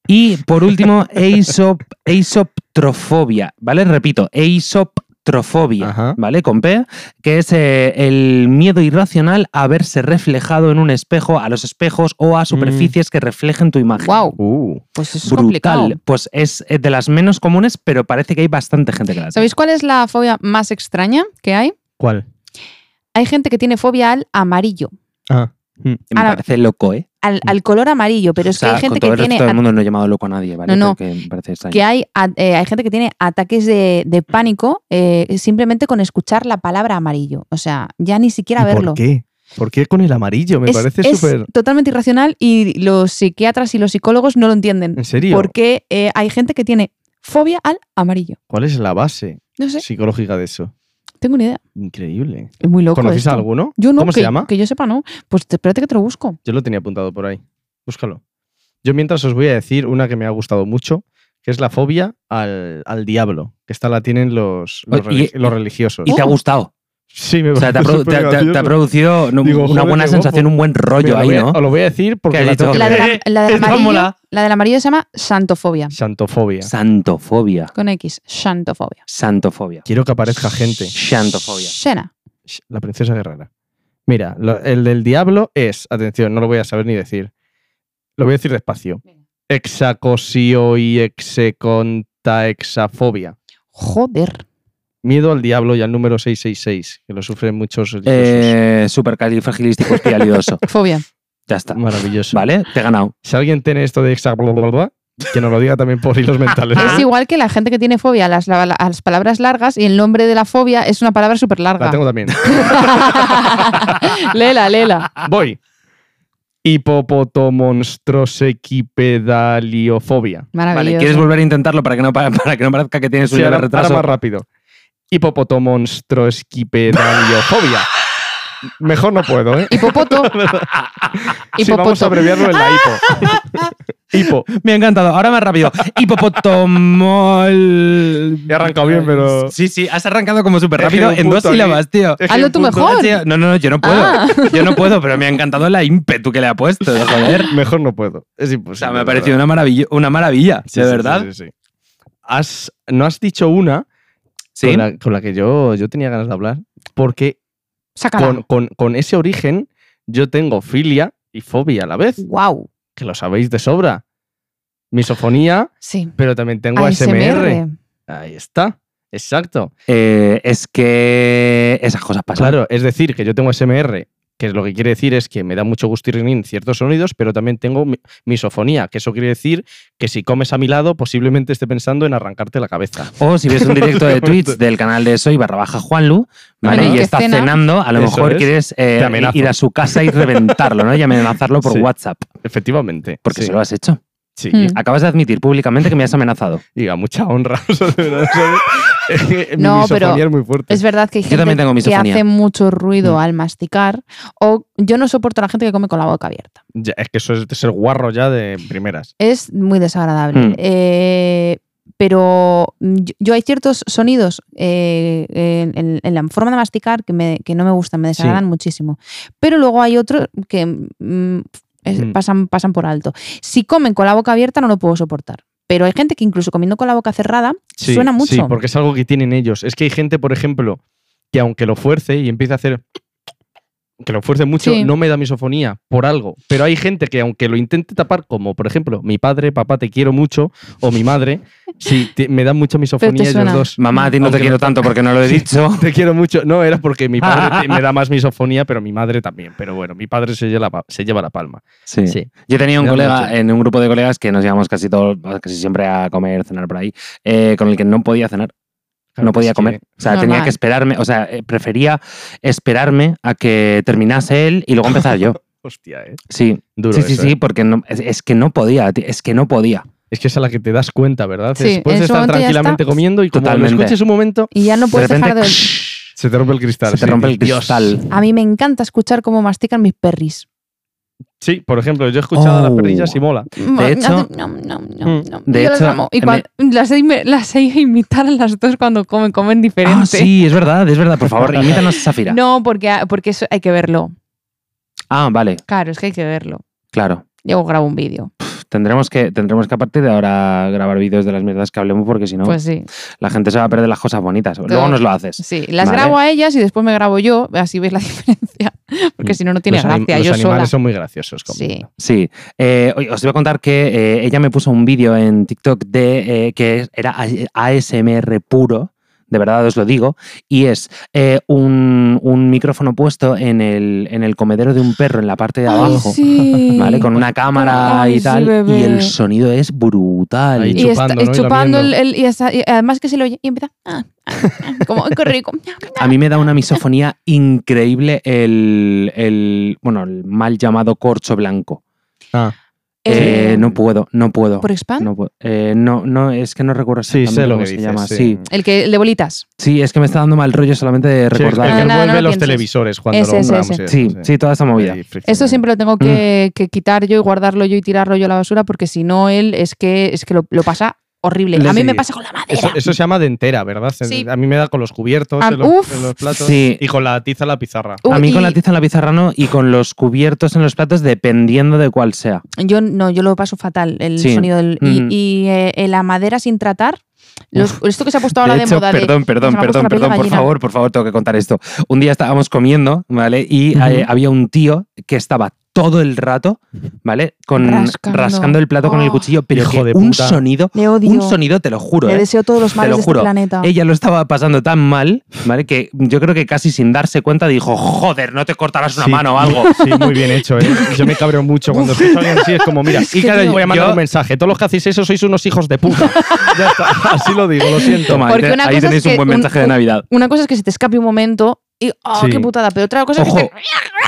Y por
*laughs*
último, eisop, eisoptrofobia. ¿Vale? Repito, eisoptrofobia.
Ajá.
¿Vale? Con P, que es eh, el miedo irracional a verse reflejado en un espejo, a los espejos o
Mm.
a superficies que reflejen tu imagen.
wow.
Uh,
Pues eso es complicado.
Brutal. Pues es eh, de las menos comunes, pero parece que hay bastante gente que la tiene.
¿Sabéis cuál es la fobia más extraña que hay?
¿Cuál?
Hay gente que tiene fobia al amarillo.
Ah. mm.
Me
Ahora-
parece loco, ¿eh?
Al, al color amarillo, pero es
O sea,
que hay
con
gente
todo
que
el resto
tiene
del
a-
mundo no he llamado loco a nadie, ¿vale?
No, no.
Porque me parece extraño.
que hay, a- eh, hay gente que tiene ataques de, de pánico eh, simplemente con escuchar la palabra amarillo. O sea, ya ni siquiera
¿Y ¿Por
verlo.
qué? ¿Por qué con el amarillo? Me
es,
parece
es
súper.
totalmente irracional y los psiquiatras y los psicólogos no lo entienden.
¿En serio?
Porque eh, hay gente que tiene fobia al amarillo.
¿Cuál es la base
No sé,
psicológica de eso?
tengo ni idea.
Increíble.
Es muy loco.
¿Conocéis
esto.
a alguno?
Yo no,
¿Cómo
que,
se llama?
que yo sepa, no. Pues te- espérate que te lo busco.
Yo lo tenía apuntado por ahí. Búscalo. Yo mientras os voy a decir una que me ha gustado mucho, que es la fobia al, al diablo. Que esta la tienen los, los,
Oye,
religi-
y-
los religiosos.
Oh.
Y te ha gustado.
Sí, me
O sea, te ha, produ-
parece
te- te- te ha
supergracioso.
producido un-
Digo,
una
joder,
buena
qué
sensación,
guapo.
un buen rollo
Mira, lo
ahí,
voy a-
¿no?
Os lo voy a decir porque
has
la
dicho?
tengo que
La de,
leer.
la- la del
Esta
amarillo-
mola.
la del amarillo se llama santofobia.
Santofobia.
Santofobia.
Con X, santofobia.
Santofobia.
Quiero que aparezca gente.
Shantofobia.
Sena.
Sh, La princesa guerrera. Mira, lo- el del diablo es, atención, no lo voy a saber ni decir. Lo voy a decir despacio.
Venga.
Exacosio y execontaexafobia.
Joder.
Miedo al diablo y al número 666, que lo sufren muchos religiosos.
Eh, supercalifragilístico espialidoso.
Fobia.
ya
*laughs*
está.
Maravilloso.
¿Vale? Te he ganado.
Si alguien tiene esto de exa bla, bla, bla, que nos lo diga también por hilos mentales.
*laughs*
Ah.
Es igual que la gente que tiene fobia a las, a las palabras largas y el nombre de la fobia es una palabra súper
La
larga.
tengo también.
*laughs* lela, lela.
Voy. Hipopotomonstrosequipedaliofobia.
Vale,
Maravilloso.
¿Quieres volver a intentarlo para que no, pa- *laughs* para, que no parezca que tienes un
Sí,
leve
ahora, ahora
retraso?
más rápido. Hipopotomonstrosequipedaliofobia. Mejor no puedo, ¿eh?
*laughs*
Hipopoto.
Sí, vamos a
Hipopoto.
abreviarlo en la
*laughs*
hipo. hipo.
Me ha encantado. Ahora más rápido. Hipopotomol.
He arrancado bien, pero-
Sí, sí, has arrancado como súper
Es que
rápido
un
en dos
punto aquí.
sílabas, tío.
Es que
Hazlo
un
tú
punto-
Ah,
mejor.
tío, No, no, no, yo no puedo.
Ah.
Yo no puedo, pero me ha encantado la ímpetu que le ha puesto, joder.
Mejor no puedo. Es
O
imposible.
sea, me ha
de
parecido
verdad.
una maravilla, una maravilla
Sí,
de
sí,
verdad.
sí, sí, sí. Has- no has dicho una
Sí.
con, la, con la que yo, yo tenía ganas de hablar, porque
Sácala.
con, con- con ese origen yo tengo filia y fobia a la vez,
Wow.
que lo sabéis de sobra. Misofonía,
Sí.
pero también tengo ASMR. Ahí está, exacto.
Eh, es que esas cosas pasan.
Claro, es decir, que yo tengo SMR, que lo que quiere decir es que me da mucho gusto en ciertos sonidos, pero también tengo mi- misofonía, que eso quiere decir que si comes a mi lado, posiblemente esté pensando en arrancarte la cabeza.
O si ves un directo *laughs* de Twitch del canal de Soy barra baja Juanlu, ¿vale?
Ajá.
Y
Que
está
cena.
cenando, a lo
Eso
mejor
es.
quieres eh,
Te amenazo.
ir a su casa y reventarlo, ¿no? Y amenazarlo por
Sí.
WhatsApp,
Efectivamente.
porque
sí,
se lo has hecho.
sí,
Mm.
Acabas de admitir públicamente que me has amenazado.
y a mucha honra. *laughs* o sea, de verdad, ¿sabes? Mi
No,
misofonía
pero
es muy fuerte.
Es verdad que hay
Yo
gente
también tengo
que
misofonía. Mm.
hace mucho ruido al masticar. O yo no soporto a la gente que come con la boca abierta.
Ya, es que eso es de ser guarro ya de primeras.
Es muy desagradable.
Mm.
Eh, pero mm, yo, yo hay ciertos sonidos eh, en, en- en la forma de masticar que, me- que no me gustan, me desagradan muchísimo. Pero luego hay otros que mm, es-
Mm.
Hmm.
pasan, pasan por alto. Si comen con la boca abierta no lo puedo soportar. pero hay gente que incluso comiendo con la boca cerrada
Sí,
suena mucho.
Sí, porque es algo que tienen ellos. Es que hay gente, por ejemplo, que aunque lo fuerce y empiece a hacer. Que lo fuerce mucho,
Sí.
no me da misofonía por algo. Pero hay gente que, aunque lo intente tapar, como por ejemplo mi padre, papá, te quiero mucho, o mi madre, sí, te- me dan mucha misofonía ellos
suena.
dos. *laughs*
Mamá, a ti no
Aunque
te quiero
no-
tanto porque no lo he dicho.
Te quiero mucho. No, era porque mi padre te- me
*laughs*
da más misofonía, pero mi madre también. Pero bueno, mi padre se lleva la, pa- se lleva la palma.
Sí.
*laughs* Sí.
Yo tenía un
Me da
colega
mucho.
en un grupo de colegas que nos llevamos casi todo, casi siempre a comer, cenar por ahí, eh, con el que no podía cenar, no
Claro, pues
podía
es que- eh.
comer. O sea, tenía
Normal.
que esperarme, o sea, eh, prefería esperarme a que terminase él y luego empezar
*laughs*
yo.
Hostia, eh.
Sí,
Duro.
sí, sí,
eso,
sí,
eh.
porque no- es, es que no podía, tío, es que no podía.
Es que es a la que te das cuenta, ¿verdad?
Sí,
Puedes
en su
estar
momento ya está.
tranquilamente comiendo y como lo
Totalmente.
escuches un momento,
Y ya no puedes
de repente,
dejar de...
*laughs*
Se te rompe el cristal.
se te
sí.
rompe el
Dios.
cristal.
A mí me encanta escuchar cómo mastican mis perris.
Sí, por ejemplo, yo he escuchado a las
Oh.
perrillas y mola.
De
hecho- Hmm. de
Yo las
hecho,
amo. Y
me-
cuan- las, he, ime- las he imitado a las dos cuando comen, comen diferente.
Ah, sí, es verdad, es verdad. Por
*laughs*
favor, imítanos a Safira.
No, porque, ah, porque eso hay que verlo.
Ah, vale,
Claro, es que hay que verlo.
claro.
Yo grabo un vídeo.
Tendremos que, tendremos que a partir de ahora grabar vídeos de las mierdas que hablemos porque si no,
Pues sí.
la gente se va a perder las cosas bonitas. Luego nos lo haces.
Sí, las
Vale.
grabo a ellas y después me grabo yo, así veis la *laughs* diferencia.
Mm.
Porque si no, no tiene
los anim-
gracia.
los
Yo
animales
sola.
son muy graciosos.
Sí.
comiendo.
Sí, Eh, oye, os iba a contar que eh, ella me puso un vídeo en TikTok de eh, que era ASMR puro, de verdad os lo digo, y es eh, un, un micrófono puesto en el, en el comedero de un perro en la parte de
Ay,
abajo,
sí.
*laughs* ¿vale? Con una cámara
Ay,
y
sí,
tal,
bebé.
y el sonido es brutal.
Ahí
Y, está-
chupando,
y
¿no? Y
chupando el,
lamiendo.
el- y, hasta- y además que se lo oye y empieza ah, ah, ah, como "Ay, qué rico
A mí me da una misofonía increíble el, el, bueno, el mal llamado corcho blanco.
Ah,
*laughs* Eh,
Eh,
no puedo, no puedo.
por expand
No, puedo. Eh, no, no, es que no recuerdo
sí,
exactamente
sé lo
cómo
que
se
dices.
llama.
sí.
Sí.
el que el de bolitas
Sí, es que me está dando mal rollo solamente de
Sí, el que
recordar.
Ah, no, no
envuelve
lo
los
pienses.
televisores cuando
Ese,
lo
ese,
compramos,
ese.
Sí, sí, Mm. toda esa movida.
Ahí, fricción,
esto
ahí.
siempre lo tengo que, que quitar yo y guardarlo yo y tirarlo yo a la basura porque si no él es que es que lo, lo pasa horrible a
Le-
mí me
sí.
pasa con la madera
Eso, eso se llama dentera, ¿verdad?
Sí.
A mí me da con los cubiertos,
Ah,
en, los,
uf.
en los platos
Sí.
y con la tiza en la pizarra.
Uh,
A mí con
y
la tiza en la pizarra no y con los cubiertos en los platos dependiendo de cuál sea.
yo no yo lo paso fatal el
Sí.
sonido del y,
Mm.
y, eh, eh, la madera sin tratar los- esto que se ha puesto ahora
De
de,
hecho,
moda de-
perdón, perdón,
se me ha puesto
perdón,
la piel de
perdón, por
gallina.
favor, por favor, tengo que contar esto. Un día estábamos comiendo, ¿vale? Y
Ujú.
eh, había un tío que estaba todo el rato, ¿vale? Con
Rascando.
rascando, el plato con el
Oh.
cuchillo, pero
Hijo
que
de
un
puta.
sonido,
le odio
un sonido, te lo juro.
le
¿eh?
deseo todos los
Te
males
lo
de este
juro.
planeta
Ella lo estaba pasando tan mal, ¿vale? Que yo creo que casi sin darse cuenta dijo, joder, no te cortarás una
Sí,
mano o
muy-
algo.
*laughs* Sí, muy bien hecho. ¿eh? Yo me cabreo mucho cuando escucho a alguien así. Es como, mira,
Es que,
y cada
tío,
voy a mandar
yo-
un mensaje. Todos los que hacéis eso sois unos hijos de puta. *laughs* ya está, así lo digo, lo siento.
Toma, ahí
Porque
te-
una
ahí
cosa es
tenéis
que
un buen
un-
mensaje de
un-
Navidad.
Una cosa es que se te escape un momento y ¡oh,
Sí.
qué putada! Pero otra cosa
Ojo.
es que...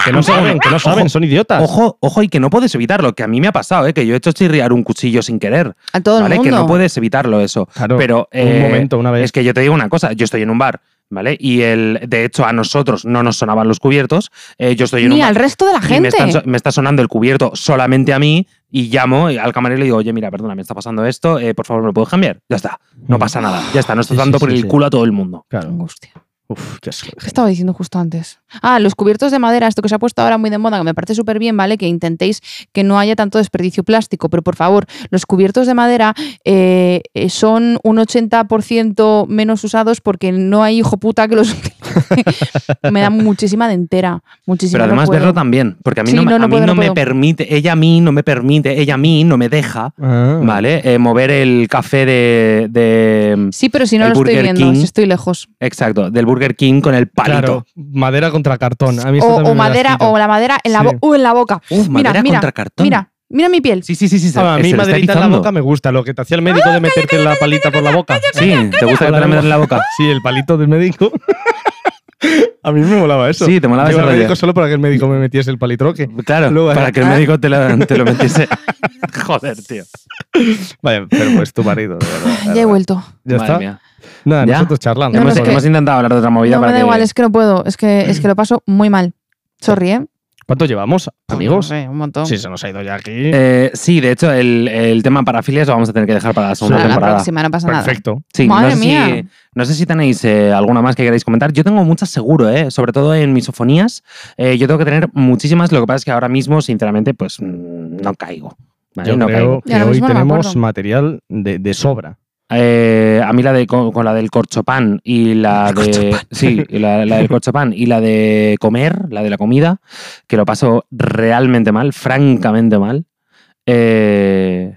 Que no saben, que no saben, son idiotas.
Ojo, ojo, y que no puedes evitarlo, que a mí me ha pasado, ¿eh? que yo he hecho chirriar un cuchillo sin querer,
A todo
¿vale?
el mundo.
Que no puedes evitarlo eso.
Claro,
Pero eh,
un momento, una vez.
es que yo te digo una cosa, yo estoy en un bar, ¿vale? Y el, de hecho a nosotros no nos sonaban los cubiertos, eh, yo estoy en un
Ni
bar
al resto de la
y me,
gente.
están so- me está sonando el cubierto solamente a mí y llamo al camarero y le digo, oye, mira, perdona, me está pasando esto, eh, por favor, ¿me lo puedes cambiar? Ya está, no pasa nada, ya está, no estás
Sí, sí,
dando por
sí,
el
sí.
culo a todo el mundo.
Claro.
Angustia.
Uf, qué asco.
¿Qué estaba diciendo justo antes? Ah, los cubiertos de madera, esto que se ha puesto ahora muy de moda, que me parece súper bien, ¿vale? Que intentéis que no haya tanto desperdicio plástico, pero por favor, los cubiertos de madera eh, eh, son un 80% menos usados porque no hay hijo puta que los *laughs* utilice. me da muchísima dentera, muchísima
Pero
no
además
puedo.
verlo también, porque a mí
Sí,
no, me-
no, no
a mí
puedo,
no
no
me
puedo.
permite, ella a mí no me permite, ella a mí no me deja.
Ah.
¿Vale? Eh, mover el café de, de-
Sí, pero si no
El
lo estoy
Burger
viendo,
King.
si estoy lejos.
Exacto, del Burger King con el palito.
Claro, madera contra cartón. A mí
O,
esto
o
también me da
madera,
asquito. Ah,
o la madera en la,
Sí.
bo- uh, en la boca.
Uf,
Mira,
madera
mira,
contra cartón.
Mira, mira mi piel.
Sí, sí, sí, sí. se-
Ah, a
se le
mí
está
madrita en la
erizando.
boca me gusta. Lo que te hacía el médico de meterte la palita por la boca.
Sí, ¿te gusta que te la metan en la boca?
Sí, el palito del médico. *laughs* a mí me molaba eso.
Sí, te molaba
Yo
ese
iba al
rollo.
médico solo para que el médico me metiese el palitroque.
Claro,
Luego,
para que el
ah.
médico te, la- te lo
*laughs*
metiese. Joder, tío.
Vaya, pero pues tu marido, de verdad.
*laughs*
de
Ya he
verdad.
vuelto.
Ya
Madre
está.
mía.
Nada,
Ya.
nosotros charlando.
No,
hemos,
es que-
hemos intentado hablar de otra movida
No me
para
da
que-
igual, es que no puedo. Es que, es que lo paso muy mal. Sorry, ¿eh?
¿Cuánto llevamos, amigos?
No sé, un montón.
Sí, se nos ha ido ya aquí.
Eh, sí, de hecho, el, el tema parafilias lo vamos a tener que dejar para la segunda
Para la
temporada.
próxima, no pasa nada.
Perfecto.
Sí,
Madre
no sé
mía.
Si, no sé si tenéis eh, alguna más que queráis comentar. Yo tengo muchas seguro, ¿eh? sobre todo en misofonías. Eh, yo tengo que tener muchísimas. Lo que pasa es que ahora mismo, sinceramente, pues mm, no caigo. ¿vale?
Yo
No
creo
caigo.
que
Y ahora
hoy
mismo no me
tenemos
acuerdo.
material de, de sobra.
Eh, a mí la de con, con la del corchopán y la de *laughs* sí, y la, la del corchopán y la de comer, la de la comida, que lo paso realmente mal, francamente mal. Eh,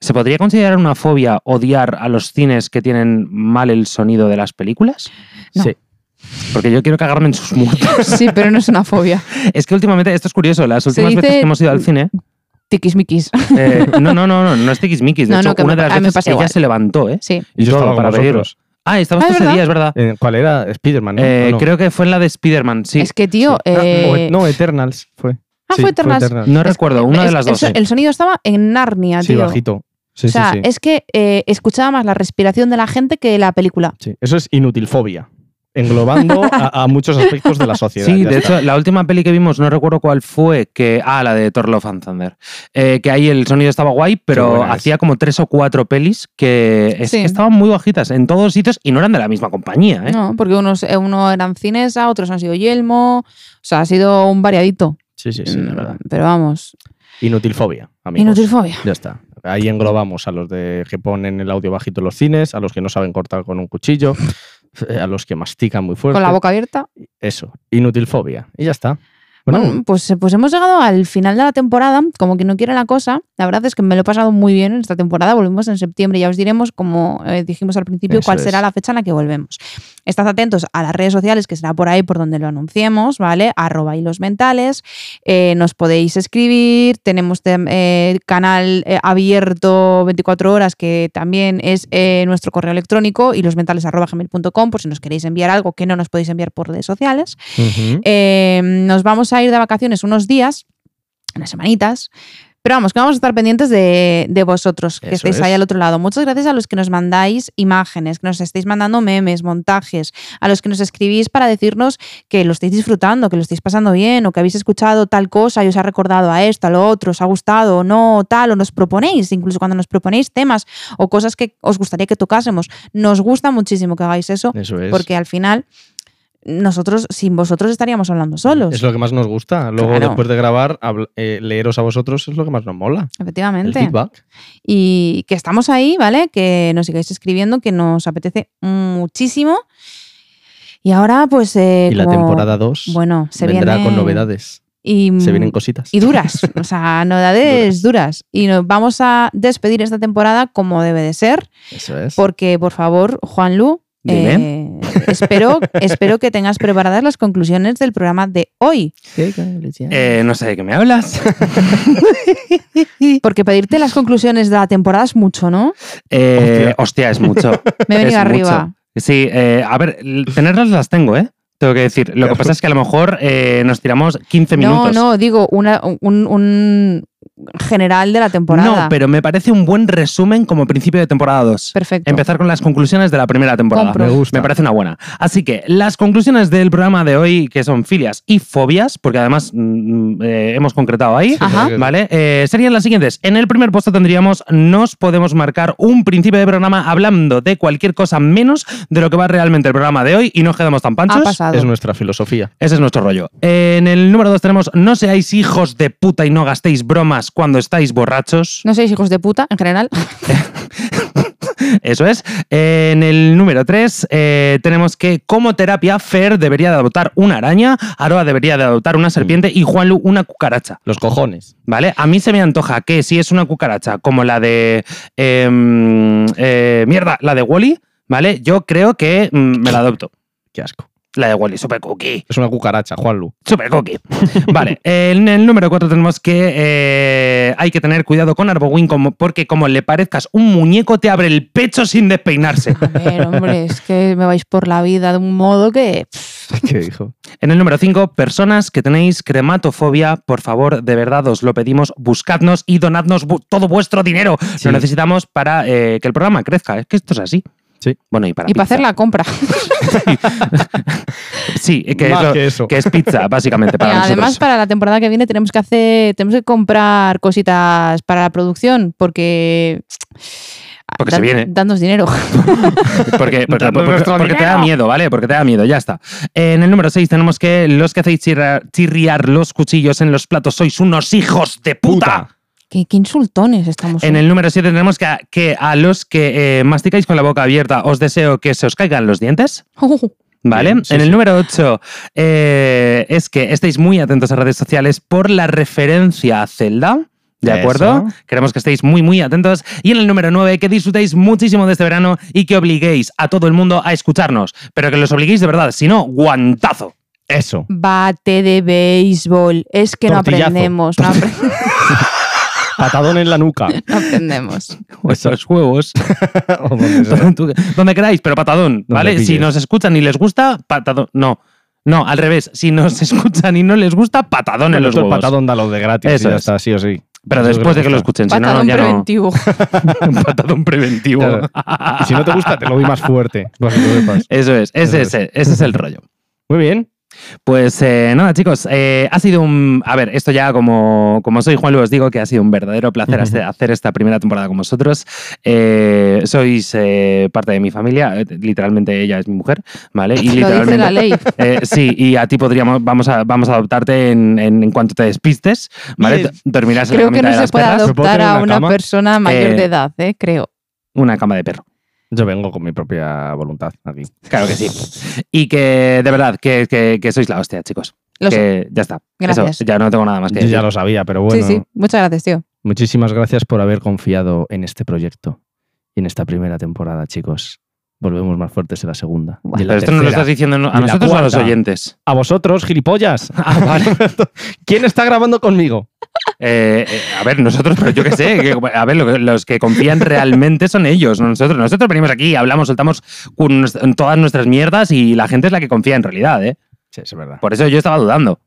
¿Se podría considerar una fobia odiar a los cines que tienen mal el sonido de las películas?
No.
Sí.
Porque yo quiero cagarme en
*laughs*
sus muertos.
Sí, pero no es una fobia.
Es que últimamente, esto es curioso, las
Se
últimas veces
dice-
que hemos
*laughs*
ido al cine.
Tiquismiquis. *laughs*
eh, no, no, no, no, no es tiquismiquis. De
No,
hecho,
no, que
una
me-
de
a mí
las
me
veces
pasa
ella
igual.
se levantó, ¿eh?
Sí.
Y yo
Todo
estaba con
para pedirlo.
vosotros.
Ah, estabas
Ah,
tú
es
ese
verdad.
día, es verdad.
Eh, ¿Cuál era? Spider-Man, ¿no?
Eh,
¿O no?
Creo que fue en la de Spider-Man, sí.
Es que, tío.
Ah, o
eh,
E- no, Eternals fue.
Ah,
Sí,
fue Eternals.
no recuerdo, una de
es-
las dos.
El, el sonido estaba en Narnia,
Sí,
tío.
bajito. Sí,
o sea,
sí, sí.
es que eh, escuchaba más la respiración de la gente que la película.
Sí, Eso es inutilfobia, englobando a, a
*laughs*
muchos aspectos de la sociedad.
Sí,
ya
de
está.
hecho, la última peli que vimos, no recuerdo cuál fue, que. Ah, la de Thor Love and Thunder. Eh, que ahí el sonido estaba guay,
Qué
pero
buena es.
hacía como tres o cuatro pelis que, es
Sí.
que estaban muy bajitas en todos sitios y no eran de la misma compañía, ¿eh?
No, porque unos, eh, uno eran cinesa, otros han sido Yelmo. O sea, ha sido un variadito.
Sí, sí, sí,
Mm,
la verdad.
Pero vamos.
Inutilfobia, amigos.
Inutilfobia.
Ya está. Ahí englobamos a los de que ponen el audio bajito en los cines, a los que no saben cortar con un cuchillo, eh, a los que mastican muy fuerte.
Con la boca abierta.
Eso, inutilfobia. Y ya está. Bueno,
Bueno, pues, pues hemos llegado al final de la temporada, como que no quiere la cosa. La verdad es que me lo he pasado muy bien en esta temporada. Volvemos en septiembre, ya os diremos, como eh, dijimos al principio,
Eso
cuál
es.
será la fecha en la que volvemos. Estad atentos a las redes sociales, que será por ahí por donde lo anunciemos, ¿vale? Arroba hilos mentales. Eh, nos podéis escribir. Tenemos tem- eh, canal eh, abierto 24 horas, que también es eh, nuestro correo electrónico, hilosmentales.com, por si nos queréis enviar algo que no nos podéis enviar por redes sociales.
ujú.
Eh, nos vamos a ir de vacaciones unos días, unas semanitas. Pero vamos, que vamos a estar pendientes de, de vosotros, que
Eso
estéis
es.
ahí al otro lado. Muchas gracias a los que nos mandáis imágenes, que nos estáis mandando memes, montajes, a los que nos escribís para decirnos que lo estáis disfrutando, que lo estáis pasando bien, o que habéis escuchado tal cosa y os ha recordado a esto, a lo otro, os ha gustado o no, o tal, o nos proponéis, incluso cuando nos proponéis temas o cosas que os gustaría que tocásemos. Nos gusta muchísimo que hagáis eso,
Eso es.
porque al final nosotros sin vosotros estaríamos hablando solos.
Es lo que más nos gusta. Luego,
Claro.
después de grabar, habl- eh, leeros a vosotros es lo que más nos mola. El
Efectivamente.
feedback.
Y que estamos ahí, ¿vale? Que nos sigáis escribiendo, que nos apetece muchísimo. Y ahora, pues. eh,
y la
como-
temporada 2
Bueno, se
vendrá
viene-
con novedades.
Y,
Se vienen cositas.
y duras,
*laughs*
o sea, novedades duras. Y nos vamos a despedir esta temporada como debe de ser,
Eso es.
porque, por favor, Juan Lu.
Dime.
eh, espero, espero que tengas preparadas las conclusiones del programa de hoy.
Eh, no sé de qué me hablas. *laughs*
Porque pedirte las conclusiones de la temporada es mucho, ¿no?
Eh, hostia. es mucho.
*laughs* Me he venido
Es
arriba.
mucho. Sí, eh, a ver, l- tenerlas las tengo, ¿eh? Tengo que decir. Lo que pasa es que a lo mejor eh, nos tiramos 15
No,
minutos.
no, digo, una- un, un general de la temporada.
No, pero me parece un buen resumen como principio de temporada 2.
Perfecto.
Empezar con las conclusiones de la primera temporada.
Compro.
Ah, Me gusta.
Me parece una buena. Así que las conclusiones del programa de hoy, que son filias y fobias, porque además mm, eh, hemos concretado ahí,
Ajá.
Ah.
¿vale? Eh, serían las siguientes. En el primer puesto tendríamos, nos podemos marcar un principio de programa hablando de cualquier cosa menos de lo que va realmente el programa de hoy y no quedamos tan
ha
panchos.
pasado.
Es nuestra filosofía.
Ese es nuestro rollo. En el número 2 tenemos, no seáis hijos de puta y no gastéis bromas cuando estáis borrachos.
No sois hijos de puta,
*laughs*
en general.
Eso es. En el número 3 tenemos que como terapia Fer debería de adoptar una araña, Aroa debería de adoptar una serpiente y Juanlu una cucaracha.
Los cojones.
¿Vale? A mí se me antoja que si es una cucaracha como la de... em, eh, mierda, la de Wally, ¿vale? Yo creo que mm, me la adopto.
Qué asco.
La de Wally, super cookie.
Es una cucaracha, Juanlu.
Super cookie. Vale, en el número 4 tenemos que eh, hay que tener cuidado con Arbowin como, porque como le parezcas un muñeco te abre el pecho sin despeinarse.
A ver, hombre, es que me vais por la vida de un modo que. pff,
¿Qué dijo?
En el número 5, personas que tenéis crematofobia, por favor, de verdad os lo pedimos, buscadnos y donadnos bu- todo vuestro dinero.
Sí.
Lo necesitamos para eh, que el programa crezca. Es que esto es así.
Sí.
Bueno, y para
Y para
pizza.
hacer la compra. *laughs*
Sí, eh, que,
Más
es lo-
que eso.
que es pizza,
*laughs*
básicamente, para
Y además,
nosotros.
para la temporada que viene tenemos que hacer. Tenemos que comprar cositas para la producción, porque.
Porque se
Dan-
viene.
Dadnos dinero.
*laughs*
*laughs*
Porque, porque-
Dando
porque-
nuestro
porque te da
dinero.
miedo, ¿vale? Porque te da miedo, ya está. En el número 6 tenemos que los que hacéis chirra- chirriar, los cuchillos en los platos sois unos hijos de puta.
Qué, qué insultones estamos.
En
hoy. *laughs*
el número 7 tenemos que a, que a los que eh, masticáis con la boca abierta os deseo que se os caigan los dientes.
Oh,
¿Vale?
Bien, sí,
en el
sí.
número 8 es que estéis muy atentos a redes sociales por la referencia a Zelda. ¿De
Eso.
acuerdo? Queremos que estéis muy, muy atentos. Y en el número 9, que disfrutéis muchísimo de este verano y que obliguéis a todo el mundo a escucharnos. Pero que los obliguéis de verdad, si no, guantazo.
Eso.
Bate de béisbol. Es que no
Tortillazo.
aprendemos, no, apre-
Patadón en la nuca. *laughs*
no aprendemos.
O esos huevos.
O donde sea.
Tú- donde queráis, pero patadón, ¿vale?
¿Eh? pilles.
Si nos escuchan y les gusta, patadón. No, no, al revés. Si nos *laughs* escuchan y no les gusta, patadón en
Bueno,
los
tú el
huevos.
patadón da los de gratis.
Eso
y ya
es.
está, sí o sí.
Pero
Eso es
después de que lo
lo que
escuchen, si no,
Patadón
no, ya no.
preventivo.
*laughs* patadón preventivo.
Claro. Y si no te gusta, te lo doy más fuerte. para que lo sepas.
*laughs* Eso es, ese, es,
Eso
ese es el rollo.
Muy bien.
Pues eh, nada, chicos, eh, ha sido un. A ver, esto ya como, como soy Juan, os digo que ha sido un verdadero placer
Ujú.
hacer- hacer esta primera temporada con vosotros. Eh, sois eh, parte de mi familia, eh, literalmente ella es mi mujer,
*laughs*
¿vale? Y
Lo dice la ley.
Eh, sí, y a ti podríamos, vamos a, vamos a adoptarte en, en, en cuanto te despistes, ¿vale?
Bien.
T- Dormirás en la
Creo que
camita
no
de
se
las
puede
perras,
¿Me puedo
adoptar
quedar en
a
la
una
cama?
persona mayor
Eh,
de edad, eh, creo.
una cama de perro.
Yo vengo con mi propia voluntad aquí.
Claro que sí. Y que, de verdad, que, que- que sois la hostia, chicos.
Lo sé.
que ya está. Eso,
Gracias.
ya no tengo nada más que
Yo
decir.
ya lo sabía, pero bueno.
Sí, sí. Muchas gracias, tío.
Muchísimas gracias por haber confiado en este proyecto y en esta primera temporada, chicos. Volvemos más fuertes en la segunda.
Buah.
y en la
Pero esto no lo
tercera.
estás diciendo
Y
a
la
nosotros o a los
cuarta.
oyentes.
A vosotros, *laughs* gilipollas.
Ah, vale.
¿Quién está grabando conmigo?
Eh, eh, a ver, nosotros, pero yo qué sé. que- a ver, lo que- los que confían realmente son ellos. no Nosotros, nosotros venimos aquí, hablamos, soltamos con nos- todas nuestras mierdas y la gente es la que confía en realidad, ¿eh?
Sí, es verdad.
Por eso yo estaba dudando.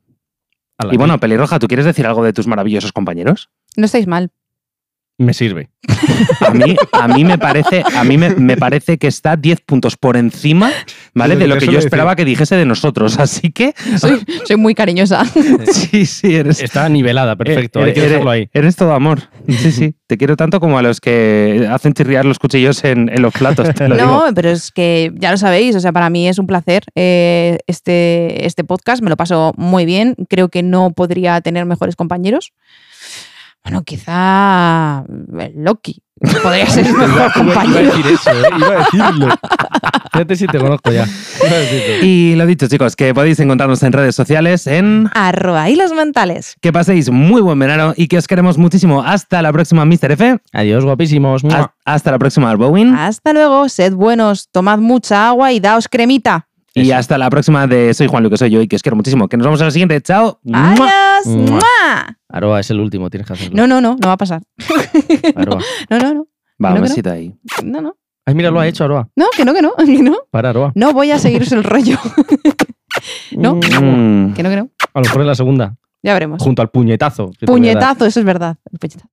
Y bueno, Pelirroja, ¿tú quieres decir algo de tus maravillosos compañeros?
No estáis mal.
me sirve.
A mí, a mí me parece, a mí me, me parece que está 10 puntos por encima, ¿vale?
Sí,
De lo
eso
que
le
yo
decía.
esperaba que dijese de nosotros. Así
*laughs*
que
Soy, soy muy cariñosa.
sí, sí, eres.
Está nivelada, perfecto.
eh,
Hay que
eres-
dejarlo *laughs* ahí.
Eres todo amor. Sí,
*laughs*
sí. Te quiero tanto como a los que hacen chirriar los cuchillos en, en los platos. Te lo digo.
No, pero es que ya lo sabéis, o sea, para mí es un placer eh, este, este podcast, me lo paso muy bien, creo que no podría tener mejores compañeros. Bueno, quizá el Loki podría ser
este
el mejor compañero.
decir eso, ¿eh? iba a decirlo. *laughs* Fíjate si te conozco ya. Iba a decirlo.
Y lo dicho, chicos, que podéis encontrarnos en redes sociales en.
Arroba y los mentales.
Que paséis muy buen verano y que os queremos muchísimo. Hasta la próxima, Mr. F.
Adiós, guapísimos.
Has- Hasta la próxima, Arbowin.
Hasta luego, sed buenos, tomad mucha agua y daos cremita.
Y
Eso.
hasta la próxima de Soy Juan, lo que soy yo y que os quiero muchísimo. Que nos vemos en la siguiente. Chao. ¡Mua!
¡Adiós!
Mua.
¡Mua!
Aroa es el último, tienes que hacerlo.
No, no, no, no va a pasar.
Aroa.
No, no, no,
Va,
Creo
un
que no.
besito ahí.
no, no,
Ay, mira, lo ha hecho Aroa.
no, que no, que no, *laughs* que no.
Para, Aroa.
No voy a seguiros el rollo. *laughs* No.
Mm.
Mm.
Que no, que no.
A lo mejor en la segunda.
Ya veremos.
Junto al puñetazo. que te voy a dar.
Puñetazo, eso es verdad. El puñetazo.